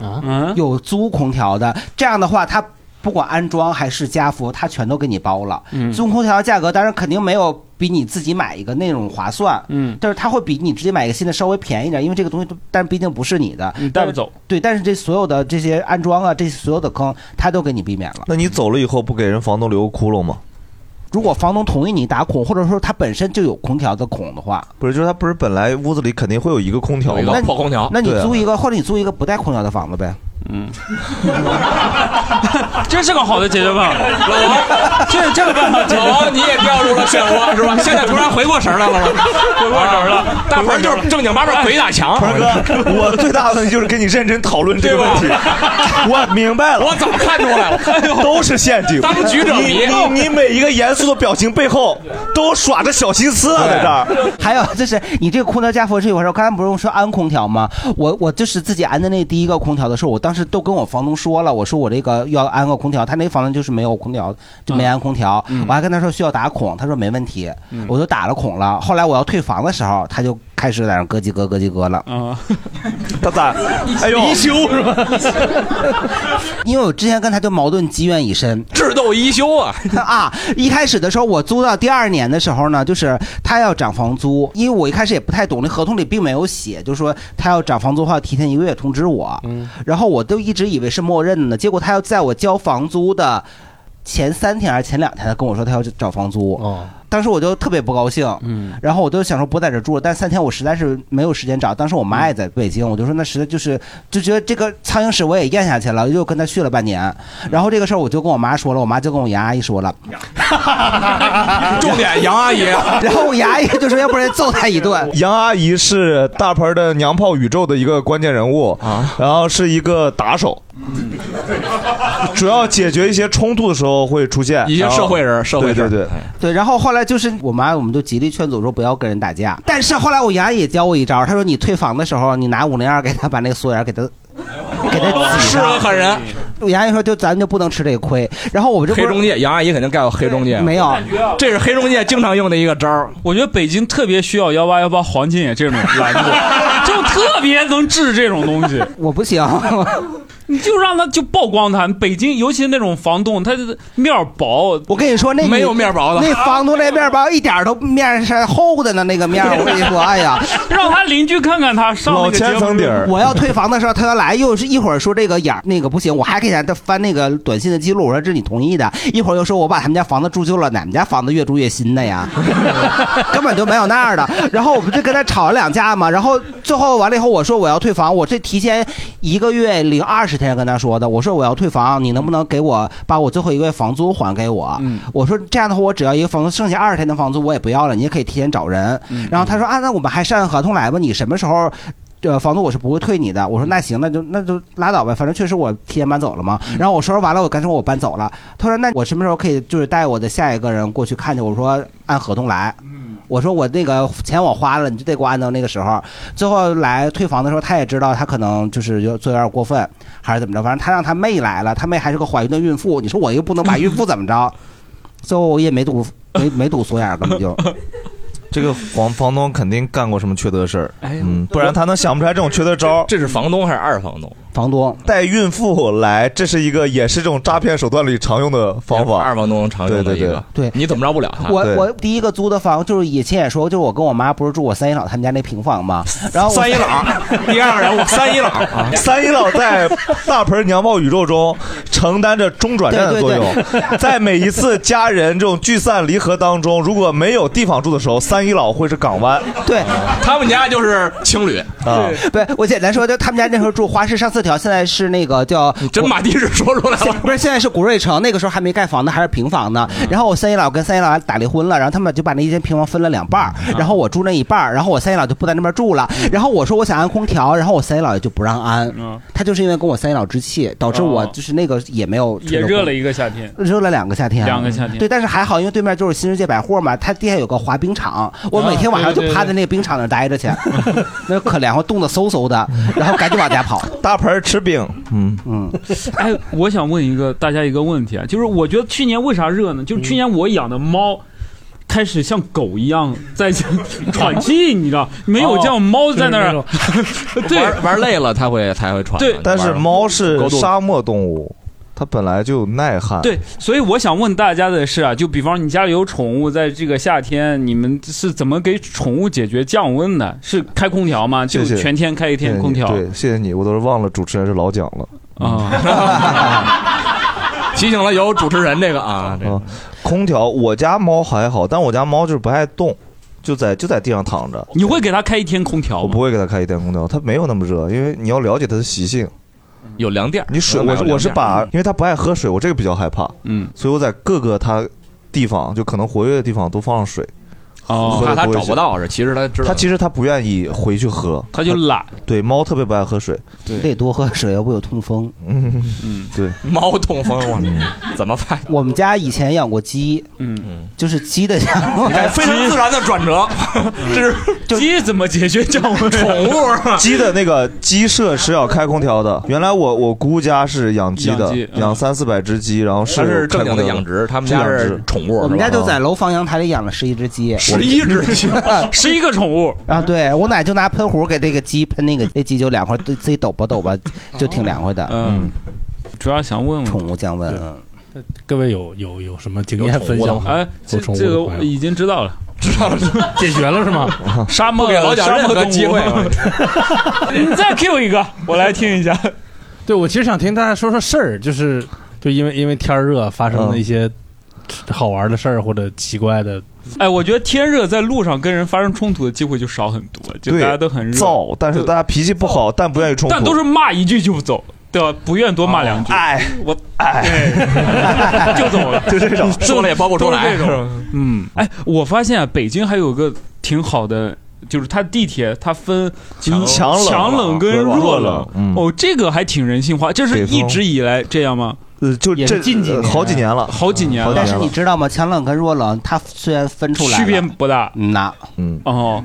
Speaker 5: 啊，
Speaker 4: 有租空调的，这样的话，它不管安装还是加氟，它全都给你包了。
Speaker 5: 嗯
Speaker 4: 租空调的价格当然肯定没有比你自己买一个那种划算，
Speaker 5: 嗯，
Speaker 4: 但是它会比你直接买一个新的稍微便宜一点，因为这个东西都，但毕竟不是你的，
Speaker 5: 你带嗯不走
Speaker 4: 但是。对，但是这所有的这些安装啊，这所有的坑，它都给你避免了。
Speaker 2: 那你走了以后不给人房东留个窟窿吗？
Speaker 4: 如果房东同意你打孔，或者说他本身就有空调的孔的话，
Speaker 2: 不是，就是他不是本来屋子里肯定会有一个空调吗？
Speaker 4: 那你那你租一
Speaker 2: 个
Speaker 4: 个，或者你租一个不带空调的房子呗。
Speaker 5: 嗯， 这是个好的解决办法。老 王，这这个 办法解决，
Speaker 9: 老哦
Speaker 3: 哦
Speaker 9: 王你也掉入了漩涡 是吧？现在突然回过神来了， 回过神
Speaker 3: 啊
Speaker 9: 哎了。大鹏就是正经八百鬼打墙，
Speaker 2: 鹏哥， 我最大的问题就是跟你认真讨论这个问题，我明白了，
Speaker 9: 我早看出来了
Speaker 2: 都是陷阱。
Speaker 9: 当局者迷
Speaker 2: 你你你每一个严肃的表情背后都耍着小心思啊，在这儿。
Speaker 4: 还有就是你这个空调加氟是一回事儿，我刚才不是说安空调吗？我我就是自己安的那第一个空调的时候，我当时都跟我房东说了，我说我这个要安个空调，他那房东就是没有空调，就没安空调。
Speaker 2: 嗯
Speaker 4: 我还跟他说需要打孔，他说没问题，我就打了孔了。后来我要退房的时候，他就开始在那咯叽咯咯叽咯了。
Speaker 2: 嗯
Speaker 5: 啊，
Speaker 2: 他咋？哎呦，
Speaker 4: 一
Speaker 2: 休是吧？
Speaker 4: 因为我之前跟他就矛盾积怨已深。
Speaker 9: 智斗一休啊！
Speaker 4: 啊，一开始的时候，我租到第二年的时候呢，就是他要涨房租，因为我一开始也不太懂，那合同里并没有写，就是说他要涨房租的话，提前一个月通知我。然后我都一直以为是默认的呢，结果他要在我交房租的前三天还是前两天，他跟我说他要找房租。当时我就特别不高兴，嗯，然后我就想说不在这住了，但三天我实在是没有时间找。当时我
Speaker 9: 嗯
Speaker 4: 妈也在北京，我就说那实在就是就觉得这个苍蝇屎我也咽下去了，又跟他续了半年。
Speaker 9: 嗯
Speaker 4: 然后这个事儿我就跟我妈说了，我妈就跟我杨阿姨说了，
Speaker 9: 重点杨阿姨，
Speaker 4: 然后我杨阿姨就说要不然揍他一顿。
Speaker 2: 杨阿姨是大盆的娘炮宇宙的一个关键人物啊，然后是一个打手，主要解决一些冲突的时候会出现
Speaker 9: 一些社会人
Speaker 2: 然后
Speaker 9: 社会人
Speaker 2: 对对对，
Speaker 3: 哎
Speaker 4: 对，然后后来就是我妈，我们就极力劝阻说不要跟人打架。但是后来我杨阿姨也教我一招，她说你退房的时候，你拿五零二给她把那个锁眼给她给他挤上
Speaker 3: 适合哦啊狠人。
Speaker 4: 杨阿姨说：“就咱们就不能吃这个亏。”然后我们就不
Speaker 3: 黑中介，杨阿姨肯定干过黑中介，
Speaker 4: 没有
Speaker 3: 这是黑中介经常用的一个招儿。
Speaker 5: 啊我觉得北京特别需要幺八幺八黄金眼这种栏目， 就特别能治这种东西。
Speaker 4: 我不行，
Speaker 5: 你就让他就曝光他。北京尤其那种房东，他就是面儿薄。
Speaker 4: 我跟你说，那
Speaker 5: 没有面儿薄的，
Speaker 4: 那房东那面包一点儿都面是厚的呢，那个 面儿我跟你说，哎呀，
Speaker 5: 让他邻居看看他上那个节目
Speaker 4: 我要退房的时候，他要来，又是一会儿说这个眼儿那个不行，我还给他翻那个短信的记录，我说这是你同意的，一会儿又说我把他们家房子住旧了，哪们家房子越住越新的呀，根本就没有那样的。然后我们就跟他吵了两架嘛，然后最后完了以后，我说我要退房，我这提前一个月零二十天跟他说的，我说我要退房，你能不能给我把我最后一个月房租还给我？我说这样的话，我只要一个房租，剩下二十天的房租我也不要了，你也可以提前找人。然后他说啊，那我们还上合同来吧，你什么时候？呃，房租我是不会退你的。我说那行，那就那就拉倒呗，反正确实我提前搬走了嘛。然后我收拾完了，我干脆我搬走了。他说那我什么时候可以就是带我的下一个人过去看去？我说按合同来。我说我那个钱我花了，你就得给我按照那个时候。最后来退房的时候，他也知道他可能就是有做有点过分，还是怎么着？反正他让他妹来了，他妹还是个怀孕的孕妇。你说我又不能把孕妇怎么着？ 最后我也没堵，没没堵锁眼儿，根本就。
Speaker 2: 这个房房东肯定干过什么缺德事儿，嗯，不然他能想不出来这种缺德招。
Speaker 3: 哎这是房东还是二房东？
Speaker 4: 房东
Speaker 2: 带孕妇来，这是一个也是这种诈骗手段里常用的方法。
Speaker 3: 二房东常用的一个，
Speaker 4: 对，
Speaker 3: 你怎么着不了他？
Speaker 4: 我我第一个租的房就是以前也说，就是我跟我妈不是住我三姨姥他们家那平房 嘛，然后我
Speaker 3: 三姨姥，第二人物三姨姥啊
Speaker 2: 三姨姥在 大盆娘炮宇宙中承担着中转站的作用
Speaker 4: 对对，
Speaker 2: 在每一次家人这种聚散离合当中，如果没有地方住的时候，三姨姥会是港湾。
Speaker 4: 对，
Speaker 3: 他们家就是情侣
Speaker 2: 啊。
Speaker 4: 对，我简单说，就他们家那时候住花市上四条，现在是那个叫
Speaker 3: 真把地址说出来了，嗯
Speaker 4: 不是现在是古瑞城，那个时候还没盖房子，还是平房呢。然后我三姨姥跟三姨姥打离婚了，然后他们就把那一间平房分了两半儿，
Speaker 3: 嗯
Speaker 4: 然后我住那一半儿，然后我三姨姥就不在那边住了。然后我说我想安空调，然后我三姨姥就不让安，
Speaker 3: 嗯
Speaker 4: 她就是因为跟我三姨姥置气，导致
Speaker 3: 哦
Speaker 4: 我就是那个也没有
Speaker 5: 也热了一个夏天。
Speaker 4: 热了两个夏天，
Speaker 5: 两个夏天
Speaker 4: 对，但是还好，因为对面就是新世界百货嘛，它地下有个滑冰场，我每天晚上就趴在那个冰场那儿待着 去，那可凉快，冻得嗖嗖的，然后赶紧往家跑。
Speaker 2: 大盆吃饼，嗯
Speaker 4: 嗯，
Speaker 5: 哎，我想问一个大家一个问题啊，就是我觉得去年为啥热呢？就是去年我养的猫。开始像狗一样在喘气，你知道没有？
Speaker 3: 哦
Speaker 5: 叫猫在那儿
Speaker 3: 就，
Speaker 5: 对
Speaker 3: 玩玩累了，他会才会喘。
Speaker 5: 对
Speaker 2: 但是猫是
Speaker 5: 高度
Speaker 2: 沙漠动物，它本来就耐旱。
Speaker 5: 对，所以我想问大家的是啊，就比方你家里有宠物，在这个夏天，你们是怎么给宠物解决降温的？是开空调吗？就
Speaker 2: 谢谢，
Speaker 5: 全天开一天空调
Speaker 2: 谢谢你对，谢谢你，我都是忘了主持人是老蒋了
Speaker 3: 提醒了有主持人这个啊，这个
Speaker 2: 啊。空调，我家猫还好，但我家猫就是不爱动，就在就在地上躺着。
Speaker 5: 你会给它开一天空调
Speaker 2: 我不会给它开一天空调，它没有那么热，因为你要了解它的习性。
Speaker 3: 有凉垫儿，
Speaker 2: 你水，
Speaker 3: 有买
Speaker 2: 我
Speaker 3: 过
Speaker 2: 是
Speaker 3: 凉
Speaker 2: 我是
Speaker 3: 垫儿
Speaker 2: 把，因为它不爱喝水，我这个比较害怕，嗯，所以我在各个它地方，就可能活跃的地方都放上水。喝
Speaker 3: 哦怕
Speaker 2: 得
Speaker 3: 他
Speaker 2: 多一
Speaker 3: 找
Speaker 2: 些
Speaker 3: 不到是，其实他知道。
Speaker 2: 它其实它不愿意回去喝，
Speaker 5: 它就懒。
Speaker 2: 对，猫特别不爱喝水，
Speaker 4: 你得多喝水，要不有痛风。
Speaker 2: 嗯嗯，对，嗯
Speaker 3: 猫痛风，我怎么办？
Speaker 4: 我们家以前养过鸡，
Speaker 5: 嗯，
Speaker 4: 就是鸡的家伙，
Speaker 3: 哎非常自然的转折，这
Speaker 5: 是鸡怎么解决降温？
Speaker 3: 宠物是吧
Speaker 2: 鸡的那个鸡舍是要开空调的。原来我我姑家是养鸡
Speaker 3: 养
Speaker 2: 的
Speaker 3: 鸡，嗯
Speaker 2: 养三四百只鸡，然后
Speaker 3: 他是正经
Speaker 2: 开空
Speaker 3: 的
Speaker 2: 调
Speaker 3: 养殖他们家是嗯
Speaker 2: 养殖
Speaker 3: 宠物
Speaker 4: 我们家就在楼房阳台里养了十一只鸡，
Speaker 3: 11 只鸡
Speaker 5: 十一个宠物
Speaker 4: 啊！对我奶就拿喷壶给这个鸡喷那个，那鸡就凉快，自己抖吧抖吧，就挺凉
Speaker 3: 哦
Speaker 4: 快的。
Speaker 5: 嗯，主要想问问
Speaker 4: 宠物降温。啊
Speaker 1: 各位有有有什么经验分享吗？
Speaker 5: 哎，这
Speaker 1: 有宠物
Speaker 5: 这
Speaker 1: 的
Speaker 5: 个
Speaker 1: 朋友
Speaker 5: 已经知道了，啊
Speaker 3: 知道了，
Speaker 1: 解决了是 吗？
Speaker 5: 沙漠
Speaker 1: 不给老蒋
Speaker 5: 沙漠
Speaker 1: 任何
Speaker 5: 动物
Speaker 1: 机 会啊
Speaker 5: 你再 Q 一个，我来听一下。
Speaker 1: 对，我其实想听大家说说事儿，就是就因为因为天儿热发生
Speaker 2: 嗯
Speaker 1: 的一些好玩的事儿或者奇怪的，
Speaker 5: 哎，我觉得天热在路上跟人发生冲突的机会就少很多，就
Speaker 2: 对
Speaker 5: 大家都很热
Speaker 2: 燥，但是大家脾气不好，但不愿意冲突，
Speaker 5: 但都是骂一句就走，对吧？不愿多骂两句。
Speaker 2: 哎，
Speaker 5: 我 哎，就走了，
Speaker 2: 就这种
Speaker 5: 都
Speaker 3: 说了也爆不出来
Speaker 5: 都是这种嗯，哎，我发现啊，北京还有个挺好的。就是它地铁，它分
Speaker 2: 强嗯强冷
Speaker 5: 强冷跟
Speaker 2: 和弱
Speaker 5: 弱
Speaker 2: 冷嗯
Speaker 5: 哦，这个还挺人性化。这是
Speaker 2: 北方
Speaker 5: 一直以来这样吗？
Speaker 2: 呃，就
Speaker 4: 也是这近几年呃好几年了
Speaker 5: 好几年了。
Speaker 4: 哦但是你知道吗？强冷跟弱冷，它虽然分出来了
Speaker 5: 区别不大，
Speaker 4: 嗯呐，
Speaker 2: 嗯
Speaker 5: 哦，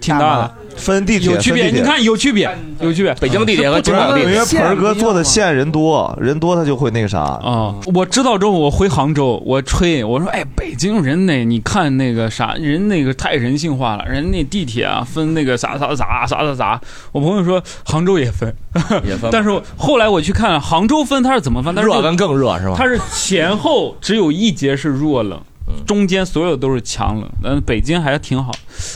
Speaker 5: 挺
Speaker 4: 大
Speaker 5: 大
Speaker 4: 吗
Speaker 5: 的。
Speaker 2: 分地铁
Speaker 5: 有区别，
Speaker 2: 分地
Speaker 5: 你
Speaker 2: 铁
Speaker 5: 看有区别，有区别。北
Speaker 3: 京地铁和京
Speaker 2: 不是
Speaker 3: 港地
Speaker 2: 因为
Speaker 3: 铁
Speaker 2: 盆儿哥
Speaker 4: 啊
Speaker 2: 做的线人多，人多他就会那个啥啊。
Speaker 5: 我知道之后，我回杭州，我吹，我说，哎，北京人呢？你看那个啥，人那个太人性化了，人那地铁啊，分那个啥啥啥啥啥啥。我朋友说杭州也分，
Speaker 3: 也分
Speaker 5: 但是后来我去看杭州分，它是怎么分？它是
Speaker 3: 热跟更热是吗
Speaker 5: 它是前后只有一节是弱冷，
Speaker 3: 嗯
Speaker 5: 中间所有都是强冷。嗯，北京还挺好，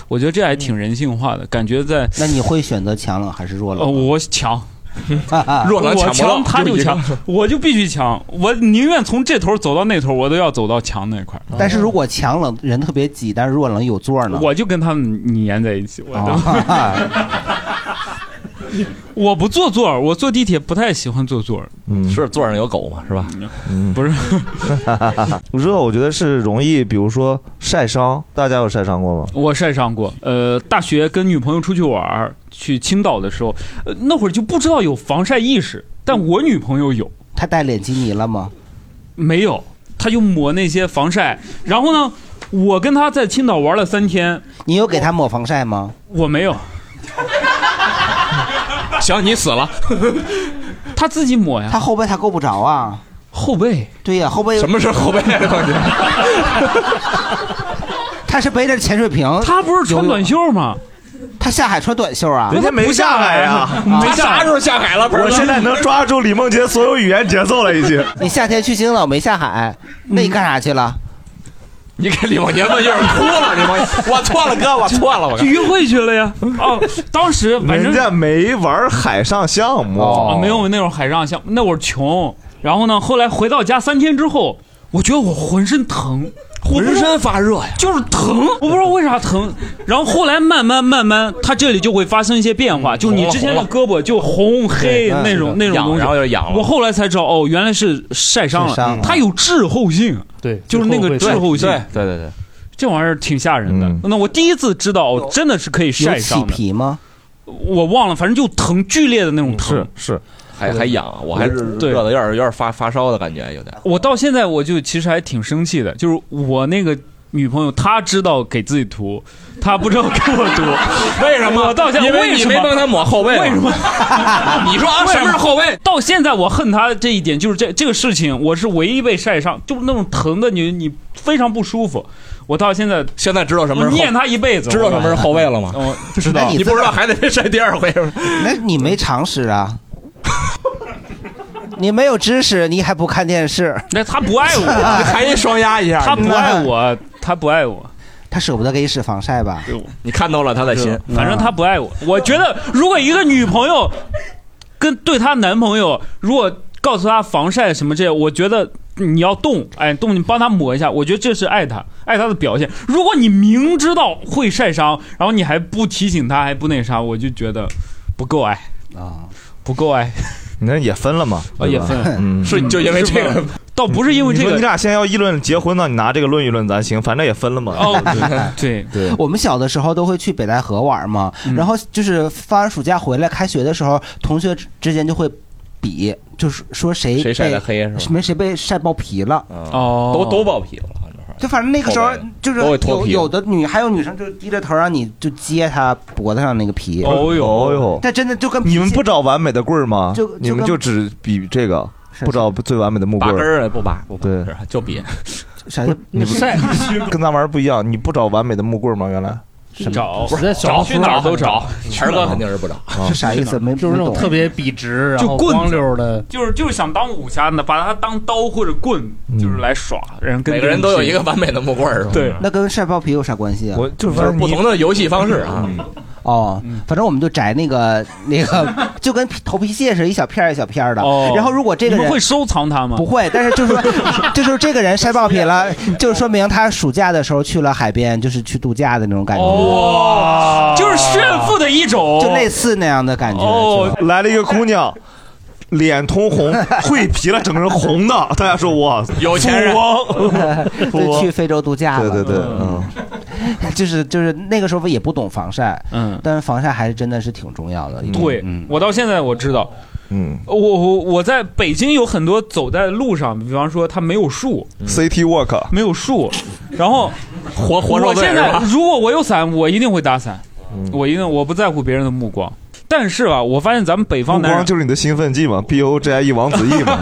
Speaker 5: 我觉得这还挺人性化的，感觉在。
Speaker 4: 那你会选择强冷还是弱冷？啊
Speaker 5: 呃，我强。
Speaker 4: 弱冷
Speaker 5: 我
Speaker 4: 抢不到
Speaker 5: 强，他
Speaker 4: 就
Speaker 5: 就
Speaker 4: 一
Speaker 5: 强
Speaker 4: 样，
Speaker 5: 我就必须强。我宁愿从这头走到那头，我都要走到强那块儿。
Speaker 4: 但是如果强冷人特别挤，但是弱冷有座呢？哦
Speaker 5: 我就跟他们粘在一起，我
Speaker 4: 都
Speaker 5: 我不坐座儿，我坐地铁不太喜欢坐座儿。嗯
Speaker 3: 是座上有狗嘛，是吧？嗯
Speaker 5: 不是，
Speaker 2: 热我觉得是容易，比如说晒伤，大家有晒伤过吗？
Speaker 5: 我晒伤过，呃，大学跟女朋友出去玩儿，去青岛的时候，呃，那会儿就不知道有防晒意识，但我女朋友有。
Speaker 4: 她戴脸基尼了吗？
Speaker 5: 没有，她就抹那些防晒。然后呢，我跟她在青岛玩了三天。
Speaker 4: 你有给她抹防晒吗？
Speaker 5: 我没有。
Speaker 3: 行，你死了。
Speaker 5: 她自己抹呀。
Speaker 4: 她后背她够不着啊。
Speaker 5: 后背？
Speaker 4: 对呀、后
Speaker 2: 哎
Speaker 4: 背。
Speaker 3: 什么是后背啊 关键
Speaker 4: 她是背着潜水瓶。
Speaker 5: 她不是穿短袖吗？
Speaker 4: 她下海穿短袖啊？
Speaker 2: 人家没下海 啊，我现在能 抓住李梦洁所有语言节奏了，已经。
Speaker 4: 你夏天去青岛没下海，那你干啥去了？
Speaker 3: 你给李梦洁问，有点哭了。李梦洁，我错了，哥，我错了，我。
Speaker 5: 约会去了呀。哦，当时反
Speaker 2: 人
Speaker 5: 正
Speaker 2: 家没玩海上项目，
Speaker 5: 哦，没有那会儿海上项目，那会儿穷。然后呢，后来回到家三天之后，我觉得我浑身疼，浑身发热 呀，就是疼，我不知道为啥疼。然后后来慢慢慢慢，它这里就会发生一些变
Speaker 3: 嗯
Speaker 5: 化，就是你之前的胳膊就红
Speaker 3: 对
Speaker 5: 黑
Speaker 3: 嗯
Speaker 5: 那种那种
Speaker 3: 痒
Speaker 5: 东西，
Speaker 3: 然后就痒了
Speaker 5: 我后来才知道，哦，原来是晒伤
Speaker 3: 晒伤
Speaker 5: 了嗯
Speaker 3: 了，
Speaker 5: 它有滞后性，
Speaker 3: 对
Speaker 5: 就是那个滞后性。
Speaker 3: 对对对，
Speaker 5: 这玩意儿挺吓人
Speaker 3: 嗯
Speaker 5: 的。那我第一次知道，哦真的是可以晒伤
Speaker 4: 有起皮吗？
Speaker 5: 我忘了，反正就疼，剧烈的那种疼。
Speaker 2: 是是，
Speaker 3: 还还痒，啊我还热
Speaker 5: 对
Speaker 3: 的有点有点发发烧的感觉，有点。
Speaker 5: 我到现在我就其实还挺生气的，就是我那个女朋友她知道给自己涂，她不知道给我涂，
Speaker 3: 为什么
Speaker 5: 我到现在
Speaker 3: 因为你
Speaker 5: 什么
Speaker 3: 没帮她抹后背嘛？
Speaker 5: 为什么
Speaker 3: 你说啊
Speaker 5: 为
Speaker 3: 什么是后背？
Speaker 5: 到现在我恨她这一点，就是这这个事情，我是唯一被晒伤，就是那种疼的你你非常不舒服。我到现在
Speaker 3: 现在知道什么是
Speaker 5: 我
Speaker 3: 后
Speaker 5: 念她一辈子，
Speaker 3: 知道什么是后背了吗？
Speaker 5: 我
Speaker 4: 知道那你
Speaker 3: 你不知道还得晒第二回。
Speaker 4: 那你没常识啊！你没有知识，你还不看电视？
Speaker 5: 那他不爱我你还得双压一下他不爱我，他不爱我，
Speaker 4: 他舍不得给你使防晒吧？
Speaker 3: 你看到了他的心，
Speaker 5: 反正她不爱我。我觉得如果一个女朋友跟对她男朋友，如果告诉她防晒什么这些，我觉得你要动，哎，动你帮她抹一下，我觉得这是爱她，爱她的表现。如果你明知道会晒伤，然后你还不提醒她，还不那啥，我就觉得不够爱
Speaker 4: 啊，
Speaker 5: 不够爱。
Speaker 2: 你看也分了嘛，
Speaker 5: 啊
Speaker 2: 对
Speaker 5: 也
Speaker 2: 吧
Speaker 5: 分
Speaker 2: 嗯，
Speaker 5: 是就因为这个
Speaker 2: 是吗
Speaker 5: 倒不是因为这个
Speaker 2: 你说你俩现在要议论结婚呢，你拿这个论一论咱行，反正也分了嘛。
Speaker 5: 哦对
Speaker 2: 对，
Speaker 4: 我们小的时候都会去北戴河玩嘛，然后就是放完暑假回来，开学的时候，同学之之间就会比，就是说谁
Speaker 3: 谁晒
Speaker 4: 被
Speaker 3: 得黑是吧
Speaker 4: 没谁被晒爆皮了。
Speaker 5: 哦
Speaker 3: 都都爆皮了。
Speaker 4: 就反正那个时候
Speaker 3: 后背
Speaker 4: 就是
Speaker 3: 都会脱
Speaker 4: 有
Speaker 3: 皮
Speaker 4: 有的女还有女生就低着头让你就揭她脖子上那个皮。
Speaker 2: 哦呦哦呦
Speaker 4: 但真的就跟
Speaker 2: 你们不找完美的棍儿吗
Speaker 4: 就就？跟
Speaker 2: 你们就只比这个，不找最完美的木棍儿。
Speaker 3: 拔根儿不拔，
Speaker 2: 对，
Speaker 3: 就比
Speaker 4: 啥
Speaker 2: 你不
Speaker 3: 晒
Speaker 2: 跟咱玩儿不一样，你不找完美的木棍儿吗？原来
Speaker 5: 找
Speaker 2: 不是
Speaker 3: 在
Speaker 2: 小红书
Speaker 3: 去哪儿
Speaker 2: 上
Speaker 3: 都
Speaker 2: 很
Speaker 3: 嗯找
Speaker 2: 多，
Speaker 3: 晨儿哥肯定是不找。
Speaker 2: 是啥意思没
Speaker 20: 就是那
Speaker 2: 没
Speaker 20: 种
Speaker 2: 懂
Speaker 20: 特别笔直，然后
Speaker 5: 棍子
Speaker 20: 光溜的。
Speaker 5: 就是就是想当武侠的，把它当刀或者棍，
Speaker 2: 嗯
Speaker 5: 就是来耍。人跟
Speaker 3: 每个人都有一个完美的木棍儿，是吧？
Speaker 5: 对，
Speaker 4: 那跟晒爆皮有啥关系啊？
Speaker 2: 我就嗯
Speaker 3: 就是不同的游戏方式啊。
Speaker 4: 哦，
Speaker 5: 嗯
Speaker 4: 反正我们就摘那个 那个，就跟皮头皮屑似的，一小片儿一小片儿的。
Speaker 5: 哦
Speaker 4: 然后如果这个
Speaker 5: 你
Speaker 4: 人
Speaker 5: 们会收藏它吗？
Speaker 4: 不会，但是就是 就是这个人晒爆品了，就说明他暑假的时候去了海边，就是去度假的那种感觉。
Speaker 5: 哦，就是炫富的一种，
Speaker 4: 就类似那样的感觉。
Speaker 2: 哦，来了一个姑娘，脸 通红，蜕皮了，整个人红的。大家说哇，
Speaker 3: 有钱人
Speaker 2: 富翁富
Speaker 4: 对，
Speaker 2: 翁
Speaker 4: 去非洲度假了。
Speaker 2: 啊对对对，嗯，
Speaker 4: 就是就是那个时候也不懂防晒，
Speaker 5: 嗯，
Speaker 4: 但是防晒还是真的是挺重要的。
Speaker 3: 嗯
Speaker 5: 对，我到现在我知道，
Speaker 2: 嗯，
Speaker 5: 我我我在北京有很多走在路上，比方说它没有树
Speaker 2: City Walk
Speaker 5: 没有树，然后
Speaker 3: 嗯活活受
Speaker 5: 我
Speaker 3: 罪
Speaker 5: 现
Speaker 3: 是
Speaker 5: 在
Speaker 3: 吧？
Speaker 5: 如果我有伞，我一定会打伞。
Speaker 2: 嗯
Speaker 5: 我一定我不在乎别人的目光。但是吧，我发现咱们北方
Speaker 2: 目
Speaker 5: 男人
Speaker 2: 光就是你的兴奋剂嘛，B O G I E 王子异 嘛。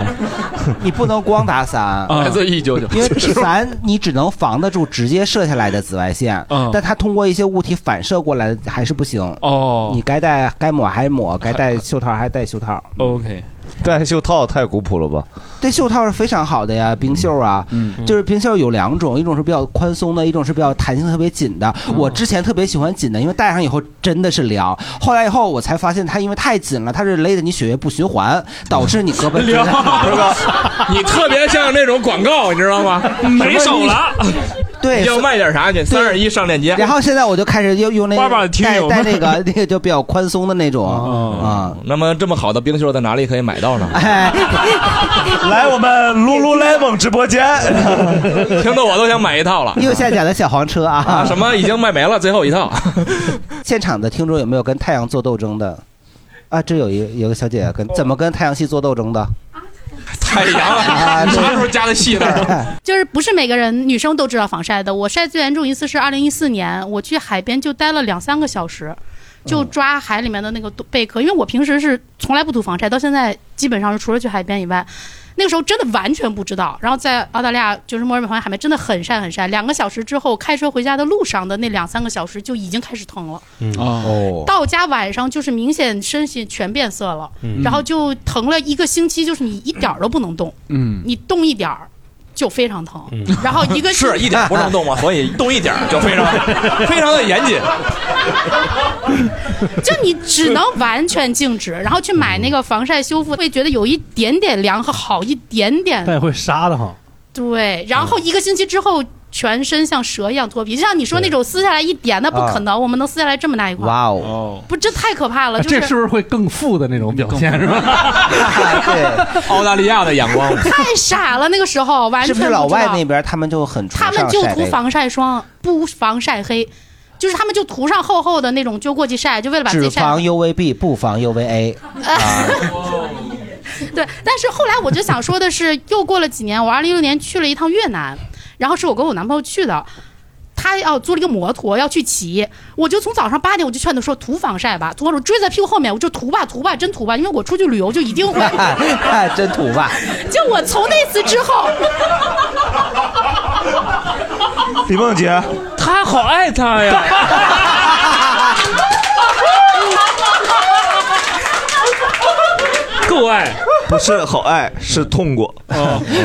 Speaker 4: 你不能光打伞，
Speaker 5: 啊
Speaker 2: 来自199
Speaker 4: 因为
Speaker 2: 是吧
Speaker 4: 伞你只能防得住直接射下来的紫外线，但它通过一些物体反射过来还是不行。
Speaker 5: 哦，
Speaker 4: 你该戴该抹还抹，该戴袖套还戴袖套。
Speaker 5: OK，
Speaker 2: 戴袖套太古朴了吧？嗯
Speaker 4: 对，袖套是非常好的呀，冰袖啊，就是冰袖有两种，一种是比较宽松的，一种是比较弹性特别紧的。我之前特别喜欢紧的，因为戴上以后真的是凉。后来以后我才发现，它因为太紧了，它是勒得你血液不循环，导致你胳膊
Speaker 9: 凉
Speaker 4: 不 是
Speaker 9: 你特别像那种广告，你知道吗？没手 了，
Speaker 4: 对
Speaker 9: 要卖点啥去？三二一上链接。
Speaker 4: 然后现在我就开始用用那
Speaker 9: 爸爸的
Speaker 4: 个
Speaker 9: 听
Speaker 4: 带
Speaker 9: 友们
Speaker 4: 带那个那个就比较宽松的那种啊。
Speaker 3: 那么这么好的冰袖在哪里可以买到呢？
Speaker 4: 哎
Speaker 2: 来我们 Lululemon 直播间，
Speaker 3: 听得我都想买一套了。
Speaker 4: 右下角的小黄车
Speaker 3: 嗯啊，
Speaker 4: 啊，
Speaker 3: 什么已经卖没了，最后一套。
Speaker 4: 现场的听众有没有跟太阳做斗争的？啊，这有一有个小姐姐跟怎么跟太阳系做斗争的？ 啊
Speaker 9: 啥时候加的戏那儿？
Speaker 12: 就是不是每个人女生都知道防晒的。我晒最严重一次是二零一四年，我去海边就待了两三个小时，
Speaker 20: 嗯
Speaker 12: 就抓海里面的那个贝壳，因为我平时是从来不涂防晒，到现在基本上是除了去海边以外，那个时候真的完全不知道。然后在澳大利亚就是墨尔本旁边海边真的很晒很晒，两个小时之后开车回家的路上的那两三个小时就已经开始疼了。
Speaker 20: 嗯哦
Speaker 12: 到家晚上就是明显身体全变色了，
Speaker 20: 嗯
Speaker 12: 然后就疼了一个星期，就是你一点儿都不能动，
Speaker 5: 嗯
Speaker 12: 你动一点儿就非常疼，然后 一个星
Speaker 9: 嗯是一点
Speaker 4: 啊
Speaker 9: 不能动吗？所以动一点就非常 非常的严谨。
Speaker 12: 就你只能完全静止，然后去买那个防晒修复，会觉得有一点点凉和好一点点
Speaker 20: 但也会杀的哈。
Speaker 12: 对，然后一个星期之后。全身像蛇一样脱皮，就像你说那种撕下来一点，那不可能，我们能撕下来这么大一块，
Speaker 4: 哇哦，
Speaker 12: 不，这太可怕了。啊就是
Speaker 20: 这是不是会更富的那种表现 是吧？
Speaker 3: 澳大利亚的眼光
Speaker 12: 太傻了，那个时候完
Speaker 4: 是
Speaker 12: 全
Speaker 4: 不
Speaker 12: 不
Speaker 4: 是
Speaker 12: 知
Speaker 4: 老
Speaker 12: 道。
Speaker 4: 外那边他们就很崇
Speaker 12: 他
Speaker 4: 尚
Speaker 12: 们就
Speaker 4: 晒这
Speaker 12: 涂
Speaker 4: 个
Speaker 12: 防晒霜，不防晒黑，就是他们就涂上厚厚的那种就过去晒，就为了把自
Speaker 4: 只
Speaker 12: 己晒黑
Speaker 4: 防 UVB 不防 UVA 啊，
Speaker 12: 对，但是后来我就想说的是，又过了几年，我二零一六年去了一趟越南，然后是我跟我男朋友去的。他要租了一个摩托要去骑，我就从早上八点我就劝他说涂防晒吧，涂我说追在屁股后面，我就涂吧涂吧真涂吧，因为我出去旅游就一 定会。
Speaker 4: 啊真土吧？
Speaker 12: 就我从那次之 后，
Speaker 2: 李梦洁，
Speaker 5: 他好爱他 呀。
Speaker 2: 够爱，不是好爱，是痛过。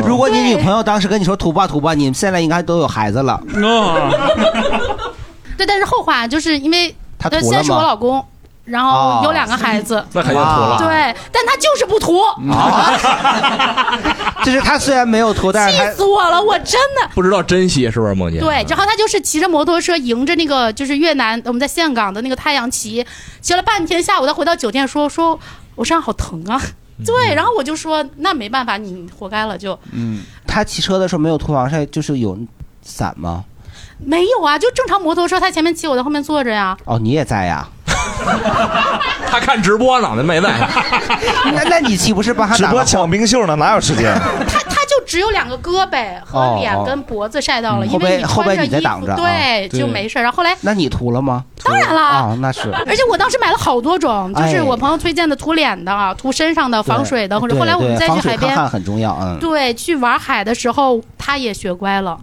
Speaker 4: 如果你女朋友当时跟你说土吧土吧，你们现在应该都有孩子 了。
Speaker 5: 哦
Speaker 12: 对，但是后话就是因为
Speaker 4: 他
Speaker 12: 呃
Speaker 4: 涂了
Speaker 12: 先是
Speaker 4: 吗
Speaker 12: 我老公，然
Speaker 4: 哦
Speaker 12: 后有两个孩子，
Speaker 4: 那肯定涂了
Speaker 12: 对，但他就是不涂，
Speaker 4: 嗯就是他虽然没有涂，但
Speaker 12: 气
Speaker 4: 是他
Speaker 12: 死我了，我真的。
Speaker 3: 不知道珍惜是不是梦姐？
Speaker 4: 啊
Speaker 12: 对，然后他就是骑着摩托车迎着那个就是越南我们在岘港的那个太阳骑，骑了半天，下午他回到酒店说说我身上好疼啊，对，然后我就说那没办法，你活该了就
Speaker 4: 嗯，他骑车的时候没有涂防晒，就是有伞吗？
Speaker 12: 没有啊，就正常摩托车，他前面骑我在后面坐着呀，
Speaker 4: 哦，你也在呀？
Speaker 3: 他看直播呢，那没在。
Speaker 4: 那哎那你岂不是帮他
Speaker 2: 直
Speaker 4: 打
Speaker 2: 播
Speaker 4: 个
Speaker 2: 抢冰袖呢？哪有时间？
Speaker 12: 他 他就只有两个胳膊
Speaker 4: 哦
Speaker 12: 和脸
Speaker 4: 哦
Speaker 12: 跟脖子晒到了，
Speaker 4: 嗯
Speaker 12: 因为
Speaker 4: 后背后背
Speaker 12: 穿着
Speaker 4: 你在
Speaker 12: 衣
Speaker 4: 挡
Speaker 12: 服，
Speaker 4: 着啊
Speaker 12: 对，
Speaker 4: 对
Speaker 12: 就没事。然后后来
Speaker 4: 那你涂了吗？
Speaker 12: 哎当然了
Speaker 4: 啊，那是。
Speaker 12: 而且我当时买了好多种，就
Speaker 4: 哎
Speaker 12: 是我朋友推荐的涂脸的、啊涂身上的、防水的，或者
Speaker 4: 对
Speaker 12: 后来我们
Speaker 4: 对
Speaker 12: 再去
Speaker 4: 防水
Speaker 12: 海边，
Speaker 4: 抗旱很重要，嗯，
Speaker 12: 对，去玩海的时候，他也学乖了，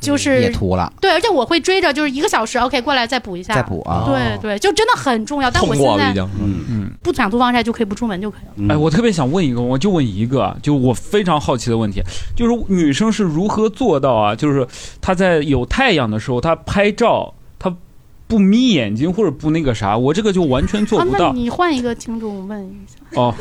Speaker 12: 就是
Speaker 4: 嗯也涂了，
Speaker 12: 对，而且我会追着，就是一个小时，OK，过来再补一下，
Speaker 4: 再补啊
Speaker 5: 哦
Speaker 12: 对对，就真的很重要。但我
Speaker 5: 痛
Speaker 12: 现在
Speaker 5: 嗯嗯。
Speaker 12: 不想涂防晒就可以不出门就可以了。
Speaker 3: 嗯
Speaker 5: 哎，我特别想问一个，我就问一个，啊就我非常好奇的问题，就是女生是如何做到啊？就是她在有太阳的时候，她拍照，她不眯眼睛或者不那个啥，我这个就完全做
Speaker 12: 啊
Speaker 5: 不，
Speaker 12: 那
Speaker 5: 到。
Speaker 12: 你换一个听众问一下，
Speaker 5: 哦，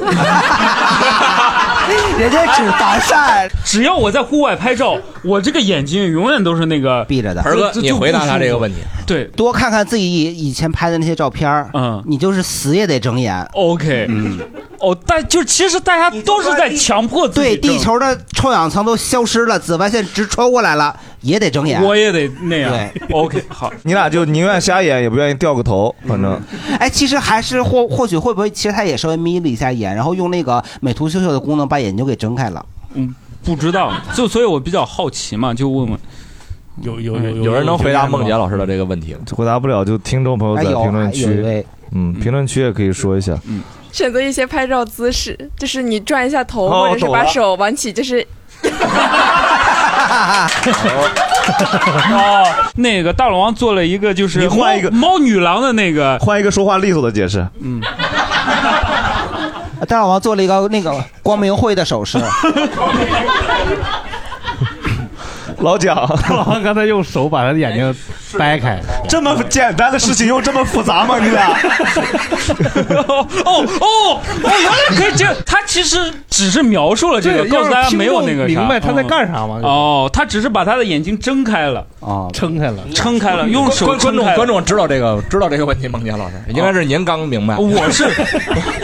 Speaker 4: 人家只防晒，
Speaker 5: 只要我在户外拍照，我这个眼睛永远都是那个
Speaker 4: 闭着的。
Speaker 3: 盆儿哥，你回答他这个问题。
Speaker 5: 对，
Speaker 4: 多看看自己以以前拍的那些照片儿，
Speaker 5: 嗯，
Speaker 4: 你就是死也得睁眼。
Speaker 5: OK，嗯，哦，但就其实大家都是在强迫自己
Speaker 4: 对
Speaker 5: 睁
Speaker 4: 地球的臭氧层都消失了，紫外线直穿过来了，也得睁眼。
Speaker 5: 我也得那样。
Speaker 4: 对
Speaker 5: OK，好，
Speaker 2: 你俩就宁愿瞎眼，也不愿意掉个头，反正。
Speaker 4: 哎，其实还是或或许会不会，其实他也稍微眯了一下眼，然后用那个美图秀秀的功能把眼睛给睁开了。
Speaker 5: 嗯，不知道，就所以我比较好奇嘛，就问问。
Speaker 1: 有有有
Speaker 3: 有人能回答梦洁老
Speaker 2: 师
Speaker 3: 的这个问题吗？
Speaker 2: 回答不了就听众朋友在
Speaker 3: 哎有
Speaker 2: 评论
Speaker 3: 还有一
Speaker 2: 区
Speaker 3: 位，
Speaker 2: 嗯，评论区也可以说一下。
Speaker 4: 嗯
Speaker 13: 选择一些拍照姿势，就是你转一下头，
Speaker 2: 哦
Speaker 13: 或者是
Speaker 2: 懂
Speaker 13: 把
Speaker 2: 了
Speaker 13: 手挽起，就是
Speaker 5: 哦，那个大龙王做了一个就是
Speaker 2: 你换一个
Speaker 5: 猫女郎的那个，
Speaker 2: 换一个说话利索的解释。
Speaker 5: 嗯，
Speaker 4: 大老王做了一个那个 光明会的手势，
Speaker 2: 老蒋，
Speaker 1: 老王刚才用手把他的眼
Speaker 4: 哎
Speaker 1: 睛掰开，
Speaker 2: 这么简单的事情用这么复杂吗？你 俩？
Speaker 5: 哦哦哦，原来可以这样，他其实只是描述了这个，
Speaker 20: 对
Speaker 5: 告诉大
Speaker 20: 要
Speaker 5: 家
Speaker 20: 是
Speaker 5: 没有那个
Speaker 20: 听
Speaker 5: 啥
Speaker 20: 众明白他在干啥吗
Speaker 5: 嗯哦，他只是把他的眼睛睁开了
Speaker 4: 啊，
Speaker 20: 撑开了，
Speaker 5: 撑开了，用手
Speaker 3: 观观众
Speaker 5: 撑开了
Speaker 3: 观众知道这个知道这个问题，孟杰老师应该是您刚明白，
Speaker 5: 我是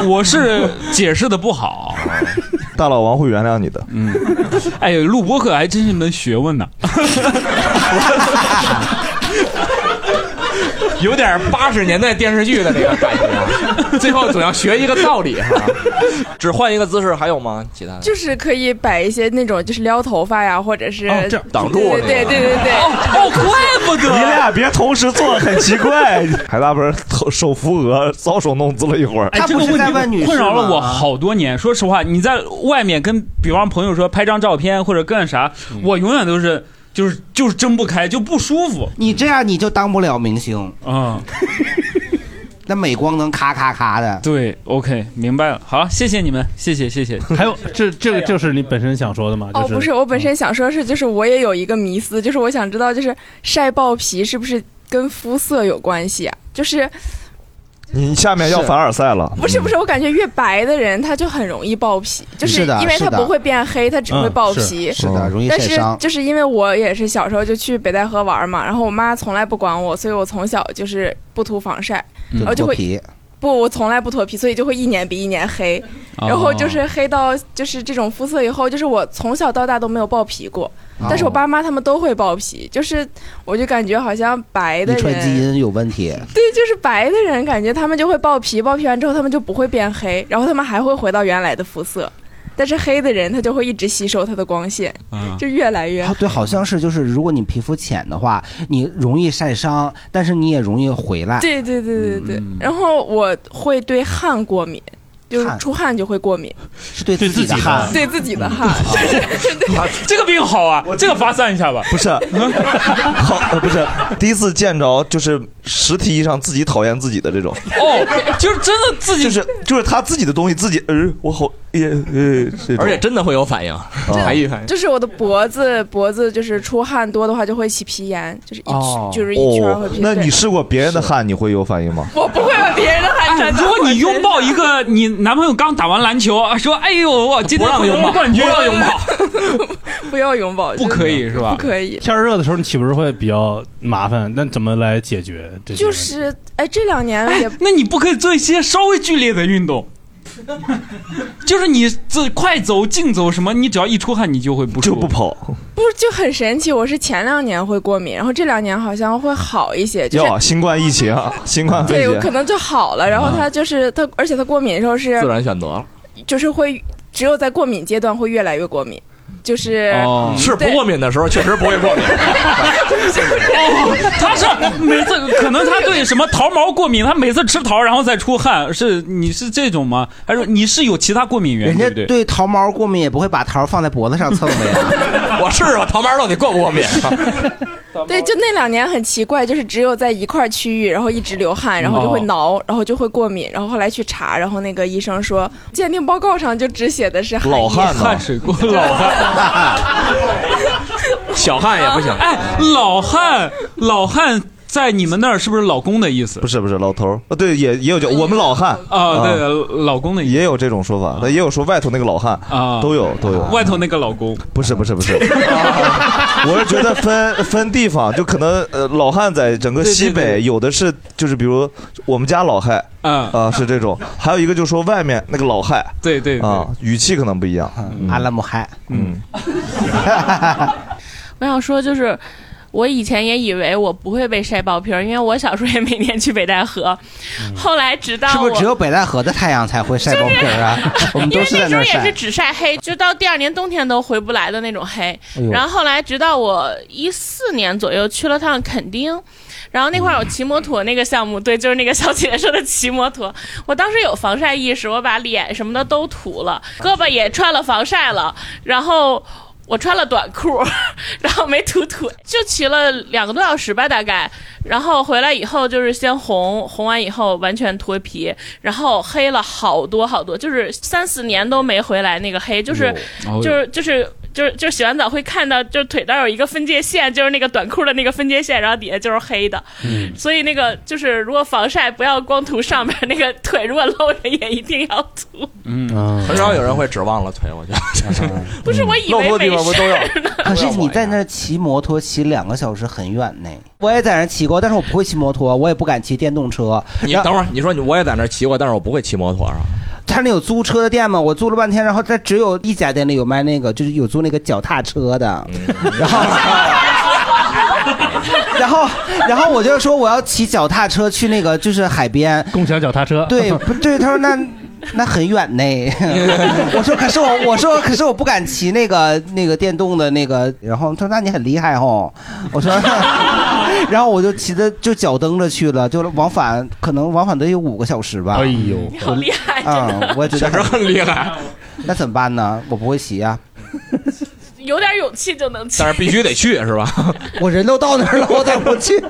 Speaker 5: 我是解释的不好，
Speaker 2: 大老王会原谅你的。
Speaker 5: 嗯， 哎呦，录播课还真是一门学问呢，
Speaker 3: 有点八十年代电视剧的这个感觉，啊最后总要学一个道理是吧？只换一个姿势，还有吗？其他的？
Speaker 13: 就是可以摆一些那种就是撩头发呀，或者是、
Speaker 3: 哦这样挡住我
Speaker 13: 对对对对对对，
Speaker 5: 哦，怪不
Speaker 2: 你俩别同时做，很奇怪。 海大鹏手扶额，搔首弄姿了一会儿。
Speaker 5: 哎，这个问题困扰了我好多年。说实话，你在外面跟比方朋友说拍张照片或者干啥，
Speaker 2: 嗯
Speaker 5: 我永远都是就是就是睁不开，就不舒服。
Speaker 4: 你这样你就当不了明星
Speaker 5: 啊。
Speaker 4: 那美光能咔咔咔的，
Speaker 5: 对，OK，明白了。好，谢谢你们，谢谢谢谢。
Speaker 1: 还有这这个就是你本身想说的吗？
Speaker 13: 哦，不是，我本
Speaker 2: 嗯
Speaker 13: 身想说是，就是我也有一个迷思，就是我想知道，就是晒爆皮是不是跟肤色有关系啊？就是
Speaker 2: 你下面要凡尔赛了。
Speaker 13: 不是不是，我感觉越白的人他就很容易爆皮，就是
Speaker 2: 嗯是的
Speaker 13: 因为他
Speaker 2: 是的
Speaker 13: 不会变黑，他只会
Speaker 2: 嗯
Speaker 13: 爆
Speaker 2: 是
Speaker 13: 皮。
Speaker 2: 是的容易晒
Speaker 13: 但是
Speaker 2: 伤
Speaker 13: 就是因为我也是小时候就去北戴河玩嘛，然后我妈从来不管我，所以我从小就是不涂防晒，然哦后就会
Speaker 4: 皮。
Speaker 13: 不，我从来不脱皮，所以就会一年比一年黑，
Speaker 4: 哦
Speaker 13: 然后就是黑到就是这种肤色以后，就是我从小到大都没有爆皮过，
Speaker 4: 哦
Speaker 13: 但是我爸妈他们都会爆皮，就是我就感觉好像白的
Speaker 4: 遗传基因
Speaker 13: 人。
Speaker 4: 有问题。
Speaker 13: 对，就是白的人，感觉他们就会爆皮，爆皮完之后他们就不会变黑，然后他们还会回到原来的肤色。但是黑的人他就会一直吸收它的光线，
Speaker 4: 啊
Speaker 13: 就越来越
Speaker 4: 啊，对，好像是就是，如果你皮肤浅的话，你容易晒伤，但是你也容易回来。
Speaker 13: 对对对对对。
Speaker 4: 嗯
Speaker 13: 然后我会对汗过敏，就是出汗就会过敏，
Speaker 4: 是对
Speaker 13: 自
Speaker 4: 己的汗
Speaker 13: 对自己的汗。
Speaker 5: 这个病好啊，这个发散一下吧。
Speaker 2: 不是，好，呃不是第一次见着，就是实体意义上自己讨厌自己的这 种。
Speaker 5: 哦，就是真的自己，
Speaker 2: 就是就是他自己的东西，自己呃，我好也呃，这种啊
Speaker 3: 而且真的会有反应，还一反应。
Speaker 13: 就是我的脖子，脖子就是出汗多的话就会起皮炎，就是一、
Speaker 2: 哦
Speaker 13: 就是一圈会皮。
Speaker 2: 那
Speaker 13: 对
Speaker 2: 你试过别人的汗，你会有反应吗？
Speaker 13: 我不会把别人的汗
Speaker 5: 哎
Speaker 13: 沾到
Speaker 5: 如
Speaker 13: 我身上。
Speaker 5: 果你拥抱一个你男朋友刚打完篮球，说：“哎呦，我今天
Speaker 13: 不让
Speaker 5: 获得
Speaker 13: 拥抱
Speaker 5: 冠军，
Speaker 13: 不让拥
Speaker 5: 抱，
Speaker 13: 不要拥抱，
Speaker 5: 不可以是吧
Speaker 13: 不可以。
Speaker 1: 天儿热的时候，你岂不是会比较麻烦？那怎么来解决这些
Speaker 13: 就
Speaker 1: 问题？
Speaker 13: 是哎，这两年也
Speaker 5: 那你不可以做一些稍微剧烈的运动？就是你这快走、竞走什么，你只要一出汗，你就会不就不
Speaker 2: 跑。
Speaker 13: 不就很神奇。我是前两年会过敏，然后这两年好像会好一些，就是
Speaker 2: 要新冠疫情，啊新冠肺
Speaker 13: 对，我
Speaker 2: 炎
Speaker 13: 可。能就好了。然后它就是它，而且它过敏的时候是
Speaker 3: 自然选择了。
Speaker 13: 就是会只有在过敏阶段会越来越过敏，就是、
Speaker 1: 哦
Speaker 3: 是不
Speaker 13: 对
Speaker 3: 过敏的时候确实不会过敏。
Speaker 5: 哦， 他是每次可能他对什么桃毛过敏，他每次吃桃然后再出汗，是你是这种吗？还是说你是有其他过敏源？
Speaker 4: 人家
Speaker 5: 对不对？
Speaker 4: 对 桃毛过敏也不会把桃放在脖子上蹭 的呀。
Speaker 3: 我试试吧，桃毛到底过不过敏？
Speaker 13: 对，就那两年很奇怪，就是只有在一块区域，然后一直流汗，然后就会挠，然后就会过敏，然后后来去查，然后那个医生说鉴定报告上就只写的是
Speaker 3: 老汉
Speaker 13: 液
Speaker 3: 呢？
Speaker 5: 水过老
Speaker 3: 汉，小汉也不行。
Speaker 5: 哎，老汉，老汉在你们那儿是不是老公的意思？
Speaker 2: 不是不是，老头儿，呃对，也也有叫我们老汉
Speaker 5: 啊对，老公的
Speaker 2: 也有这种说法，但也有说外头那个老汉
Speaker 5: 啊
Speaker 2: 都有都有。
Speaker 5: 外头那个老公
Speaker 2: 不是不是不是，我是觉得分分地方，就可能呃老汉在整个
Speaker 5: 对对
Speaker 2: 西
Speaker 5: 对
Speaker 2: 北有的是，就是比如我们家老汉
Speaker 5: 啊
Speaker 2: 是这种，还有一个就是说外面那个老汉，
Speaker 5: 对对
Speaker 2: 啊，语气可能不一样。
Speaker 4: 阿拉姆嗨，
Speaker 2: 嗯，
Speaker 14: 我想说就是。
Speaker 25: 我以前也以为我不会被晒爆皮儿，因为我小时候也每年去北戴河，后来直到
Speaker 4: 嗯是不
Speaker 25: 我
Speaker 4: 是只有北戴河的太阳才会晒爆皮儿啊？ 我们
Speaker 25: 因
Speaker 4: 都
Speaker 25: 为
Speaker 4: 是
Speaker 25: 那
Speaker 4: 在
Speaker 25: 时
Speaker 4: 那
Speaker 25: 候
Speaker 4: 儿
Speaker 25: 也是
Speaker 4: 晒。
Speaker 25: 只晒黑，就到第二年冬天都回不来的那种黑。
Speaker 4: 哎呦
Speaker 25: 然后后来直到我一四年左右去了趟垦丁，然后那块
Speaker 4: 嗯
Speaker 25: 儿有骑摩托那个项目，对，就是那个小姐姐说的骑摩托。我当时有防晒意识，我把脸什么的都涂了，胳膊也穿了防晒了，然后。我穿了短裤，然后没涂腿，就骑了两个多小时吧，大概。然后回来以后就是先红，红完以后完全脱皮，然后黑了好多好多，就是三四年都没回来那个黑，就是
Speaker 14: 哦
Speaker 25: 就是就是。就是就是洗完澡会看到，就是腿那儿有一个分界线，就是那个短裤的那个分界线，然后底下就是黑的。
Speaker 14: 嗯
Speaker 25: 所以那个就是如果防晒不要光涂上面那个腿，如果露着也一定要涂。
Speaker 3: 嗯，很少有人会指望了腿，我觉得
Speaker 1: 嗯
Speaker 25: 不是我
Speaker 3: 嗯
Speaker 25: 以
Speaker 3: 露
Speaker 25: 为
Speaker 3: 肤的地
Speaker 25: 没
Speaker 3: 方不
Speaker 25: 事
Speaker 3: 都有
Speaker 25: 儿呢。
Speaker 4: 可是你在那儿骑摩托骑两个小时很远呢。我也在那儿骑过，但是我不会骑摩托，我也不敢骑电动车。
Speaker 3: 你等会儿，你说你我也在那儿骑过，但是我不会骑摩托啊。
Speaker 4: 他那有租车的店吗？我租了半天，然后他只有一家店里有卖那个，就是有租那个脚踏车的。
Speaker 1: 嗯
Speaker 4: 然后，然后，然后我就说我要骑脚踏车去那个就是海边，
Speaker 1: 共享脚踏车。
Speaker 4: 对，不对，他说那那很远 呢。我说可是我我说可是我不敢骑那个那个电动的那个，然后他说那你很厉害哦。我说， 然后我就骑着就脚蹬着去了，就往返可能往返得有五个小时吧。哎
Speaker 1: 呦，
Speaker 25: 你好厉害
Speaker 2: 嗯
Speaker 4: 啊、
Speaker 25: 真的
Speaker 4: 我也觉得
Speaker 3: 确实很厉害。
Speaker 4: 那怎么办呢？我不会骑啊，
Speaker 25: 有点勇气就能骑，
Speaker 3: 但是必须得去，是吧？
Speaker 4: 我人都到那 儿了，我怎么去？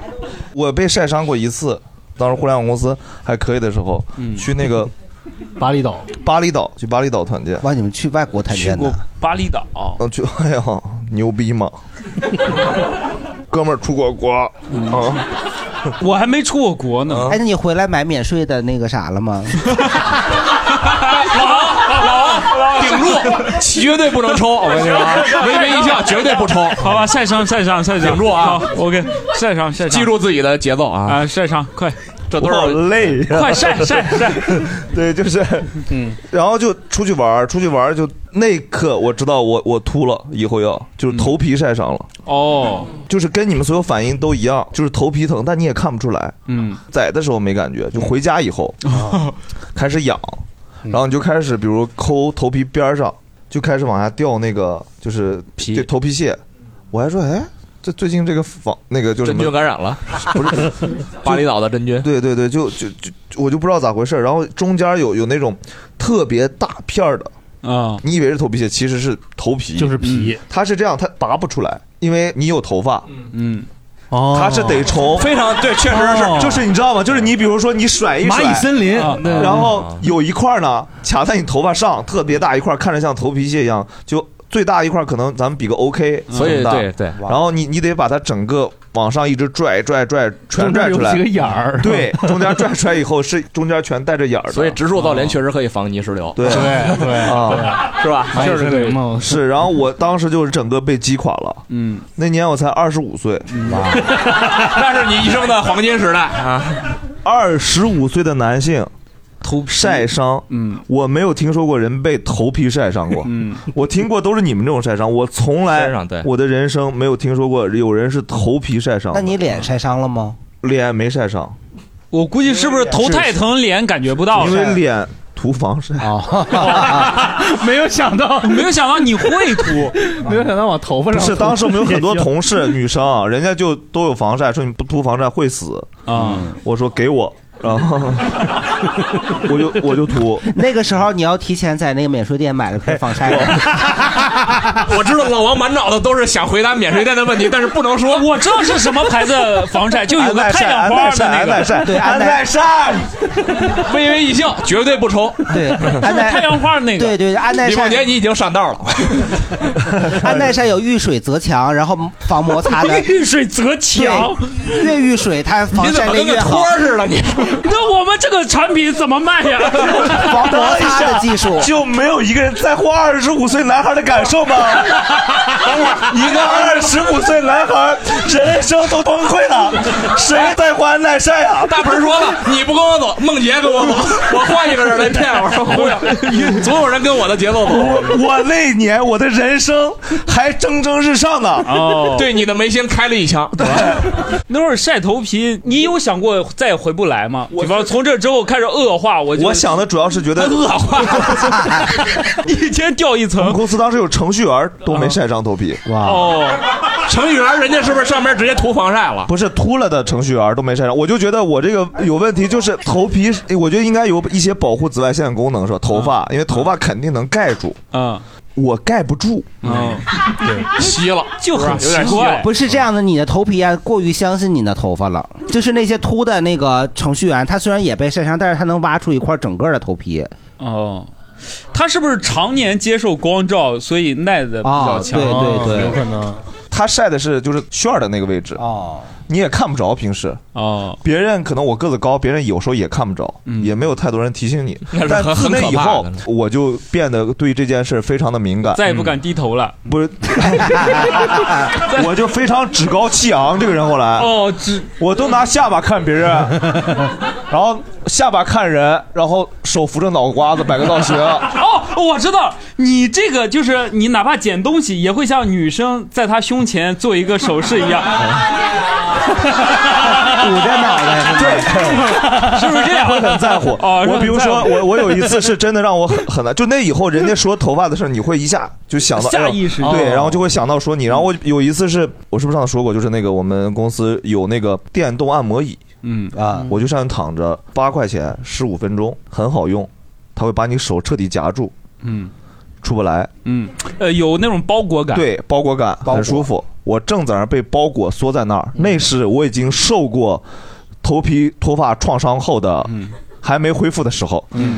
Speaker 2: 我被晒伤过一次，当时互联网公司还可以的时候，
Speaker 5: 嗯
Speaker 2: 去那 个
Speaker 1: 巴厘岛，
Speaker 2: 巴厘岛去巴厘岛团建。
Speaker 4: 哇，你们去外国团
Speaker 2: 建
Speaker 5: 过
Speaker 2: 的？
Speaker 5: 巴厘岛，
Speaker 2: 嗯，去， 哎呀，牛 逼嘛！哥们儿出过国
Speaker 5: 嗯
Speaker 3: 哦
Speaker 2: 啊，
Speaker 5: 我还没出过国呢。
Speaker 4: 哎，那你回来买免税的那个啥了 吗？
Speaker 3: 顶住，骑绝对不能抽，我跟你说，微微一笑绝对不抽。
Speaker 5: 好吧，晒伤晒伤晒伤，
Speaker 3: 顶住啊
Speaker 5: 好！OK，晒伤晒伤，
Speaker 3: 记住自己的节奏啊！
Speaker 5: 啊，晒伤快，
Speaker 3: 这
Speaker 2: 我好累呀、
Speaker 5: 快晒晒晒，
Speaker 2: 对，就是，嗯，然后就出去玩儿，出去玩儿就那一刻我知道我我秃了，以后要就是头皮晒伤了，
Speaker 5: 哦，
Speaker 2: 就是跟你们所有反应都一样，就是头皮疼，但你也看不出来，
Speaker 5: 嗯，哦
Speaker 2: 在的时候没感觉，就回家以 后、开始痒，
Speaker 3: 嗯
Speaker 2: 然后你就开始比如抠头皮边儿上，就开始往下掉那个就是皮头皮屑，我还说哎。这最近这个防那个就是
Speaker 3: 真菌感染了，
Speaker 2: 不是
Speaker 3: 巴厘岛的真菌。
Speaker 2: 对对对，就就就我就不知道咋回事儿。然后中间有有那种特别大片儿的
Speaker 5: 啊，
Speaker 2: 你以为是头皮屑，其实是头皮，就是
Speaker 1: 皮。
Speaker 3: 嗯
Speaker 2: 它是这样，它拔不出来，因为你有头发。
Speaker 5: 嗯。
Speaker 1: 哦
Speaker 2: 它是得从
Speaker 3: 非常对确实是
Speaker 2: 哦就是你知道吗？就是你比如说你甩一甩
Speaker 1: 蚂蚁森林啊对
Speaker 2: 然后有一块儿呢卡在你头发上，特别大一块儿，看着像头皮屑一样，就最大一块儿可能咱们比个 OK，
Speaker 1: 嗯
Speaker 3: 所以
Speaker 2: 这么大
Speaker 3: 对对
Speaker 2: 嗯然后你你得把它整个往上一直拽哎拽拽，全拽出
Speaker 3: 中
Speaker 2: 来，
Speaker 3: 间有几个眼儿
Speaker 2: 对，中间拽出来以后是中间全带着眼儿的，
Speaker 3: 所以 植树造林确实可以防泥石流，
Speaker 2: 对啊，
Speaker 3: 是吧？确实可以。
Speaker 2: 是，然后我当时就是整个被击垮了，
Speaker 5: 嗯，
Speaker 2: 那年我才二十五岁，
Speaker 3: 嗯那是你一生的黄金时代啊！
Speaker 2: 二十五岁的男性
Speaker 5: 头
Speaker 2: 晒伤，
Speaker 5: 嗯，
Speaker 2: 我没有听说过人被头皮晒伤过，
Speaker 5: 嗯，
Speaker 2: 我听过都是你们这种晒伤，我从来
Speaker 3: 身上对
Speaker 2: 我的人生没有听说过有人是头皮晒伤的，
Speaker 4: 那你脸晒伤了吗？
Speaker 2: 脸没晒伤，
Speaker 5: 我估计是不是头太疼，脸感觉不到？
Speaker 2: 因为脸涂防晒
Speaker 3: 哦
Speaker 4: 啊。
Speaker 5: 没有想到，没有想到你会涂，
Speaker 1: 没有想到往头发上
Speaker 2: 不是，当时我们有很多同 事 女生啊，人家就都有防晒，说你不涂防晒会死
Speaker 5: 啊。
Speaker 2: 我说给我，然后我就我就涂。
Speaker 4: 那个时候你要提前在那个免税店买了瓶防
Speaker 3: 哎
Speaker 4: 晒的。
Speaker 3: 我知道老王满脑子都是想回答免税店的问题，但是不能说。
Speaker 5: 我知道是什么牌子防晒，就有个太阳花的那个，
Speaker 2: 晒，
Speaker 3: 微微一笑，绝对不抽。
Speaker 4: 对，
Speaker 5: 安耐太阳花那个，
Speaker 4: 对对，安耐晒
Speaker 3: 李梦洁，你已经上道了。
Speaker 4: 安耐晒有遇水则强，然后防摩擦的。
Speaker 5: 遇水则强
Speaker 4: 对，越遇水它防晒力越好。
Speaker 3: 似的你？
Speaker 5: 那我们这个产品怎么卖呀？
Speaker 2: 等一下，就没有一个人在乎二十五岁男孩的感受吗？一个二十五岁男孩，人生都崩溃了，谁在乎安耐晒啊？
Speaker 3: 大盆说了，你不跟我走，梦洁跟我走，我换一个人来骗我说忽悠，总有人跟我的节奏走。
Speaker 2: 我那年我的人生还蒸蒸日上呢。
Speaker 3: 哦，对你的眉心开了一枪。
Speaker 5: 那会儿晒头皮，你有想过再也回不来吗？比方从这之后开始恶化，我就
Speaker 2: 我想的主要是觉得
Speaker 5: 恶 化，一天掉一层。我们
Speaker 2: 公司当时有程序员都没晒伤头皮，哇，
Speaker 3: 哦，程序员人家是不是上面直接涂防晒了？
Speaker 2: 不是秃了的程序员都没晒伤，我就觉得我这个有问题，就是头皮，我觉得应该有一些保护紫外线的功能，是吧？头发，因为头发肯定能盖住，
Speaker 5: 嗯，
Speaker 2: 我盖不住，
Speaker 3: 嗯， 对，稀了，
Speaker 5: 就很
Speaker 3: 有点稀了。
Speaker 4: 不是这样的，你的头皮啊过于相信你的头发了。就是那些秃的那个程序员，他虽然也被晒伤，但是他能挖出一块整个的头皮。
Speaker 5: 哦，他是不是常年接受光照，所以耐的比较强？
Speaker 2: 啊对对对有可
Speaker 5: 能。
Speaker 2: 他晒的是就是旋儿的那个位置
Speaker 4: 哦，
Speaker 2: 你也看不着平时
Speaker 5: 哦，嗯
Speaker 2: 别人可能我个子高，别人有时候也看不着，也没有太多人提醒你
Speaker 5: 那是。
Speaker 2: 但
Speaker 5: 很
Speaker 2: 自那
Speaker 5: 很可
Speaker 2: 以
Speaker 5: 怕
Speaker 2: 后
Speaker 5: 的，
Speaker 2: 我就变得对这件事非常的敏感，嗯
Speaker 5: 再也不敢低头了。
Speaker 2: 不是，我就非常趾高气昂这个人后来
Speaker 5: 哦，趾
Speaker 2: 我都拿下巴看 别人，然后下巴看人，然后手扶着脑瓜子摆个造型。
Speaker 5: 哦，我知道，你这个就是你哪怕捡东西，也会像女生在她胸前做一个手势一样，
Speaker 4: 捂着脑袋，
Speaker 2: 对，
Speaker 5: 是不是 这样？
Speaker 2: 会很在乎。
Speaker 5: 哦，
Speaker 2: 我比如
Speaker 5: 是很在
Speaker 2: 说，
Speaker 5: 乎
Speaker 2: 我我有一次是真的让我很很难，就那以后人家说头发的事儿，你会一下就想到哎呦
Speaker 5: 下意识
Speaker 2: 对，
Speaker 5: 哦
Speaker 2: 然后就会想到说你。然后我有一次是我是不是上次说过，就是那个我们公司有那个电动按摩椅，
Speaker 5: 嗯
Speaker 2: 啊，我就上去躺着，八块钱十五分钟，很好用，它会把你手彻底夹住，
Speaker 5: 嗯，
Speaker 2: 出不来，
Speaker 5: 嗯，呃，有那种包裹感，
Speaker 2: 对，包裹感很舒服。我正在那儿被包裹缩在那儿，那是我已经受过头皮脱发创伤后的，还没恢复的时候。
Speaker 5: 嗯，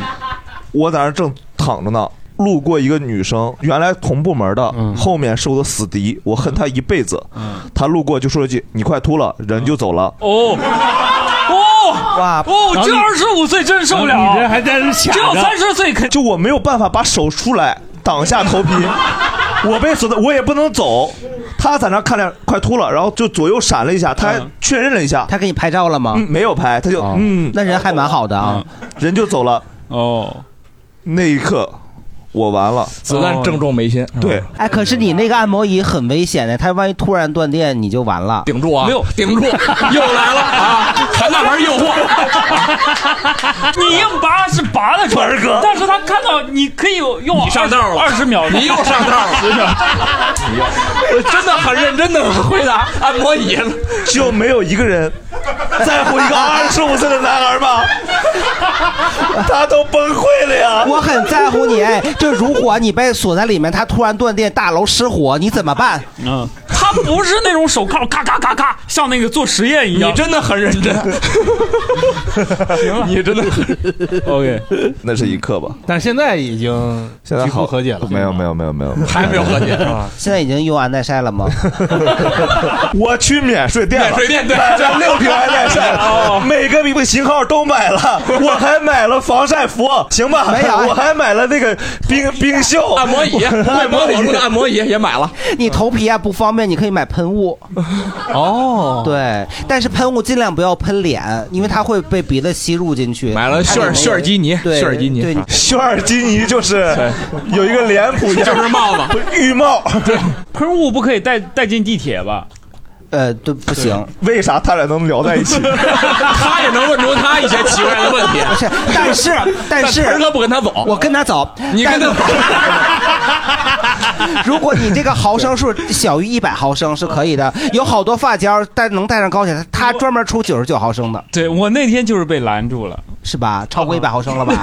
Speaker 2: 我在那儿正躺着呢，路过一个女生，原来同部门的，后面是我的死敌，我恨她一辈子。她路过就说了句：“你快秃了，人就走了。”
Speaker 5: 哦。哦，
Speaker 2: 哇
Speaker 5: 哦，这二十五岁真受不了，只有三十岁，
Speaker 2: 就我没有办法把手出来挡下头皮，我被锁的，我也不能走。他在那看着快秃了，然后就左右闪了一下，他还确认了一下。
Speaker 4: 他给你拍照了吗？
Speaker 2: 嗯，没有拍，他就嗯，
Speaker 4: 那人还蛮好的啊，
Speaker 2: 人就走了。
Speaker 5: 哦，
Speaker 2: 那一刻我完了，
Speaker 3: 子弹正中眉
Speaker 5: 哦
Speaker 3: 心。
Speaker 2: 对，
Speaker 4: 哎，可是你那个按摩椅很危险的，它万一突然断电，你就完了。
Speaker 3: 顶住啊！没有顶住，又来了啊！韩大牌诱惑，
Speaker 5: 你硬拔是拔得出来
Speaker 3: 文儿哥，
Speaker 5: 但是他看到你可以用
Speaker 3: 你上道了，
Speaker 5: 二十秒，
Speaker 3: 你又上道了，我 真的很认真的回答按摩椅，
Speaker 2: 就没有一个人在乎 一个二十五岁的男孩吗？ 他都崩溃了呀！
Speaker 4: 我很在乎你，哎，就如果你被锁在里面，它突然断电，大楼失火，你怎么办？
Speaker 5: 嗯，他不是那种手铐，咔咔咔咔，像那个做实验一样。你
Speaker 3: 真的很认真，
Speaker 5: 行了，啊
Speaker 3: 你真的
Speaker 5: OK，
Speaker 2: 那是一刻吧。
Speaker 20: 但是现在已经
Speaker 2: 现在
Speaker 20: 局部
Speaker 2: 好
Speaker 20: 和解了，
Speaker 2: 没有没有没有没有， 还
Speaker 3: 没有和解是吧？
Speaker 4: 现在已经用安耐晒了吗？
Speaker 2: 我去免税店了，
Speaker 4: 免税店对
Speaker 2: 买了六瓶安耐 晒
Speaker 4: 哦，
Speaker 2: 每个品型号都买了，我还买了防晒服，行吧？
Speaker 4: 没有
Speaker 2: 我还买了那个冰冰袖、
Speaker 3: 按摩椅，快摩网络的按摩椅也买了。
Speaker 4: 你头皮啊不方便，你可以买喷雾。
Speaker 3: 哦，
Speaker 4: 对，但是喷雾尽量不要喷脸，因为它会被鼻子吸入进去。
Speaker 3: 买了
Speaker 4: 它
Speaker 3: 炫
Speaker 4: 里
Speaker 3: 儿
Speaker 4: 面
Speaker 3: 炫儿基尼，
Speaker 4: 对
Speaker 3: 炫儿基尼，
Speaker 4: 对，
Speaker 2: 炫尔基尼就是有一个脸谱，
Speaker 3: 就是帽子，
Speaker 2: 浴帽。
Speaker 5: 对，喷雾不可以带带进地铁吧？
Speaker 4: 呃，对，不行。
Speaker 2: 为啥他俩能聊在一 起？
Speaker 3: 他也能问出他一些奇怪的问题。
Speaker 4: 不是，但 是但是，
Speaker 3: 盆哥不跟他走，
Speaker 4: 我跟他走，
Speaker 3: 你跟他
Speaker 4: 走。如果你这个毫升数小于一百毫升是可以的，有好多发胶但能带上高铁，它专门出九十九毫升的，
Speaker 5: 对我那天就是被拦住了，
Speaker 4: 是吧？超过一百毫升了吧？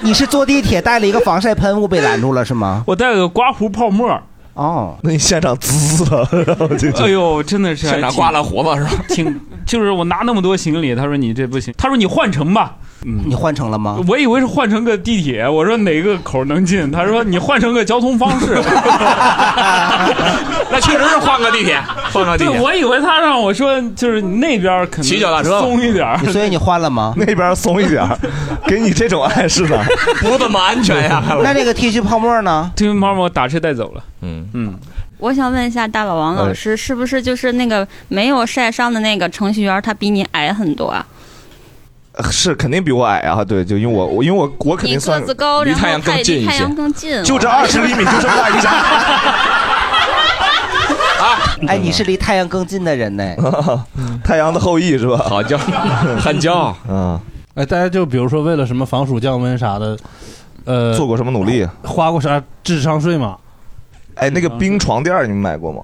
Speaker 4: 你是坐地铁带了一个防晒喷雾被拦住了是吗？
Speaker 5: 我带了个刮胡泡沫。
Speaker 4: 哦，
Speaker 2: 那你现场滋了，然后就
Speaker 5: 哎呦，真的是
Speaker 3: 现场刮了胡子是吧？
Speaker 5: 挺，就是我拿那么多行李，他说你这不行，他说你换乘吧。嗯
Speaker 4: 你换乘了吗？
Speaker 5: 我以为是换成个地铁，我说哪个口能进？他说你换成个交通方式。
Speaker 3: 那确实是换个地铁，换个地
Speaker 5: 对，
Speaker 3: 铁。
Speaker 5: 我以为他让我说就是那边可能
Speaker 3: 骑脚踏车
Speaker 5: 松一点儿，
Speaker 4: 所以你换了吗？
Speaker 2: 那边松一 点儿，给你这种暗示呢？
Speaker 3: 不怎么安全呀。
Speaker 4: 那这个 T 恤泡沫呢
Speaker 5: ？T 恤泡沫打车带走了。
Speaker 2: 嗯
Speaker 5: 嗯，
Speaker 23: 我想问一下大老王老
Speaker 2: 哎
Speaker 23: 师，是不是就是那个没有晒伤的那个程序员，他比你矮很多啊？
Speaker 2: 呃是肯定比我矮啊，对，就因为我我因为我我肯
Speaker 23: 你
Speaker 2: 定
Speaker 23: 个
Speaker 2: 算
Speaker 23: 子高，然后太离太阳更近，
Speaker 2: 就 这二十厘米，就这么大一下。
Speaker 4: 哎，你是离太阳更近的人 呢。
Speaker 2: 啊太阳的后裔是吧？好
Speaker 3: 骄，很骄傲。
Speaker 2: 嗯，
Speaker 1: 哎，大家就比如说为了什么防暑降温啥的，呃，
Speaker 2: 做过什么努力？
Speaker 1: 花过啥智商税吗？
Speaker 2: 哎，那个
Speaker 3: 嗯
Speaker 2: 冰床垫儿你们买过吗？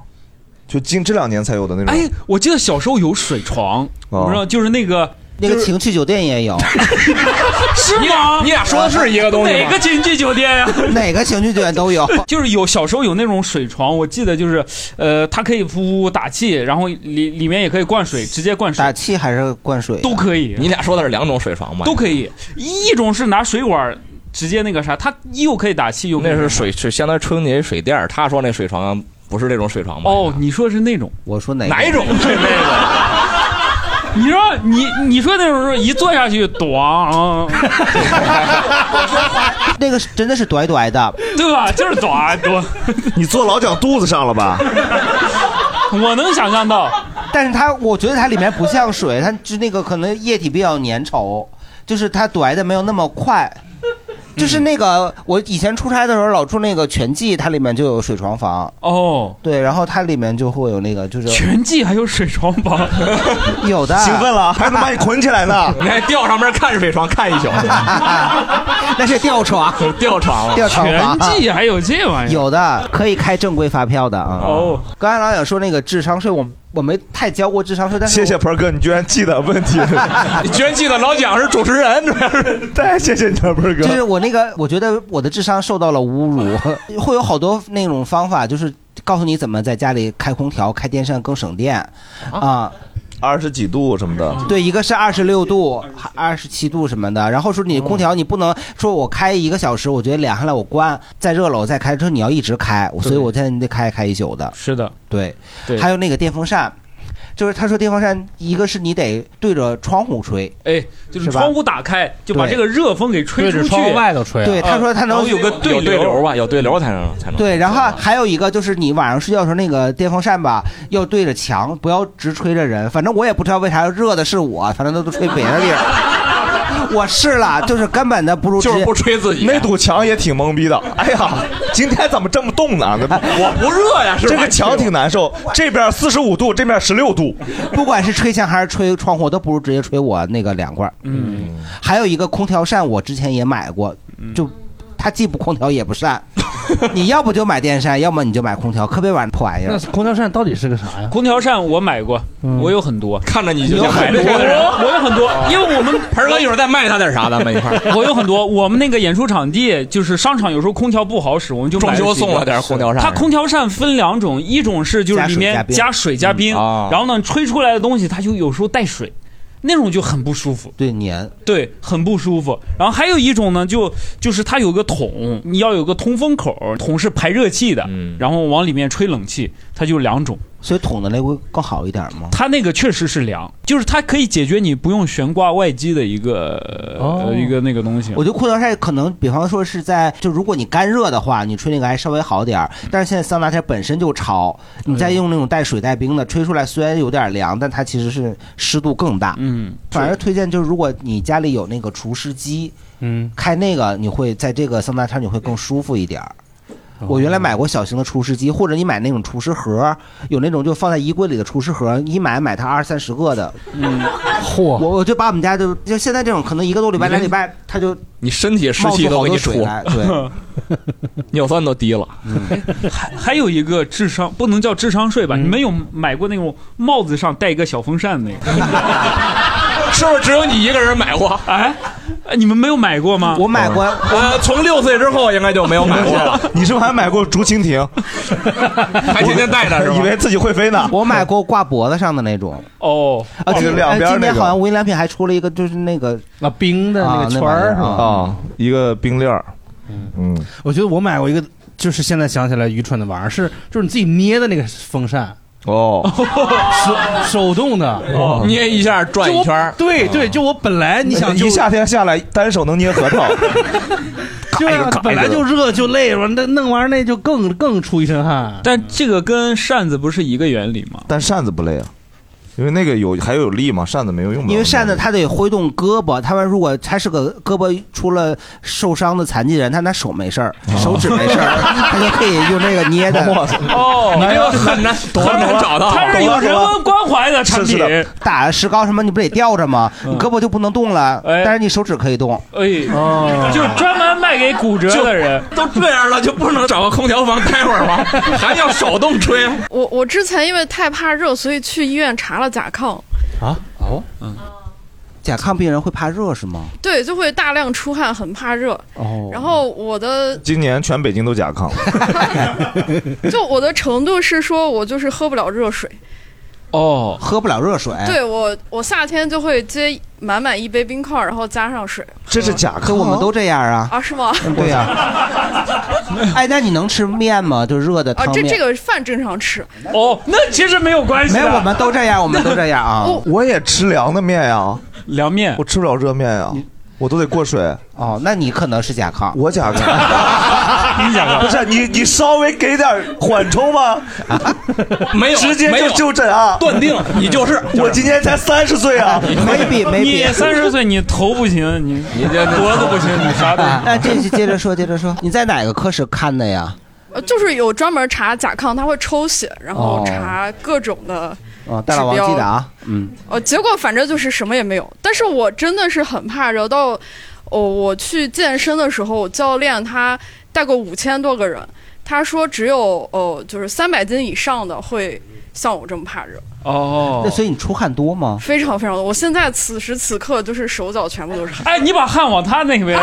Speaker 2: 就近这两年才有的那种。
Speaker 5: 哎，我记得小时候有水床，
Speaker 2: 哦
Speaker 5: 不知道就是那个
Speaker 4: 那个情趣酒店也有，
Speaker 5: 是吗？
Speaker 4: 你俩说的是一个东西吗
Speaker 5: 哪个情趣 酒店呀、
Speaker 4: 哪个情趣酒店都有。
Speaker 5: 就是有小时候有那种水床，我记得就是，呃，它可以噗噗打气，然后里里面也可以灌水，直接灌水。
Speaker 4: 打气还是灌水啊
Speaker 5: 都可以。
Speaker 3: 你俩说的是两种水床吧？
Speaker 5: 都可以，一种是拿水管直接那个啥，它又可以打气又可以
Speaker 3: 那是水是相当于春节水垫儿他说那水床啊不是这种水床吧？
Speaker 5: 哦，你说的是那种，
Speaker 4: 我说哪
Speaker 3: 哪 一种？
Speaker 5: 你说你你说那种时候一坐下去，咣，
Speaker 4: 那个是真的是短短的，
Speaker 5: 对吧？就是短多，
Speaker 2: 你坐老蒋肚子上了吧？
Speaker 5: 我能想象到，
Speaker 4: 但是它我觉得它里面不像水，它就那个可能液体比较粘稠，就是它短的没有那么快。就是那个，我以前出差的时候老住那个全季，它里面就有水床房
Speaker 5: 哦，
Speaker 4: 对，然后它里面就会有那个就是
Speaker 5: 全季还有水床房，
Speaker 4: 有的
Speaker 3: 兴 奋了还能把
Speaker 2: 你捆起来 呢
Speaker 3: 你还吊上面看水床看 一宿，
Speaker 4: 那是吊床，
Speaker 3: 吊
Speaker 2: 哦
Speaker 3: 床了，
Speaker 4: 吊床房
Speaker 5: 还有这玩
Speaker 4: 意有的可以开正规发票的啊。
Speaker 5: 哦，
Speaker 4: 刚才老蒋说那个智商税，我我没太交过智商税，但是
Speaker 2: 谢谢盆儿哥，你居然记得问 题，
Speaker 3: 你居然 记得老蒋是主持人，主要是
Speaker 2: 太谢谢你了，盆儿
Speaker 4: 就是
Speaker 2: 哥。
Speaker 4: 我那个，我觉得我的智商受到了侮辱， 会有好多那种方法，就是告诉你怎么在家里开空调、开电扇更省电啊。
Speaker 2: 二十几度什么的，
Speaker 4: 对，一个是二十六度、二十七度什么的，然后说你空
Speaker 5: 哦
Speaker 4: 调你不能说我开一个小时，我觉得凉下来我关，再热了我再开，说你要一直开，所以我现在你得开开一宿的。
Speaker 5: 是的，
Speaker 4: 对，
Speaker 5: 对
Speaker 4: 还有那个电风扇，就是他说电风扇，一个是你得对着窗户吹，
Speaker 5: 哎，就是
Speaker 4: 是吧
Speaker 5: 窗户打开，就把
Speaker 4: 对
Speaker 5: 这个热风给吹出去，
Speaker 4: 对，他说他能
Speaker 3: 有个对流吧，有对流才能才能。
Speaker 4: 对，然后还有一个就是你晚上睡觉的时候，那个电风扇吧，要对着墙，不要直吹着人。反正我也不知道为啥热的是我，反正都都吹别的地儿。我试了，就是根本的不如直接
Speaker 3: 吹自己。啊
Speaker 2: 那堵墙也挺懵逼的。哎呀，今天怎么这么冻 呢？我
Speaker 3: 不热呀是吧
Speaker 2: 这个墙挺难受，这边四十五度，这 边十六度。
Speaker 4: 不管是吹墙还是吹窗户，都不如直接吹我那个凉快。
Speaker 5: 嗯，
Speaker 4: 还有一个空调扇，我之前也买过，
Speaker 1: 嗯
Speaker 4: 就它既不空调也不扇。你要不就买电扇，要么你就买空调，可别玩破玩意儿
Speaker 1: 那。空调扇到底是个啥呀？嗯
Speaker 5: 空调扇我买过，我有很多，
Speaker 3: 看着你
Speaker 1: 就像买了这个人
Speaker 5: 我我有很多，因为我们。
Speaker 3: 哦盆儿哥一会儿再卖他点啥，咱们一块儿
Speaker 5: 我有很多，我们那个演出场地就是商场，有时候空调不好使，我们就买几个
Speaker 3: 装修送了点空调扇
Speaker 5: 它空调扇分两种，一种是就是里面加
Speaker 3: 加
Speaker 5: 水
Speaker 3: 水
Speaker 5: 加
Speaker 3: 加
Speaker 5: 冰，
Speaker 3: 冰
Speaker 5: 然后呢吹出来的东西它就有时候带水，那种就很不舒服。
Speaker 4: 对粘，
Speaker 5: 对，很不舒服。然后还有一种呢，就就是它有个桶，你要有个通风口，桶是排热气的，然后往里面吹冷气，它就两种。
Speaker 4: 所以桶的那会哎更好一点吗？
Speaker 5: 它那个确实是凉，就是它可以解决你不用悬挂外机的一个、呃一个那个东西。
Speaker 4: 我觉得空调扇可能，比方说是在就如果你干热的话，你吹那个还稍微好点儿。
Speaker 1: 嗯
Speaker 4: 但是现在桑拿天本身就潮，你
Speaker 1: 哎
Speaker 4: 再用那种带水带冰的吹出来，虽然有点凉，但它其实是湿度更大。
Speaker 5: 嗯，
Speaker 4: 反而推荐就是如果你家里有那个除湿机，
Speaker 1: 嗯，
Speaker 4: 开那个你会在这个桑拿天你会更舒服一点儿。
Speaker 27: 哦
Speaker 4: 我原来买过小型的除湿机，或者你买那种除湿盒，有那种就放在衣柜里的除湿盒，一买买它二三十个的，
Speaker 5: 嗯，
Speaker 4: 嚯！我我就把我们家就就现在这种，可能一个多礼拜、
Speaker 3: 你这
Speaker 4: 两礼拜，它就
Speaker 3: 你身体湿气都给你出
Speaker 4: 冒出好多水来，
Speaker 3: 尿酸都低了。
Speaker 5: 嗯还有一个智商不能叫智商税吧？
Speaker 3: 嗯
Speaker 5: 你们有买过那种帽 子上带一个小风扇的那个？
Speaker 3: 是不是只有你一个人买过？
Speaker 5: 哎，哎你们没有买过吗？
Speaker 4: 我买过，
Speaker 3: 呃，从六岁之后应该就没有买过了。
Speaker 2: 你是不是还买过竹蜻 蜓？
Speaker 3: 还天天带着是吧？
Speaker 2: 自己会飞呢。
Speaker 4: 我买过挂脖子上的那种。
Speaker 5: 哦，
Speaker 4: 啊，今
Speaker 2: 两边那个
Speaker 4: 呃今年好像无印良品还出了一个，就是那个
Speaker 20: 啊冰的
Speaker 2: 那个圈儿
Speaker 4: 是吧？
Speaker 2: 啊，一个冰链儿。嗯，
Speaker 20: 我觉得我买过一个，就是现在想起来愚蠢的玩意儿，是就是你自己捏的那个风扇。
Speaker 2: 哦，
Speaker 20: 手手动的，
Speaker 5: 哦
Speaker 3: 捏一下转一圈儿
Speaker 5: 啊
Speaker 20: 就我对对，就我本
Speaker 1: 哎
Speaker 20: 来你想就
Speaker 2: 哎一夏天下来，单手能捏核 桃，
Speaker 20: 就是
Speaker 2: 一个嘎一个
Speaker 20: 本来就热就累，完那弄玩意儿那就更更出一身汗。
Speaker 5: 但这个跟扇子不是一个原理吗？
Speaker 2: 但扇子不累啊，因为那个有还有力嘛，扇子没有用不了
Speaker 4: 因为扇子它得挥动胳膊，他们如果他是个胳膊出了受伤的残疾人，他拿手没事儿，手指没事儿， 他就可以用那个捏的。
Speaker 5: 哦
Speaker 3: 你这个 很难，很难找到。
Speaker 5: 关怀的
Speaker 3: 产品是的
Speaker 4: 打石膏什么，你不得吊着吗？你胳膊就不能动了，但是你手指可以动。
Speaker 5: 哎，
Speaker 4: 哦
Speaker 5: 就专门卖给骨折的人。
Speaker 3: 都这样了，就不能找个空调房开会儿 吗？还要手动吹
Speaker 19: 我我之前因为太怕热，所以去医院查了甲亢，
Speaker 4: 啊？哦，嗯，甲亢病人会怕热是吗？
Speaker 19: 对，就会大量出汗，很怕热。
Speaker 2: 哦
Speaker 19: 然后我的
Speaker 2: 今年全北京都甲亢，
Speaker 19: 就我的程度是说，我就是喝不了热水。
Speaker 5: 哦，
Speaker 4: 喝不了热水。
Speaker 19: 对我，我夏天就会接满满一杯冰块，然后加上水。
Speaker 2: 这是甲
Speaker 4: 可我们都这样啊。
Speaker 19: 啊，是吗？
Speaker 4: 嗯对呀、哎，那你能吃面吗？就热的
Speaker 19: 啊，
Speaker 4: 汤
Speaker 19: 这
Speaker 4: 面。
Speaker 19: 这个饭正常吃。
Speaker 5: 哦，那其实没有关
Speaker 4: 系的没有我们都这样我们都这样啊
Speaker 2: 我我也吃凉的面呀，
Speaker 5: 凉面
Speaker 2: 我吃不了热面呀，我都得过水。
Speaker 4: 哦，那你可能是甲亢，
Speaker 2: 我甲亢，
Speaker 5: 你甲亢
Speaker 2: 不是你你稍微给点缓冲吗？
Speaker 3: 没有
Speaker 2: 直接
Speaker 3: 没
Speaker 2: 就
Speaker 3: 有
Speaker 2: 就诊啊，
Speaker 3: 断定你就是
Speaker 2: 我今年才三十岁啊，
Speaker 5: 你三十岁，你头不行，你你
Speaker 3: 这
Speaker 5: 脖子不行，你啥都。
Speaker 4: 啊 那这是接着说，接着说，你在哪个科室看的呀？
Speaker 19: 呃，就是有专门查甲亢，他会抽血，然后查各种的。
Speaker 4: 哦，大老王
Speaker 19: 指标
Speaker 4: 记得啊，嗯，
Speaker 19: 呃，结果反正就是什么也没有。但是我真的是很怕热，到哦，我去健身的时候，我教练他带过五千多个人，他说只有哦，就是三百斤以上的会像我这么怕热，
Speaker 5: 哦
Speaker 4: 那所以你出汗多吗？
Speaker 19: 非常非常多。我现在此时此刻就是手脚全部都是汗。
Speaker 5: 哎，你把汗往他那 边。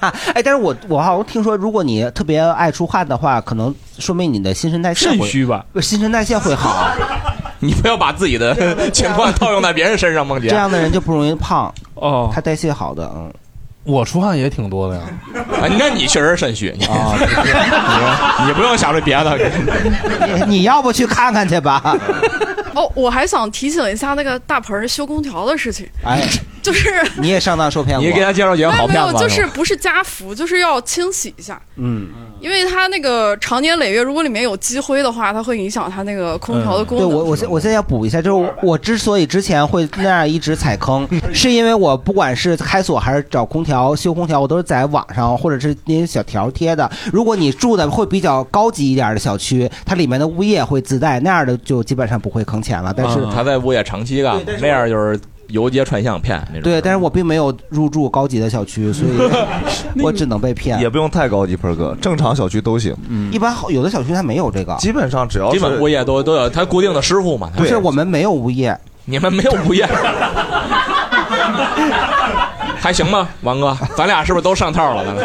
Speaker 4: 啊，哎，但是我我好像听说，如果你特别爱出汗的话，可能说明你的新陈代谢
Speaker 3: 肾
Speaker 4: 会
Speaker 3: 虚吧，
Speaker 4: 不是新陈代谢会 好，
Speaker 3: 你不要把自己 的情况套用在别人身上，梦姐。
Speaker 4: 这样的人就不容易胖
Speaker 5: 哦，
Speaker 4: 他代谢好的，嗯，
Speaker 20: 我出汗也挺多的呀，
Speaker 3: 啊，那你确实肾虚，你、
Speaker 4: 啊
Speaker 3: 你不用想着别的。
Speaker 4: 你要不去看看去 吧？
Speaker 19: 哦，我还想提醒一下那个大盆儿修空调的事情，
Speaker 4: 哎，
Speaker 19: 就是
Speaker 4: 你也上当受骗过，
Speaker 3: 你给他介绍几个好
Speaker 19: 没
Speaker 3: 骗
Speaker 19: 有，
Speaker 3: 子，啊
Speaker 19: 就是不是加氟，就是要清洗一下。
Speaker 4: 嗯，
Speaker 19: 因为它那个常年累月，如果里面有积灰的话，它会影响它那个空调的
Speaker 3: 嗯
Speaker 19: 功
Speaker 4: 对
Speaker 19: 能。
Speaker 4: 我，我现我现在要补一下，就是我我之所以之前会那样一直踩坑，是因为我不管是开锁还是找空调修空调，我都是在网上或者是那些小条贴的。如果你住的会比较高级一点的小区，它里面的物业会自带，那样的就基本上不会坑钱了。 但是
Speaker 3: 嗯他在物业长期干，那样就是游街串巷骗那种。
Speaker 4: 对，但是我并没有入住高级的小区，所以 我只能被骗。
Speaker 2: 也不用太高级，盆儿哥，正常小区都行。
Speaker 4: 嗯，一般好有的小区它没有这个，
Speaker 2: 基本上只要
Speaker 3: 基本物业都都有他固定的师傅嘛。
Speaker 4: 不是我们没有物业，
Speaker 3: 你们没有物业，还行吧，王哥，咱俩是不是都上套了？咱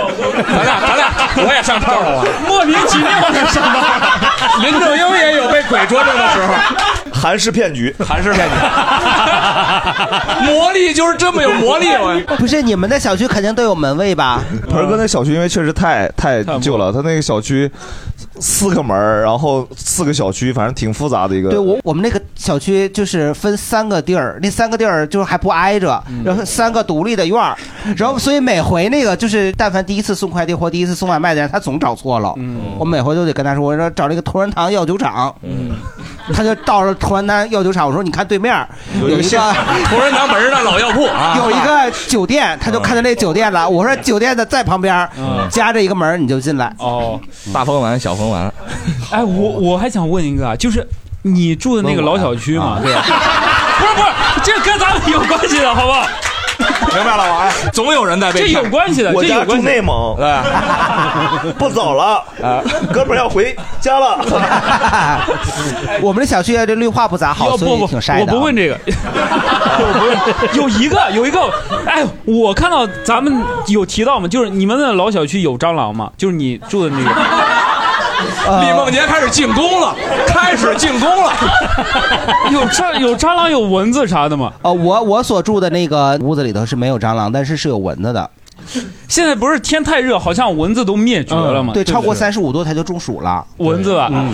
Speaker 3: 俩，咱俩，咱俩，我也上套了。
Speaker 5: 莫名其妙的上
Speaker 3: 当，林正英也有被鬼捉弄的时 候。
Speaker 2: 韩式骗局，
Speaker 3: 韩式骗局， 魔力就是这么有魔力。我
Speaker 4: 不是你们的小区肯定都有门卫吧？
Speaker 2: 盆儿哥那小区因为确实太太旧了，他那个小区四个门儿然后四个小区，反正挺复杂的一个。
Speaker 4: 对我我们那个小区就是分三个地儿，那三个地儿就是还不挨着，
Speaker 3: 嗯
Speaker 4: 然后三个独立的院儿，然后所以每回那个就是但凡第一次送快递或第一次送外卖的人，他总找错了，
Speaker 3: 嗯
Speaker 4: 我每回都得跟他说，我说找那个同仁堂药酒厂，
Speaker 3: 嗯
Speaker 4: 他就到了同仁堂药酒厂，我说你看对面儿
Speaker 3: 有
Speaker 4: 有
Speaker 3: 一
Speaker 4: 一
Speaker 3: 个
Speaker 4: 个
Speaker 3: 同仁堂门上的老药铺啊嗯
Speaker 4: 有一个酒店，他就看见那酒店了，我说酒店的在旁边儿
Speaker 5: 嗯，
Speaker 4: 夹着一个门儿你就进来，
Speaker 5: 哦，
Speaker 3: 大风丸，小风丸。
Speaker 5: 哎，我我还想问一个啊，就是你住的那个老小区嘛，
Speaker 4: 对
Speaker 5: 不是不是，这跟咱们有关系的好不好？
Speaker 2: 明白了吗？哎
Speaker 3: 总有人在被
Speaker 2: 这有关系的我这有家关系住内蒙
Speaker 3: 对，
Speaker 2: 不早了，哥们儿要回家了。
Speaker 4: 我们这小区啊这绿化不咋好，
Speaker 5: 要
Speaker 4: 所
Speaker 5: 不
Speaker 4: 以
Speaker 5: 不，
Speaker 4: 挺晒
Speaker 5: 我
Speaker 4: 的。啊
Speaker 5: 不问这个，我不问。 有一个有一个，哎，我看到咱们有提到嘛，就是你们的老小区有蟑螂吗？就是你住的那个。
Speaker 2: 呃
Speaker 3: 李 梦洁开始进攻了，开始进攻了。
Speaker 5: 有蟑有蟑螂有蚊子啥的吗？
Speaker 4: 哦，我我所住的那个屋子里头是没有蟑螂，但是是有蚊子的。
Speaker 5: 现在不是天太热，好像蚊子都灭绝了吗？
Speaker 4: 呃对，超过
Speaker 5: 不是
Speaker 4: 三十五度它就中暑了。
Speaker 5: 蚊子了。
Speaker 4: 嗯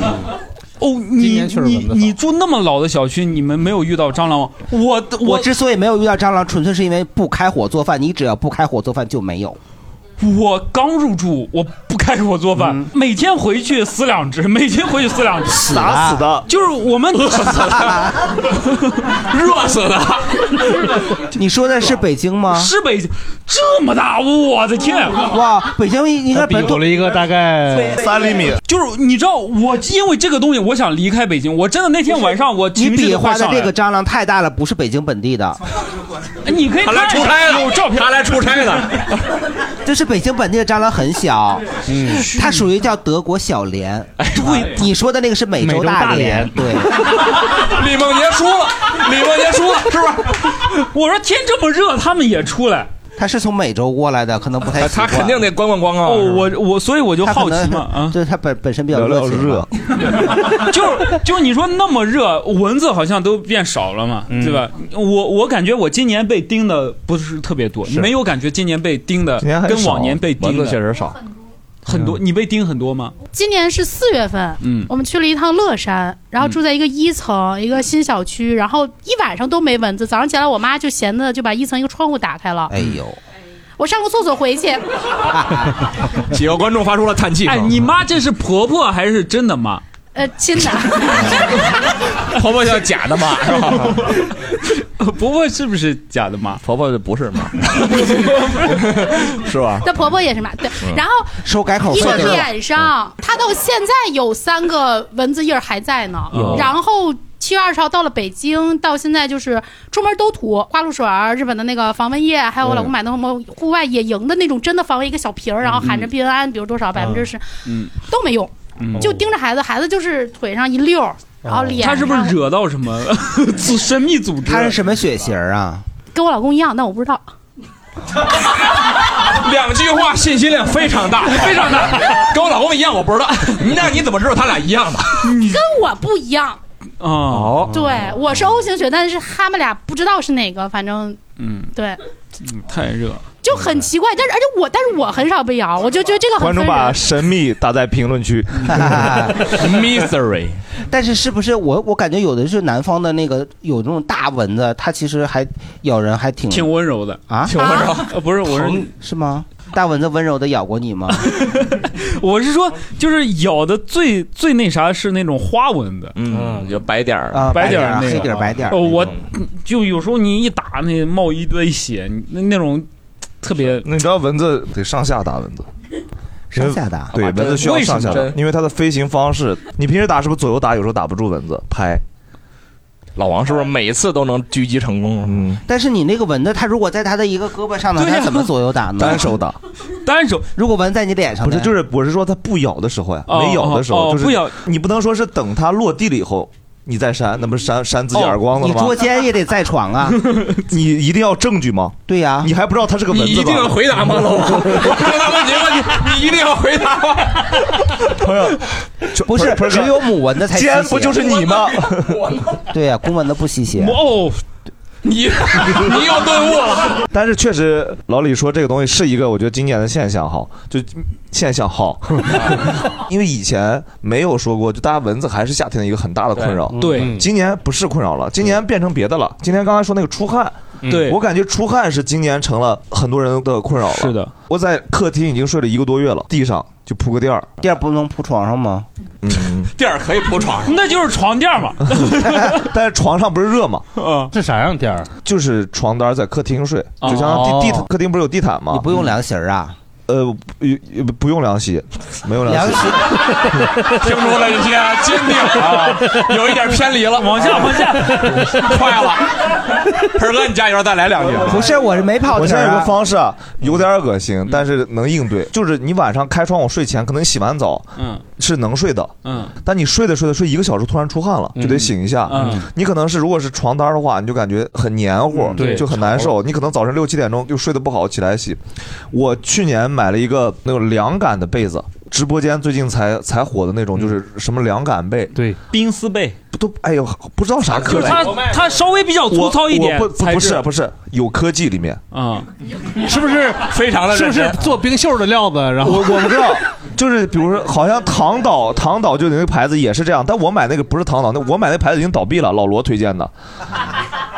Speaker 5: 哦，你你你住那么老的小区，你们没有遇到蟑螂吗？我
Speaker 4: 我之所以没有遇到蟑螂，纯粹是因为不开火做饭。你只要不开火做饭就没有。
Speaker 5: 我刚入住，我不开火做饭，每天回去撕两只，每天回去撕两
Speaker 4: 嗯
Speaker 5: 只，
Speaker 4: 死的打死
Speaker 2: 的，
Speaker 5: 就是 我们
Speaker 4: 饿死的，
Speaker 5: 热死
Speaker 4: 啊
Speaker 5: 的，
Speaker 4: 你说的是北京吗？
Speaker 5: 是北京这么大，我的天！
Speaker 4: 哇，北京应该本土
Speaker 5: 了一个大
Speaker 4: 哎
Speaker 5: 概
Speaker 2: 三厘米
Speaker 5: 就是你知道，我因为这个东西，我想离开北京。我真的那天晚上我
Speaker 4: 你
Speaker 5: 情绪
Speaker 4: 比
Speaker 5: 都
Speaker 4: 划
Speaker 5: 快
Speaker 4: 的
Speaker 5: 上来
Speaker 4: 这个
Speaker 5: 了。
Speaker 4: 蟑螂太大了，不是北京本地 的，
Speaker 5: 哎你可以
Speaker 3: 他来
Speaker 5: 看
Speaker 3: 出差的
Speaker 5: 有照片，
Speaker 3: 他来出差的。
Speaker 4: 就是北京本地的蟑螂很小，嗯，它属于叫德国小蠊。对，你说的那个是美洲大蠊，对。
Speaker 3: 李梦洁输了，李梦洁输了， 是吧？
Speaker 5: 我说天这么热，他们也出来。
Speaker 4: 它是从美洲过来的，可能不太习
Speaker 3: 他
Speaker 4: 惯。
Speaker 3: 肯定得咣咣咣啊！
Speaker 5: 哦，我我所以我就
Speaker 4: 它
Speaker 5: 好
Speaker 4: 可
Speaker 5: 奇
Speaker 4: 能
Speaker 5: 嘛， 啊，
Speaker 4: 对，它本本身比较
Speaker 5: 聊聊
Speaker 4: 热情嘛。
Speaker 5: 就是就是你说那么热，蚊子好像都变少了嘛，
Speaker 3: 嗯
Speaker 5: 对吧？我我感觉我今年被叮的不是特别多，你们有感觉今年被叮的
Speaker 2: 今年很
Speaker 5: 跟
Speaker 2: 少
Speaker 5: 往年被叮
Speaker 2: 蚊
Speaker 5: 的
Speaker 2: 子确实少，
Speaker 5: 很
Speaker 3: 嗯
Speaker 5: 多。你被叮很多吗？
Speaker 12: 今年是四月份，
Speaker 5: 嗯
Speaker 12: 我们去了一趟乐山，然后住在一个一层、一个新小区，然后一晚上都没蚊子。早上起来，我妈就闲的就把一层一个窗户打开了。
Speaker 4: 哎呦，
Speaker 12: 我上个厕所回去，
Speaker 3: 几个观众发出了叹气
Speaker 5: 哎，你妈这是婆婆还是真 的妈？
Speaker 12: 呃，亲的，
Speaker 5: 婆婆叫假的妈是吧？ 婆婆是不是假的妈？
Speaker 2: 婆婆不是妈，是吧？
Speaker 12: 那婆婆也是嘛，对
Speaker 2: 嗯。
Speaker 12: 然后
Speaker 4: 收改口
Speaker 12: 一
Speaker 4: 费
Speaker 12: 个
Speaker 4: 的时候
Speaker 12: 脸上，它到现在有三个蚊子印儿还在呢
Speaker 4: 哟。
Speaker 12: 然后七月二十号到了北京，到现在就是出门都涂花露水儿、日本的那个防蚊液，还有我
Speaker 5: 嗯
Speaker 12: 老公买的什么户外野营的那种真的防蚊一个小瓶儿，然后含着必恩胺，比如多少百分之十，
Speaker 5: 嗯，
Speaker 12: 都没用。就盯着孩子，孩子就是腿上一溜儿，然后脸上
Speaker 5: 她哦是不是惹到什么 组神秘组织？
Speaker 4: 它是什么血型啊？
Speaker 12: 跟我老公一样？但我不知道。
Speaker 3: 两句话信息量非常大，非常大，跟我老公一样，我不知道。那你怎么知道他俩一样的？
Speaker 12: 跟我不一样，
Speaker 5: 嗯哦
Speaker 12: 对，我是 O 型血，但是他们俩不知道是哪个，反正
Speaker 5: 嗯，
Speaker 12: 对。
Speaker 5: 太热。
Speaker 12: 就很奇怪，但是而且我，但是我很少被咬，我就觉得这个
Speaker 2: 哦
Speaker 12: 很
Speaker 2: 观
Speaker 12: 分
Speaker 2: 众把
Speaker 12: 人。
Speaker 2: 神秘打在评论 区
Speaker 4: Misery 但是是不是我我感觉有的是南方的那个有那种大蚊子，它其实还咬人还挺
Speaker 5: 挺温柔的
Speaker 4: 啊，
Speaker 5: 挺温柔呃不是我是
Speaker 4: 疼是吗？大蚊子温柔的咬过你 吗？
Speaker 5: 我是说，就是咬的最最那啥是那种花蚊子，
Speaker 3: 嗯，有白点儿
Speaker 4: 啊
Speaker 5: 白点
Speaker 4: 白点儿
Speaker 5: 儿那个
Speaker 4: 黑点儿白点儿
Speaker 5: 哦，我
Speaker 3: 嗯
Speaker 5: 就有时候你一打那冒一堆血，那那种特别。
Speaker 2: 你知道蚊子得上下打蚊子。
Speaker 4: 上下打
Speaker 2: 对，
Speaker 4: 啊
Speaker 2: 蚊子需要
Speaker 4: 为什
Speaker 2: 上
Speaker 4: 么
Speaker 2: 下打
Speaker 4: 真，
Speaker 2: 因为它的飞行方式。你平时打是不是左右打？有时候打不住蚊子，拍。
Speaker 3: 老王是不是每次都能狙击成功？
Speaker 2: 嗯，
Speaker 4: 但是你那个蚊子，它如果在它的一个胳膊上呢，
Speaker 2: 对呀
Speaker 4: 它怎么左右打呢？
Speaker 2: 嗯单手打，
Speaker 5: 单手。
Speaker 4: 如果蚊在你脸上呢，
Speaker 2: 不是，就是我是说它不咬的时候呀，
Speaker 4: 哦
Speaker 2: 没咬的时
Speaker 4: 哦
Speaker 2: 候，就是
Speaker 4: 不咬。
Speaker 2: 你不能说是等它落地了以后你再扇，那不是扇扇自
Speaker 5: 哦
Speaker 2: 己耳光
Speaker 4: 哦
Speaker 2: 了
Speaker 4: 你
Speaker 2: 吗？
Speaker 4: 捉奸也得在床啊！
Speaker 2: 你一定要证据吗？
Speaker 4: 对呀、
Speaker 2: 你还不知道它是个蚊子
Speaker 3: 你一定要回答吗，老 王？我刚才问你问题，你一定要回答吗？
Speaker 2: 朋友，
Speaker 4: 不是只有母蚊子才吸血
Speaker 2: 奸不就是你 吗？
Speaker 4: 对呀、公蚊子不吸血。
Speaker 5: 哦，
Speaker 3: 你 你又顿悟了。
Speaker 2: 但是确实，老李说这个东西是一个我觉得今年的现象哈，就现象 好，因为以前没有说过，就大家蚊子还是夏天的一个很大的困扰。
Speaker 5: 对嗯
Speaker 2: 今年不是困扰了，今年变成别的了。今天刚才说那个出汗，
Speaker 5: 嗯对
Speaker 2: 我感觉出汗是今年成了很多人的困扰了。
Speaker 5: 是的，
Speaker 2: 我在客厅已经睡了一个多月了，地上就铺个垫儿，
Speaker 4: 垫儿不能铺床上吗？
Speaker 2: 嗯，
Speaker 3: 垫儿可以铺床上，
Speaker 5: 那就是床垫 嘛。
Speaker 2: 但是床上不是热吗？
Speaker 5: 嗯，
Speaker 2: 是啥样垫儿？就是床单在客厅睡，
Speaker 4: 哦
Speaker 2: 就像地地客厅不是有地毯吗？
Speaker 4: 你不用凉席儿啊？
Speaker 2: 呃，不不用凉席，没有 凉席。
Speaker 3: 听出来一些坚定啊，有一点偏离了，往
Speaker 5: 下往下，
Speaker 3: 快了，盆儿哥，你加油，再来两句。
Speaker 4: 不是，我是没跑
Speaker 2: 我
Speaker 4: 题
Speaker 2: 现在
Speaker 4: 儿
Speaker 2: 有个
Speaker 4: 啊。
Speaker 2: 方式啊，有点恶
Speaker 3: 嗯
Speaker 2: 心，但是能应对，就是你晚上开窗，我睡前可能洗完澡，
Speaker 5: 嗯，
Speaker 2: 是能睡的，
Speaker 5: 嗯，
Speaker 2: 但你睡着睡着睡一个小时，突然出汗了，就得醒一下，
Speaker 5: 嗯，
Speaker 2: 你可能是如果是床单的话，你就感觉很黏糊，
Speaker 5: 嗯对
Speaker 2: 就很难受，你可能早晨六七点钟就睡得不好，起来洗。我去年买了一个那种凉感的被子。直播间最近才才火的那
Speaker 5: 嗯
Speaker 2: 种，就是什么凉感被，
Speaker 1: 对，
Speaker 5: 冰丝被
Speaker 2: 都，哎呦，不知道啥科
Speaker 5: 就
Speaker 2: 技
Speaker 5: 是，它它稍微比较粗糙一点
Speaker 2: 我我不不
Speaker 5: 材
Speaker 2: 不
Speaker 5: 质
Speaker 2: 是不是有科技里面，
Speaker 5: 嗯，
Speaker 1: 是不是
Speaker 5: 非常
Speaker 1: 是不是做冰袖的料子？然后
Speaker 2: 我我不知道，就是比如说，好像唐岛唐岛就有那个牌子也是这样，但我买那个不是唐岛，那我买那牌子已经倒闭了，老罗推荐的。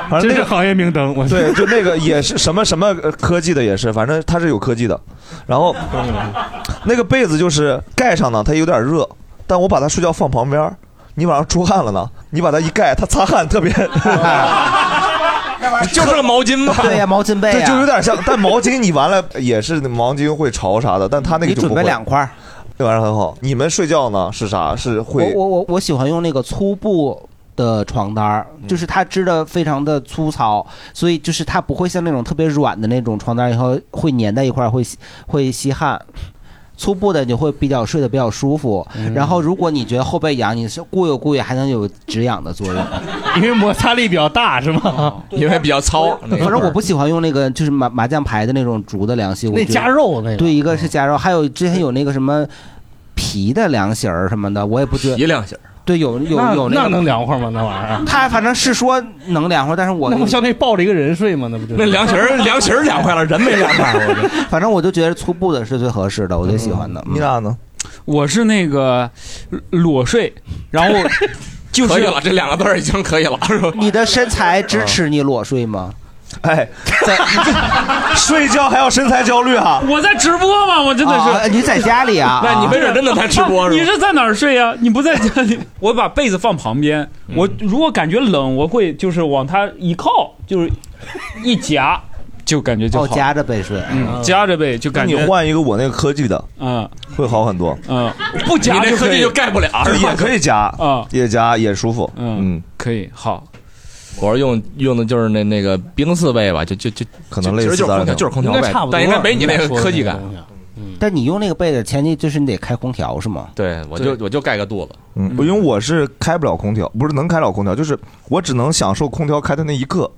Speaker 2: 反正那
Speaker 1: 真是
Speaker 2: 个
Speaker 1: 行业明灯，我
Speaker 2: 对，就那个也是什么什么呃科技的，也是，反正它是有科技的。然后那个被子就是盖上呢，它有点热，但我把它睡觉放旁边儿，你晚上出汗了呢，你把它一盖，它擦汗 特别。
Speaker 3: 就是个毛巾嘛，
Speaker 4: 对呀、毛巾被啊
Speaker 2: 哎对，
Speaker 4: 呀
Speaker 2: 就 有点像，但毛巾你完了也是毛巾会潮啥的，但他那个
Speaker 4: 你
Speaker 2: 就不
Speaker 4: 准备
Speaker 2: 会
Speaker 4: 两块儿，
Speaker 2: 那玩意儿很好。你们睡觉呢是啥？是会
Speaker 4: 我我我我喜欢用那个粗布的床单儿，就是它织的非常的粗糙，所以就是它不会像那种特别软的那种床单儿，以后会粘在一块儿，会吸会吸汗。粗布的你会比较睡得比较舒服，然后如果你觉得后背痒，你是固有固有还能有止痒的作用，
Speaker 1: 因为摩擦力比较大是吗？
Speaker 3: 因为比较糙。
Speaker 4: 反正我不喜欢用那个，就是麻麻将牌的那种竹的凉席，我
Speaker 1: 那
Speaker 4: 觉得
Speaker 1: 加肉那个嗯
Speaker 4: 对，一个是加肉，还有之前有那个什么皮的凉席儿什么的，我也不觉得
Speaker 3: 皮凉席儿。
Speaker 4: 对，有有
Speaker 1: 那
Speaker 4: 有
Speaker 1: 那
Speaker 4: 个
Speaker 1: 能凉快吗？那玩意 儿，
Speaker 4: 他反正是说能凉快，但是我
Speaker 1: 那不相当于抱着一个人睡吗？那不就
Speaker 4: 那凉席儿凉席儿凉快
Speaker 3: 了，人没凉快。
Speaker 4: 反正我就觉得粗布的是最合适的，我最喜欢的。
Speaker 3: 嗯
Speaker 4: 嗯
Speaker 2: 你俩呢？
Speaker 5: 我是那个呃裸睡，然后就是
Speaker 3: 可以了，这两个字儿已经可以了，是吧？
Speaker 4: 你的身材支持你裸睡吗？
Speaker 2: 哎， 睡觉还要身材焦虑啊！
Speaker 5: 我在直播嘛，我真的是、
Speaker 4: 啊你在家里 啊那你没准真的在直播是吧
Speaker 5: 你是在哪儿睡呀、你不在家里？我把被子放旁边，
Speaker 4: 嗯
Speaker 5: 我如果感觉冷，我会就是往它一靠，就是一夹，就感觉就好。
Speaker 4: 哦，夹着被睡，
Speaker 5: 嗯，夹着被就感觉
Speaker 2: 那你换一个我那个科技的，
Speaker 5: 嗯，
Speaker 2: 会好很多。
Speaker 5: 嗯，不夹
Speaker 3: 你那
Speaker 5: 就
Speaker 3: 科
Speaker 5: 可
Speaker 3: 技
Speaker 5: 以
Speaker 3: 就盖 不了，
Speaker 2: 就是
Speaker 3: 吧
Speaker 2: 也可以夹
Speaker 5: 啊，
Speaker 2: 也夹也舒服。
Speaker 5: 嗯，可以好。
Speaker 14: 我是用用的就是那那个冰丝被吧，就就就可
Speaker 2: 能
Speaker 3: 类似的那种应该差不多但应该没你那个科技感。
Speaker 4: 但你用那个被子，前提就是你得开空调是吗？
Speaker 14: 对，我就我就盖个肚子。
Speaker 2: 嗯，因为我是开不了空调，不是能开了空调，就是我只能享受空调开的那一刻，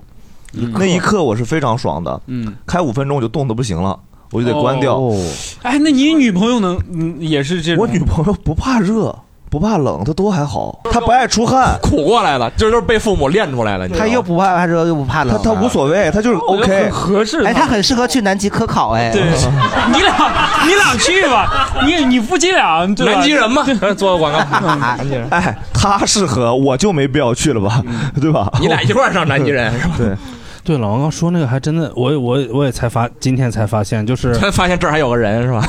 Speaker 2: 那一刻我是非常爽的。
Speaker 5: 嗯，
Speaker 2: 开五分钟我就冻得不行了，我就得关掉。
Speaker 5: 哦哎，那你女朋友能嗯也是这种？
Speaker 2: 我女朋友不怕热，不怕冷，她都还好，她不爱出汗，
Speaker 3: 苦过来了，这就是被父母练出来了。你知道
Speaker 4: 他
Speaker 3: 吗
Speaker 4: 又不怕热又不怕冷，啊
Speaker 3: 他他无
Speaker 2: 所谓，他就是
Speaker 3: 我觉得 OK 很合适
Speaker 4: 哎，
Speaker 3: 他
Speaker 4: 他很适合去南极科考，哎，
Speaker 5: 对，你俩你俩去吧，你你夫妻俩对吧？
Speaker 3: 南极人 嘛，做广告。
Speaker 2: 哎，她适合，我就没必要去了吧，
Speaker 5: 嗯
Speaker 2: 对吧？
Speaker 3: 你俩一块儿上南极人是吧？
Speaker 2: 对。
Speaker 1: 对，老王刚说那个还真的，我我我也才发，今天才发现，就是
Speaker 3: 突然发现这儿还有个人 是吧？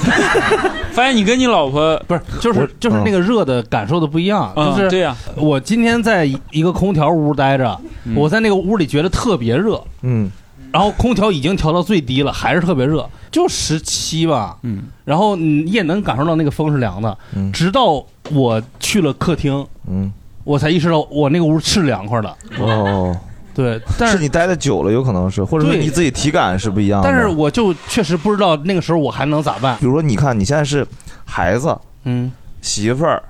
Speaker 5: 发现你跟你老婆
Speaker 1: 不是，就是就是那个热的感受的不一样，
Speaker 5: 嗯
Speaker 1: 就是
Speaker 5: 对呀
Speaker 1: 我今天在一个空调屋待着，我在那个屋里觉得特别热，
Speaker 2: 嗯，
Speaker 1: 然后空调已经调到最低了，还是特别热，就十七吧，
Speaker 5: 嗯，
Speaker 1: 然后你也能感受到那个风是凉的，直到我去了客厅，
Speaker 2: 嗯，
Speaker 1: 我才意识到我那个屋是凉快的，
Speaker 2: 哦，
Speaker 1: 对，
Speaker 2: 但是你待的久了，有可能是，或者说
Speaker 1: 对
Speaker 2: 你自己体感是不一样的。
Speaker 1: 但是我就确实不知道那个时候我还能咋办，
Speaker 2: 比如说，你看你现在是孩子，
Speaker 1: 嗯，
Speaker 2: 媳妇儿，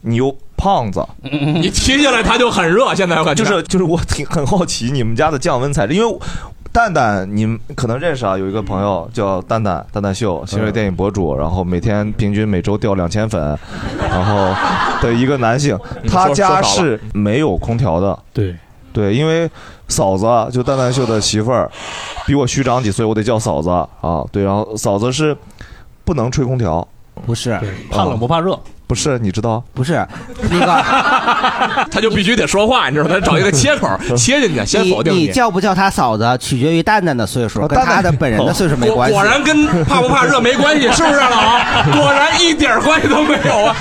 Speaker 2: 你又胖 子，
Speaker 3: 你提起来他就很热，现在我感觉
Speaker 2: 就是就是我挺很好奇你们家的降温材质，因为我蛋蛋你们可能认识啊，有一个朋友叫蛋蛋蛋蛋
Speaker 1: 嗯
Speaker 2: 秀，新锐电影博主，然后每天平均每周掉两千粉，然后的一个男性，
Speaker 1: 你嗯说
Speaker 2: 他家
Speaker 1: 说少了
Speaker 2: 是没有空调的，
Speaker 1: 对。
Speaker 2: 对，因为嫂子啊就蛋蛋秀的媳妇儿，比我虚长几岁，我得叫嫂子啊。对，然后嫂子是不能吹空调，
Speaker 4: 不是
Speaker 1: 怕冷不怕热，
Speaker 2: 不是你知道？
Speaker 4: 不是，
Speaker 3: 他就必须得说话，你知道吗？他找一个 切口切进去， 先否定
Speaker 4: 你叫不叫他嫂子，取决于蛋蛋的岁
Speaker 2: 哦
Speaker 4: 数，跟他的本人的岁数没
Speaker 3: 果
Speaker 4: 关系。
Speaker 3: 果然跟怕不怕热没关系，是不是 老王？果然一点关系都没有啊！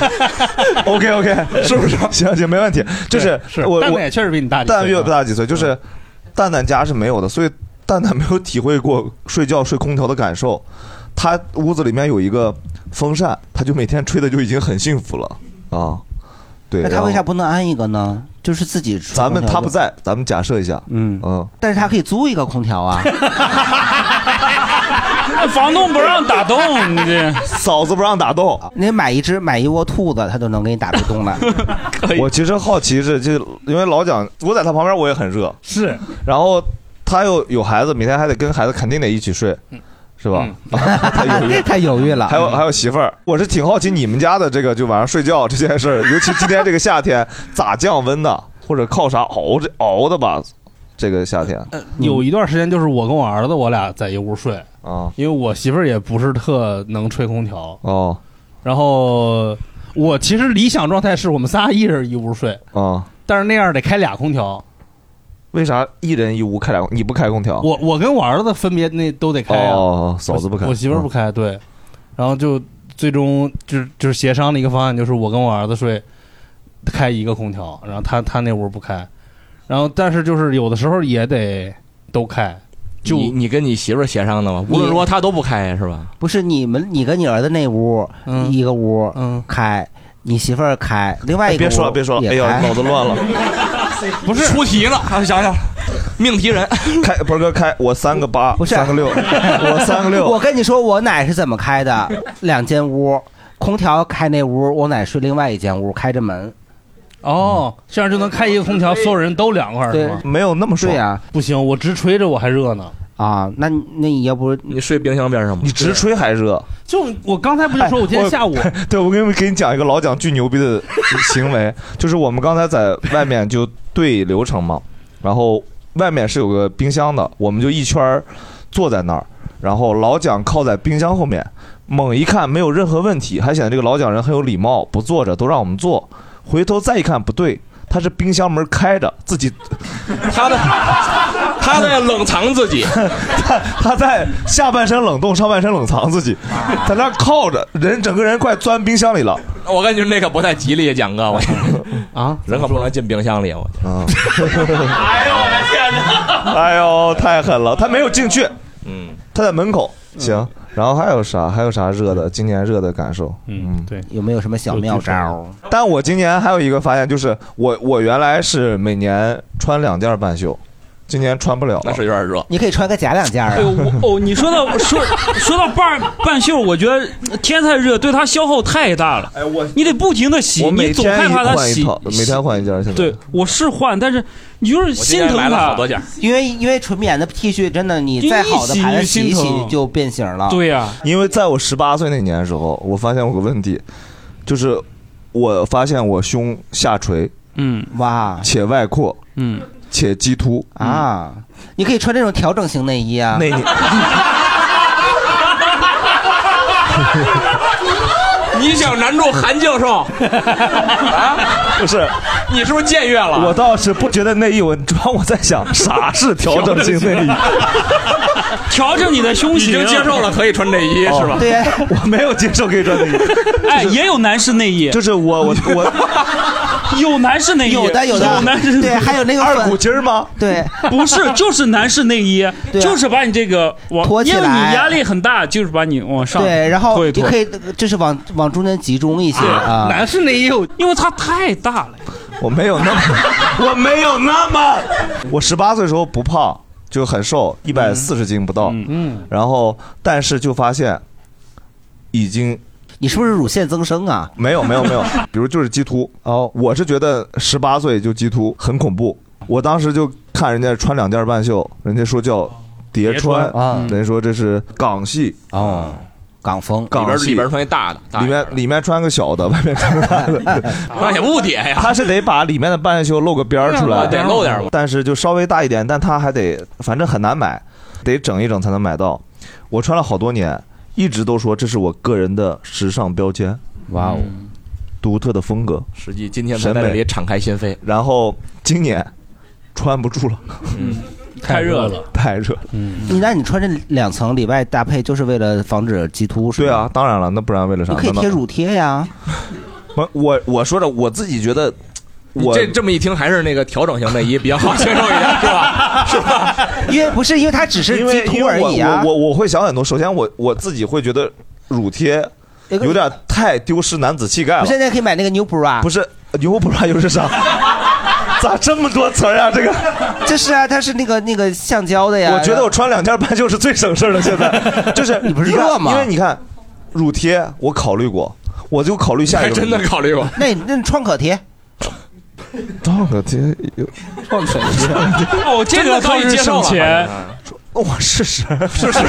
Speaker 2: OK OK，是不是？ 行行，没问题。就是
Speaker 1: 是
Speaker 2: 我
Speaker 1: 蛋
Speaker 2: 我
Speaker 1: 蛋也确实比你大几岁啊嗯
Speaker 2: 蛋比我大几岁，就是蛋蛋家是没有的，所以蛋蛋没有体会过睡觉睡空调的感受。他屋子里面有一个风扇，他就每天吹的就已经很幸福了啊。对，
Speaker 4: 那他
Speaker 2: 然后
Speaker 4: 为啥不能安一个呢？就是自己吹
Speaker 2: 咱们
Speaker 4: 空调
Speaker 2: 他
Speaker 4: 就
Speaker 2: 不在，咱们假设一下，嗯嗯，
Speaker 4: 但是他可以租一个空调 啊。
Speaker 5: 房东不让打洞，你这
Speaker 2: 嫂子不让打洞，
Speaker 4: 你买一只买一窝兔子，他都能给你打出洞来。
Speaker 2: 我其实好奇是，就因为老蒋，我在他旁边我也很热，
Speaker 20: 是，
Speaker 2: 然后他又有孩子，每天还得跟孩子肯定得一起睡，是 吧？
Speaker 4: 太犹豫了，
Speaker 2: 还有还有媳妇儿，我是挺好奇你们家的这个就晚上睡觉这件事儿，尤其今天这个夏天咋降温呢？或者靠啥熬这熬的吧？这个夏天，
Speaker 1: 有一段时间就是我跟我儿子，我俩在一屋睡
Speaker 2: 啊，
Speaker 1: 因为我媳妇儿也不是特能吹空调
Speaker 2: 哦。
Speaker 1: 然后我其实理想状态是我们仨一人一屋睡
Speaker 2: 啊，
Speaker 1: 但是那样得开俩空调。
Speaker 2: 为啥一人一屋开俩？你不开空调？
Speaker 1: 我我跟我儿子分别那都得开啊，
Speaker 2: 啊哦嫂子不开
Speaker 1: 我媳妇儿不开，对。然后就最终就是就是协商的一个方案，就是我跟我儿子睡，开一个空调，然后他他那屋不开，然后但是就是有的时候也得都开，就
Speaker 14: 你你跟你媳妇儿协商的 吗？无论如何她都不开是吧？
Speaker 4: 不是你们，你跟你儿子那屋、
Speaker 3: 嗯
Speaker 4: 一个屋、开，你媳妇儿开，另外一个
Speaker 2: 别说了别说了哎呦脑子乱了。
Speaker 4: 不是
Speaker 3: 出题了，还想想命题人
Speaker 2: 啊开博哥开我三个八，
Speaker 4: 不是
Speaker 2: 三个 六， 我三个六
Speaker 4: 我，跟你说，我奶是怎么开的？两间屋，空调开那屋，我奶睡另外一间屋，开着门。
Speaker 1: 哦，这样就能开一个空调，所有人都凉快儿是吗？
Speaker 2: 没有那么
Speaker 4: 对呀、
Speaker 1: 不行，我直吹着我还热呢。
Speaker 4: 啊，那那你要不
Speaker 14: 你睡冰箱边上吗？
Speaker 2: 你直吹还热。
Speaker 1: 就我刚才不就说我今天下午
Speaker 2: 对哎我给你给你讲一个老蒋巨牛逼的行为，就是我们刚才在外面就对流程嘛，然后外面是有个冰箱的，我们就一圈儿坐在那儿，然后老蒋靠在冰箱后面，猛一看没有任何问题，还显得这个老蒋人很有礼貌，不坐着都让我们坐，回头再一看不对，他是冰箱门开着，自己
Speaker 3: 他的他在冷藏自 己，
Speaker 2: 他他在下半身冷冻，上半身冷藏自己，在那儿靠着，人整个人快钻冰箱里了。
Speaker 14: 我感觉那可不太吉利，蒋哥，我
Speaker 1: 啊，
Speaker 14: 人可不能进冰箱里，我
Speaker 2: 啊， 哎呦，太狠了！他没有进去，
Speaker 14: 嗯，
Speaker 2: 他在门口。行，然后还有啥？还有啥热的？今年热的感受？嗯，
Speaker 1: 对，
Speaker 4: 有没有什么小妙招？
Speaker 2: 但我今年还有一个发现，就是我我原来是每年穿两件半袖，今年穿不了，那
Speaker 14: 是有点热。
Speaker 4: 你可以穿个假两件啊
Speaker 5: 哎。呦，我哦，你说到说说到半半袖，我觉得天太热，对它消耗太大了。
Speaker 2: 哎，我
Speaker 5: 你得不停的洗，
Speaker 2: 我
Speaker 5: 你
Speaker 2: 每
Speaker 5: 总
Speaker 2: 天
Speaker 5: 害
Speaker 2: 一
Speaker 5: 怕它
Speaker 2: 换一
Speaker 5: 洗
Speaker 2: 套，，每天换一件。现在
Speaker 5: 对，我是换，但是你就是心疼它。
Speaker 14: 件，
Speaker 4: 因为因为纯棉的 T 恤真的，
Speaker 5: 就
Speaker 4: 你
Speaker 5: 一
Speaker 4: 再好的
Speaker 5: 洗
Speaker 4: 牌
Speaker 5: 你
Speaker 4: 子洗
Speaker 5: 心
Speaker 4: 一洗
Speaker 5: 疼
Speaker 4: 就变形了。
Speaker 2: 因为在我十八岁那年的时候，我发现我有个问题，就是我发现我胸下垂，
Speaker 5: 嗯，
Speaker 4: 哇，
Speaker 2: 且外扩，
Speaker 5: 嗯，
Speaker 2: 且激突
Speaker 4: 啊，你可以穿这种调整型内衣啊。
Speaker 2: 内
Speaker 3: 你想难住韩教授啊？
Speaker 2: 不是，
Speaker 3: 你是不是僭越了？
Speaker 2: 我倒是不觉得内衣，我主要我在想啥是调整性内衣，
Speaker 5: 调整你的胸型，啊
Speaker 3: 已经接受了可以穿内衣是
Speaker 4: 哦
Speaker 3: 吧？
Speaker 4: 对，
Speaker 2: 哦 我没有接受可以穿内衣，
Speaker 5: 哎，也有男士内衣，
Speaker 2: 就是我我
Speaker 5: 我 有男士内衣，
Speaker 4: 有的有的
Speaker 5: 男士内衣
Speaker 4: 对还有那个二粉股
Speaker 2: 筋吗？
Speaker 4: 对，
Speaker 5: 不是，就是男士内衣，就是把你这个往
Speaker 4: 啊托起来
Speaker 5: 因为你压力很大，就是把你往上
Speaker 4: 对，然后
Speaker 5: 拖一
Speaker 4: 你
Speaker 5: 拖
Speaker 4: 可以就是往往中间集中一些啊。
Speaker 5: 士内衣有，因为它太大了。
Speaker 2: 我没有那么，我没有那么，我十八岁的时候不胖，就很瘦，一百四十斤不到，
Speaker 1: 嗯，
Speaker 2: 然后但是就发现已经。
Speaker 4: 你是不是乳腺增生啊？
Speaker 2: 没有没有没 有，比如就是鸡突哦，我是觉得十八岁就鸡突很恐怖，我当时就看人家穿两件半袖，人家说叫叠穿
Speaker 4: 叠穿啊
Speaker 2: 人家说这是港系
Speaker 4: 哦，港风，
Speaker 2: 港系
Speaker 14: 里边里边穿一大的大
Speaker 2: 里面里面穿个小的，外面穿个大的，
Speaker 14: 那也误解呀。
Speaker 2: 他是得把里面的半袖露个边儿出来，
Speaker 14: 对啊得露点儿嘛
Speaker 2: 但是就稍微大一点，但他还得，反正很难买，得整一整才能买到。我穿了好多年，一直都说这是我个人的时尚标签。
Speaker 4: 哇哦，
Speaker 2: 独特的风格，
Speaker 14: 实际今天才
Speaker 2: 审美
Speaker 14: 在这里敞开心扉，
Speaker 2: 然后今年穿不住了，
Speaker 14: 嗯，
Speaker 4: 太热了，
Speaker 2: 太热了。嗯
Speaker 4: 你那你穿这两层里外搭配，就是为了防止鸡突是吧？
Speaker 2: 对啊，当然了，那不然为了啥？
Speaker 4: 你可以贴乳贴呀。
Speaker 2: 不，我我说着我自己觉得，我
Speaker 14: 这这么一听还是那个调整型内衣比较好接受一点，是吧？是吧？
Speaker 4: 因为不是因为它只是
Speaker 2: 因为
Speaker 4: 鸡突而已啊
Speaker 2: 因为我我我会想很多，首先我我自己会觉得乳贴有点太丢失男子气概
Speaker 4: 我
Speaker 2: 了。
Speaker 4: 现在可以买那个 New Bra，
Speaker 2: 不是牛 bra 又是啥？咋这么多词儿啊？这个，
Speaker 4: 这是啊，它是那个那个橡胶的呀。
Speaker 2: 我觉得我穿两件半袖是最省事儿的。现在就是你不
Speaker 4: 是热吗
Speaker 2: 因为你看，乳贴我考虑过，我就考虑下一个。
Speaker 4: 还真的考
Speaker 2: 虑过，
Speaker 4: 那那创可贴，
Speaker 2: 创可贴 有
Speaker 4: 创可贴，
Speaker 5: 哦，这个可以省钱。
Speaker 2: 哦我试 试，是不
Speaker 4: 是？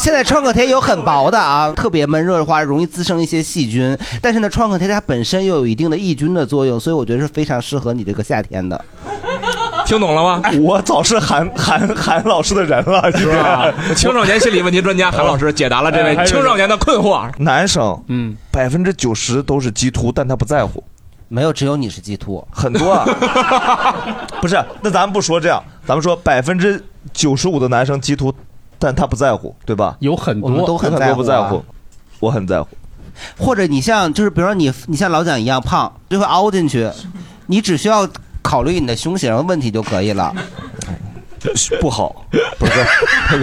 Speaker 4: 现在创可贴有很薄的啊，特别闷热的话容易滋生一些细菌，但是呢，创可贴它本身又有一定的抑菌的作用，所以我觉得是非常适合你这个夏天的。
Speaker 3: 听懂了吗？
Speaker 2: 我早是韩韩韩老师的人了，是
Speaker 3: 吧？青少年心理问题专家韩老师解答了这位青少年的困惑。
Speaker 2: 男生，嗯，百分之九十都是鸡突，但他不在乎。
Speaker 4: 没有，只有你是鸡突，
Speaker 2: 很多 啊。不是，那咱们不说这样，咱们说百分之九十五的男生鸡突，但他不在乎，对吧？
Speaker 1: 有很
Speaker 4: 多我们都很
Speaker 2: 很
Speaker 4: 在
Speaker 2: 多
Speaker 4: 乎
Speaker 2: 不在
Speaker 4: 啊
Speaker 2: 乎，我很在乎。
Speaker 4: 或者你像就是比如说你你像老蒋一样胖，就会凹进去，你只需要考虑你的胸型问题就可以了。
Speaker 2: 不好，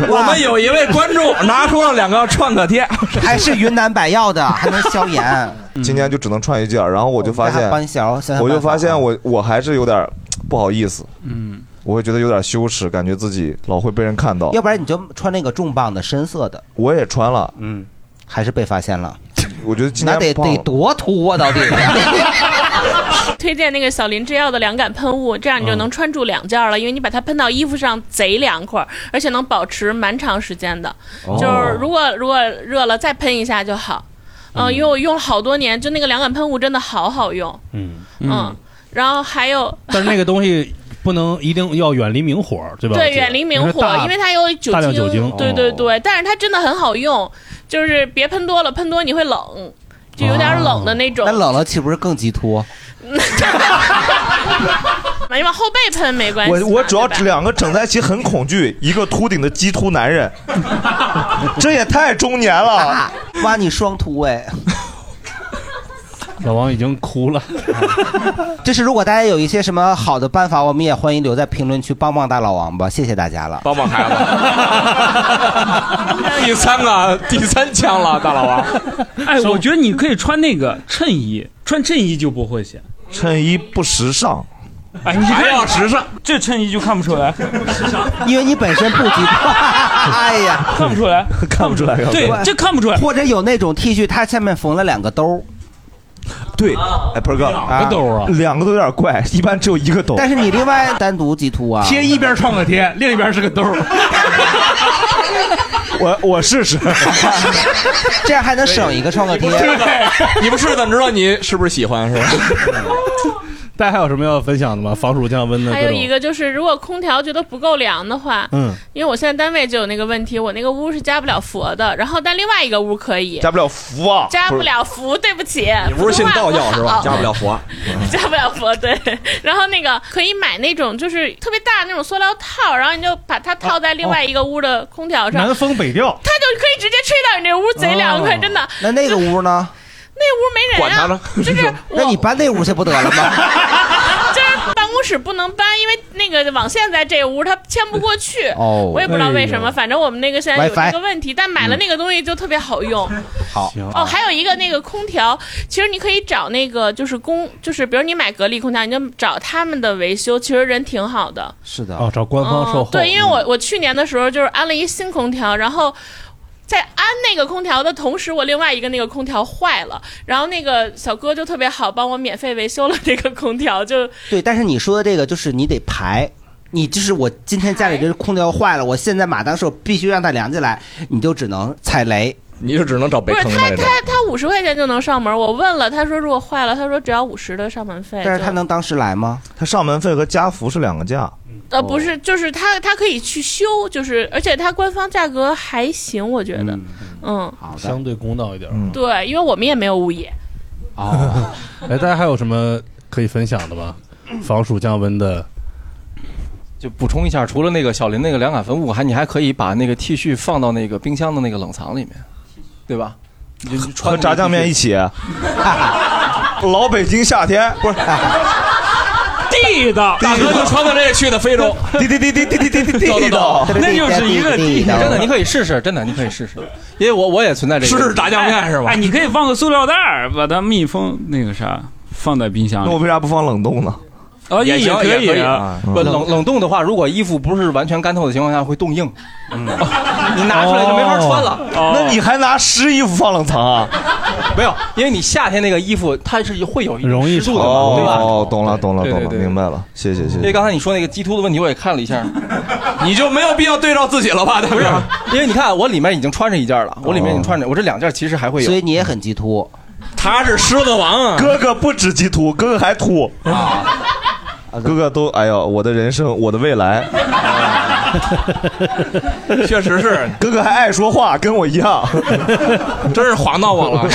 Speaker 3: 我们有一位观众拿出了两个创可 贴，
Speaker 4: 还是云南白药的，还能消炎。
Speaker 2: 今年就只能穿一件儿，然后我就发
Speaker 4: 我们还啊
Speaker 2: 现
Speaker 4: 搬小想想办，法
Speaker 2: 我就发现我我还是有点儿不好意思，
Speaker 4: 嗯，
Speaker 2: 我会觉得有点羞耻，感觉自己老会被人看到
Speaker 4: 要。不然你就穿那个重磅的深色的，
Speaker 2: 我也穿了，
Speaker 4: 嗯，还是被发现了。
Speaker 2: 我觉得今
Speaker 4: 那得
Speaker 2: 年胖
Speaker 4: 得
Speaker 2: 了
Speaker 4: 多秃啊，到 底。
Speaker 25: 推荐那个小林制药的凉感喷雾，这样你就能穿住两件了，因为你把它喷到衣服上贼凉快儿，而且能保持蛮长时间的。
Speaker 15: 哦
Speaker 25: 就是如果如果热了再喷一下就好。嗯、因为我用了好多年，就那个凉感喷雾真的好好用。
Speaker 1: 嗯
Speaker 25: 嗯，然后还有
Speaker 1: 但是那个东西不能一定要远离明火，对吧？
Speaker 25: 对，远离明火，因为它有酒
Speaker 1: 大量
Speaker 25: 精，
Speaker 1: 酒精，
Speaker 25: 对对
Speaker 2: 哦
Speaker 25: 对，但是它真的很好用，就是别喷多了，喷多你会冷，就有点冷的那种。
Speaker 4: 那
Speaker 2: 哦
Speaker 4: 冷了岂不是更急秃？
Speaker 25: 你往后背喷 没关系嘛。
Speaker 2: 我我主要
Speaker 25: 对吧
Speaker 2: 两个整在一起很恐惧，一个秃顶的鸡秃男 人，这也太中年了。
Speaker 4: 哇，你双秃哎！
Speaker 1: 老王已经哭了。
Speaker 4: 就是如果大家有一些什么好的办法，我们也欢迎留在评论区帮帮大老王吧，谢谢大家了。
Speaker 3: 帮帮孩子。第三个，第三枪了，大老王。
Speaker 5: 哎，我觉得你可以穿那个衬衣，穿衬衣就不会显。
Speaker 2: 衬衣不时尚。
Speaker 5: 哎，你还
Speaker 3: 要时尚，
Speaker 5: 这衬衣就看不出来。
Speaker 4: 因为你本身不急 秃，哎呀，
Speaker 5: 看不出来，
Speaker 2: 看不出来，
Speaker 5: 对这看不出来。
Speaker 4: 或者有那种 T 恤，它下面缝了两个 兜，
Speaker 2: 对，哎，鹏哥，
Speaker 4: 两个兜啊
Speaker 2: 两个都有点怪，一般只有一个兜。
Speaker 4: 但是你另外单独急秃啊，
Speaker 1: 贴一边创可贴，另一边是个兜。
Speaker 2: 我我试试，
Speaker 4: 这样还能省一个创可贴。
Speaker 3: 你不是怎么知道你是不是喜欢是吧？
Speaker 1: 哦大家还有什么要分享的吗？防暑降温的
Speaker 25: 还
Speaker 1: 各
Speaker 25: 有
Speaker 1: 种
Speaker 25: 一个就是，如果空调觉得不够凉的话，
Speaker 1: 嗯，
Speaker 25: 因为我现在单位就有那个问题，我那个屋是加不了佛的，然后但另外一个屋可以
Speaker 2: 加不了福啊，
Speaker 25: 加不了佛，对不起，
Speaker 2: 不是。
Speaker 25: 普通话好
Speaker 2: 加不了 佛。
Speaker 25: 加不了佛对，然后那个可以买那种就是特别大的那种塑料套，然后你就把它套在另外一个屋的空调上，
Speaker 1: 南风北调，
Speaker 25: 它就可以直接吹到你这屋，贼凉快，
Speaker 4: 哦
Speaker 25: 真的。
Speaker 4: 那那个屋呢？
Speaker 25: 那屋没人 啊， 就是
Speaker 4: 那你搬那屋去不得了吗？
Speaker 25: 就是办公室不能搬，因为那个网线在这屋，它迁不过去。
Speaker 4: 哦
Speaker 25: 我也不知道为什么，反正我们那个现在有
Speaker 4: WiFi
Speaker 25: 这个问题，但买了那个东西就特别好用。
Speaker 4: 好，
Speaker 25: 哦，还有一个那个空调，其实你可以找那个就是公，就是比如你买格力空调，你就找他们的维修，其实人挺好的。
Speaker 4: 是的
Speaker 1: 哦，找官方售后。嗯
Speaker 25: 对，因为我我去年的时候就是安了一新空调，然后。在安那个空调的同时，我另外一个那个空调坏了，然后那个小哥就特别好，帮我免费维修了这个空调， 就
Speaker 4: 对，但是你说的这个就是你得排，你就是我今天家里这空调坏了，我现在马当时我必须让它凉起来，你就只能踩雷，
Speaker 14: 你就只能找北
Speaker 4: 不是
Speaker 25: 他他他五十块钱就能上门，我问了，他说如果坏了，他说只要五十的上门费。
Speaker 4: 但是他
Speaker 25: 就
Speaker 4: 能当时来吗？
Speaker 2: 他上门费和加服是两个价，
Speaker 25: 呃不
Speaker 1: 哦
Speaker 25: 是，就是他他可以去修，就是而且他官方价格还行，我觉得，嗯，
Speaker 1: 相对公道一点。
Speaker 25: 对，因为我们也没有物业。
Speaker 1: 哦，哎，大家还有什么可以分享的吗？防暑降温的
Speaker 7: 就补充一下，除了那个小林那个凉感喷雾，还你还可以把那个 T 恤放到那个冰箱的那个冷藏里面，对吧？你就穿
Speaker 2: 和炸酱面一起。 老北京夏天不是
Speaker 5: 地道，
Speaker 2: 大
Speaker 3: 哥就穿到这去的非洲，
Speaker 2: 滴滴滴滴滴滴滴滴
Speaker 7: 走 走走
Speaker 2: 滴道，，
Speaker 7: 那就是一个地道。真的，你
Speaker 25: 可
Speaker 7: 以试试，真的，你可以试试，因为我我也存在这个。
Speaker 5: 哎哎，你可以放个塑料袋儿把它密封那个啥，放在冰箱里。
Speaker 2: 那我为啥不放冷冻呢？
Speaker 5: 啊，
Speaker 2: 也行
Speaker 5: 可
Speaker 2: 也可以
Speaker 5: 啊，
Speaker 2: 嗯
Speaker 7: 不冷冷冻的话，如果衣服不是完全干透的情况下，会冻硬。
Speaker 3: 嗯
Speaker 2: 你
Speaker 7: 拿出来就没法穿了
Speaker 3: 哦
Speaker 2: 那你还拿湿衣服放冷藏啊？
Speaker 7: 没有，因为你夏天那个衣服它是会有一
Speaker 2: 容易
Speaker 7: 湿度的嘛，对吧？
Speaker 2: 哦，懂了懂了
Speaker 7: 对
Speaker 2: 懂
Speaker 7: 对
Speaker 2: 了，
Speaker 7: 对
Speaker 2: 明白了，谢谢谢
Speaker 7: 因
Speaker 2: 谢
Speaker 7: 为。刚才你说那个鸡突的问题，我也看了一下，啊
Speaker 3: 你就没有必要对照自己了吧？哦对不对？
Speaker 7: 因为你看我里面已经穿着一件了，我里面已经穿着，我这两件其实还会有，
Speaker 4: 所以你也很鸡突。
Speaker 3: 他是狮子王啊！
Speaker 2: 哥哥不止鸡突，哥哥还突啊！哥哥都，哎呦，我的人生，我的未来，
Speaker 3: 确实是。
Speaker 2: 哥哥还爱说话，跟我一样，
Speaker 3: 真是滑到我了。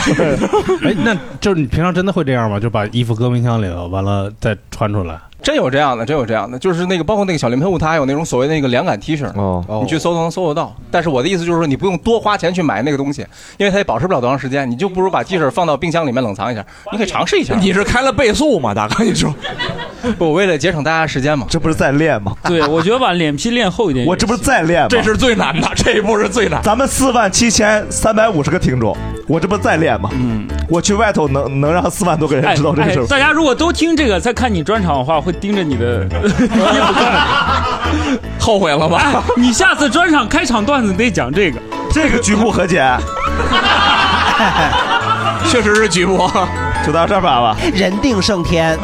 Speaker 1: 哎，那就是你平常真的会这样吗？就把衣服搁冰箱里头，完了再穿出来？
Speaker 7: 真有这样的，真有这样的，就是那个包括那个小林喷雾，它还有那种所谓那个凉感 T 恤，
Speaker 2: 哦
Speaker 7: 你去搜都能搜得到。但是我的意思就是说，你不用多花钱去买那个东西，因为它也保持不了多长时间，你就不如把 T 恤放到冰箱里面冷藏一下，你可以尝试一下。
Speaker 3: 你是开了倍速吗，大哥？你说，
Speaker 7: 不，为了节省大家时间嘛，
Speaker 2: 这不是在练吗？
Speaker 5: 对，我觉得把脸皮练厚一点。
Speaker 2: 我这不是在练吗？
Speaker 5: 这是最难的这一步是最难
Speaker 2: 咱们四万七千三百五十个听众，我这不是在练吗？嗯，我去外头能能让四万多个人知道这个事儿
Speaker 5: 哎
Speaker 2: 吗、
Speaker 5: 大家如果都听这个，再看你专场的话，会盯着你的衣服看，
Speaker 3: 后悔了吧？
Speaker 5: 哎你下次专场开场段子得讲这个，
Speaker 2: 这个局部和解，
Speaker 3: 确实是局 部，
Speaker 2: 就到这吧吧。
Speaker 4: 人定胜天。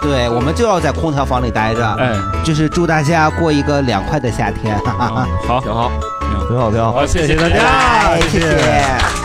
Speaker 4: 对，我们就要在空调房里待着。
Speaker 5: 哎，
Speaker 4: 就是祝大家过一个凉快的夏天。哈哈哈。
Speaker 3: 哎
Speaker 5: 好，挺
Speaker 2: 好，挺好，挺好。
Speaker 1: 哎好，谢谢大家，
Speaker 4: 谢谢。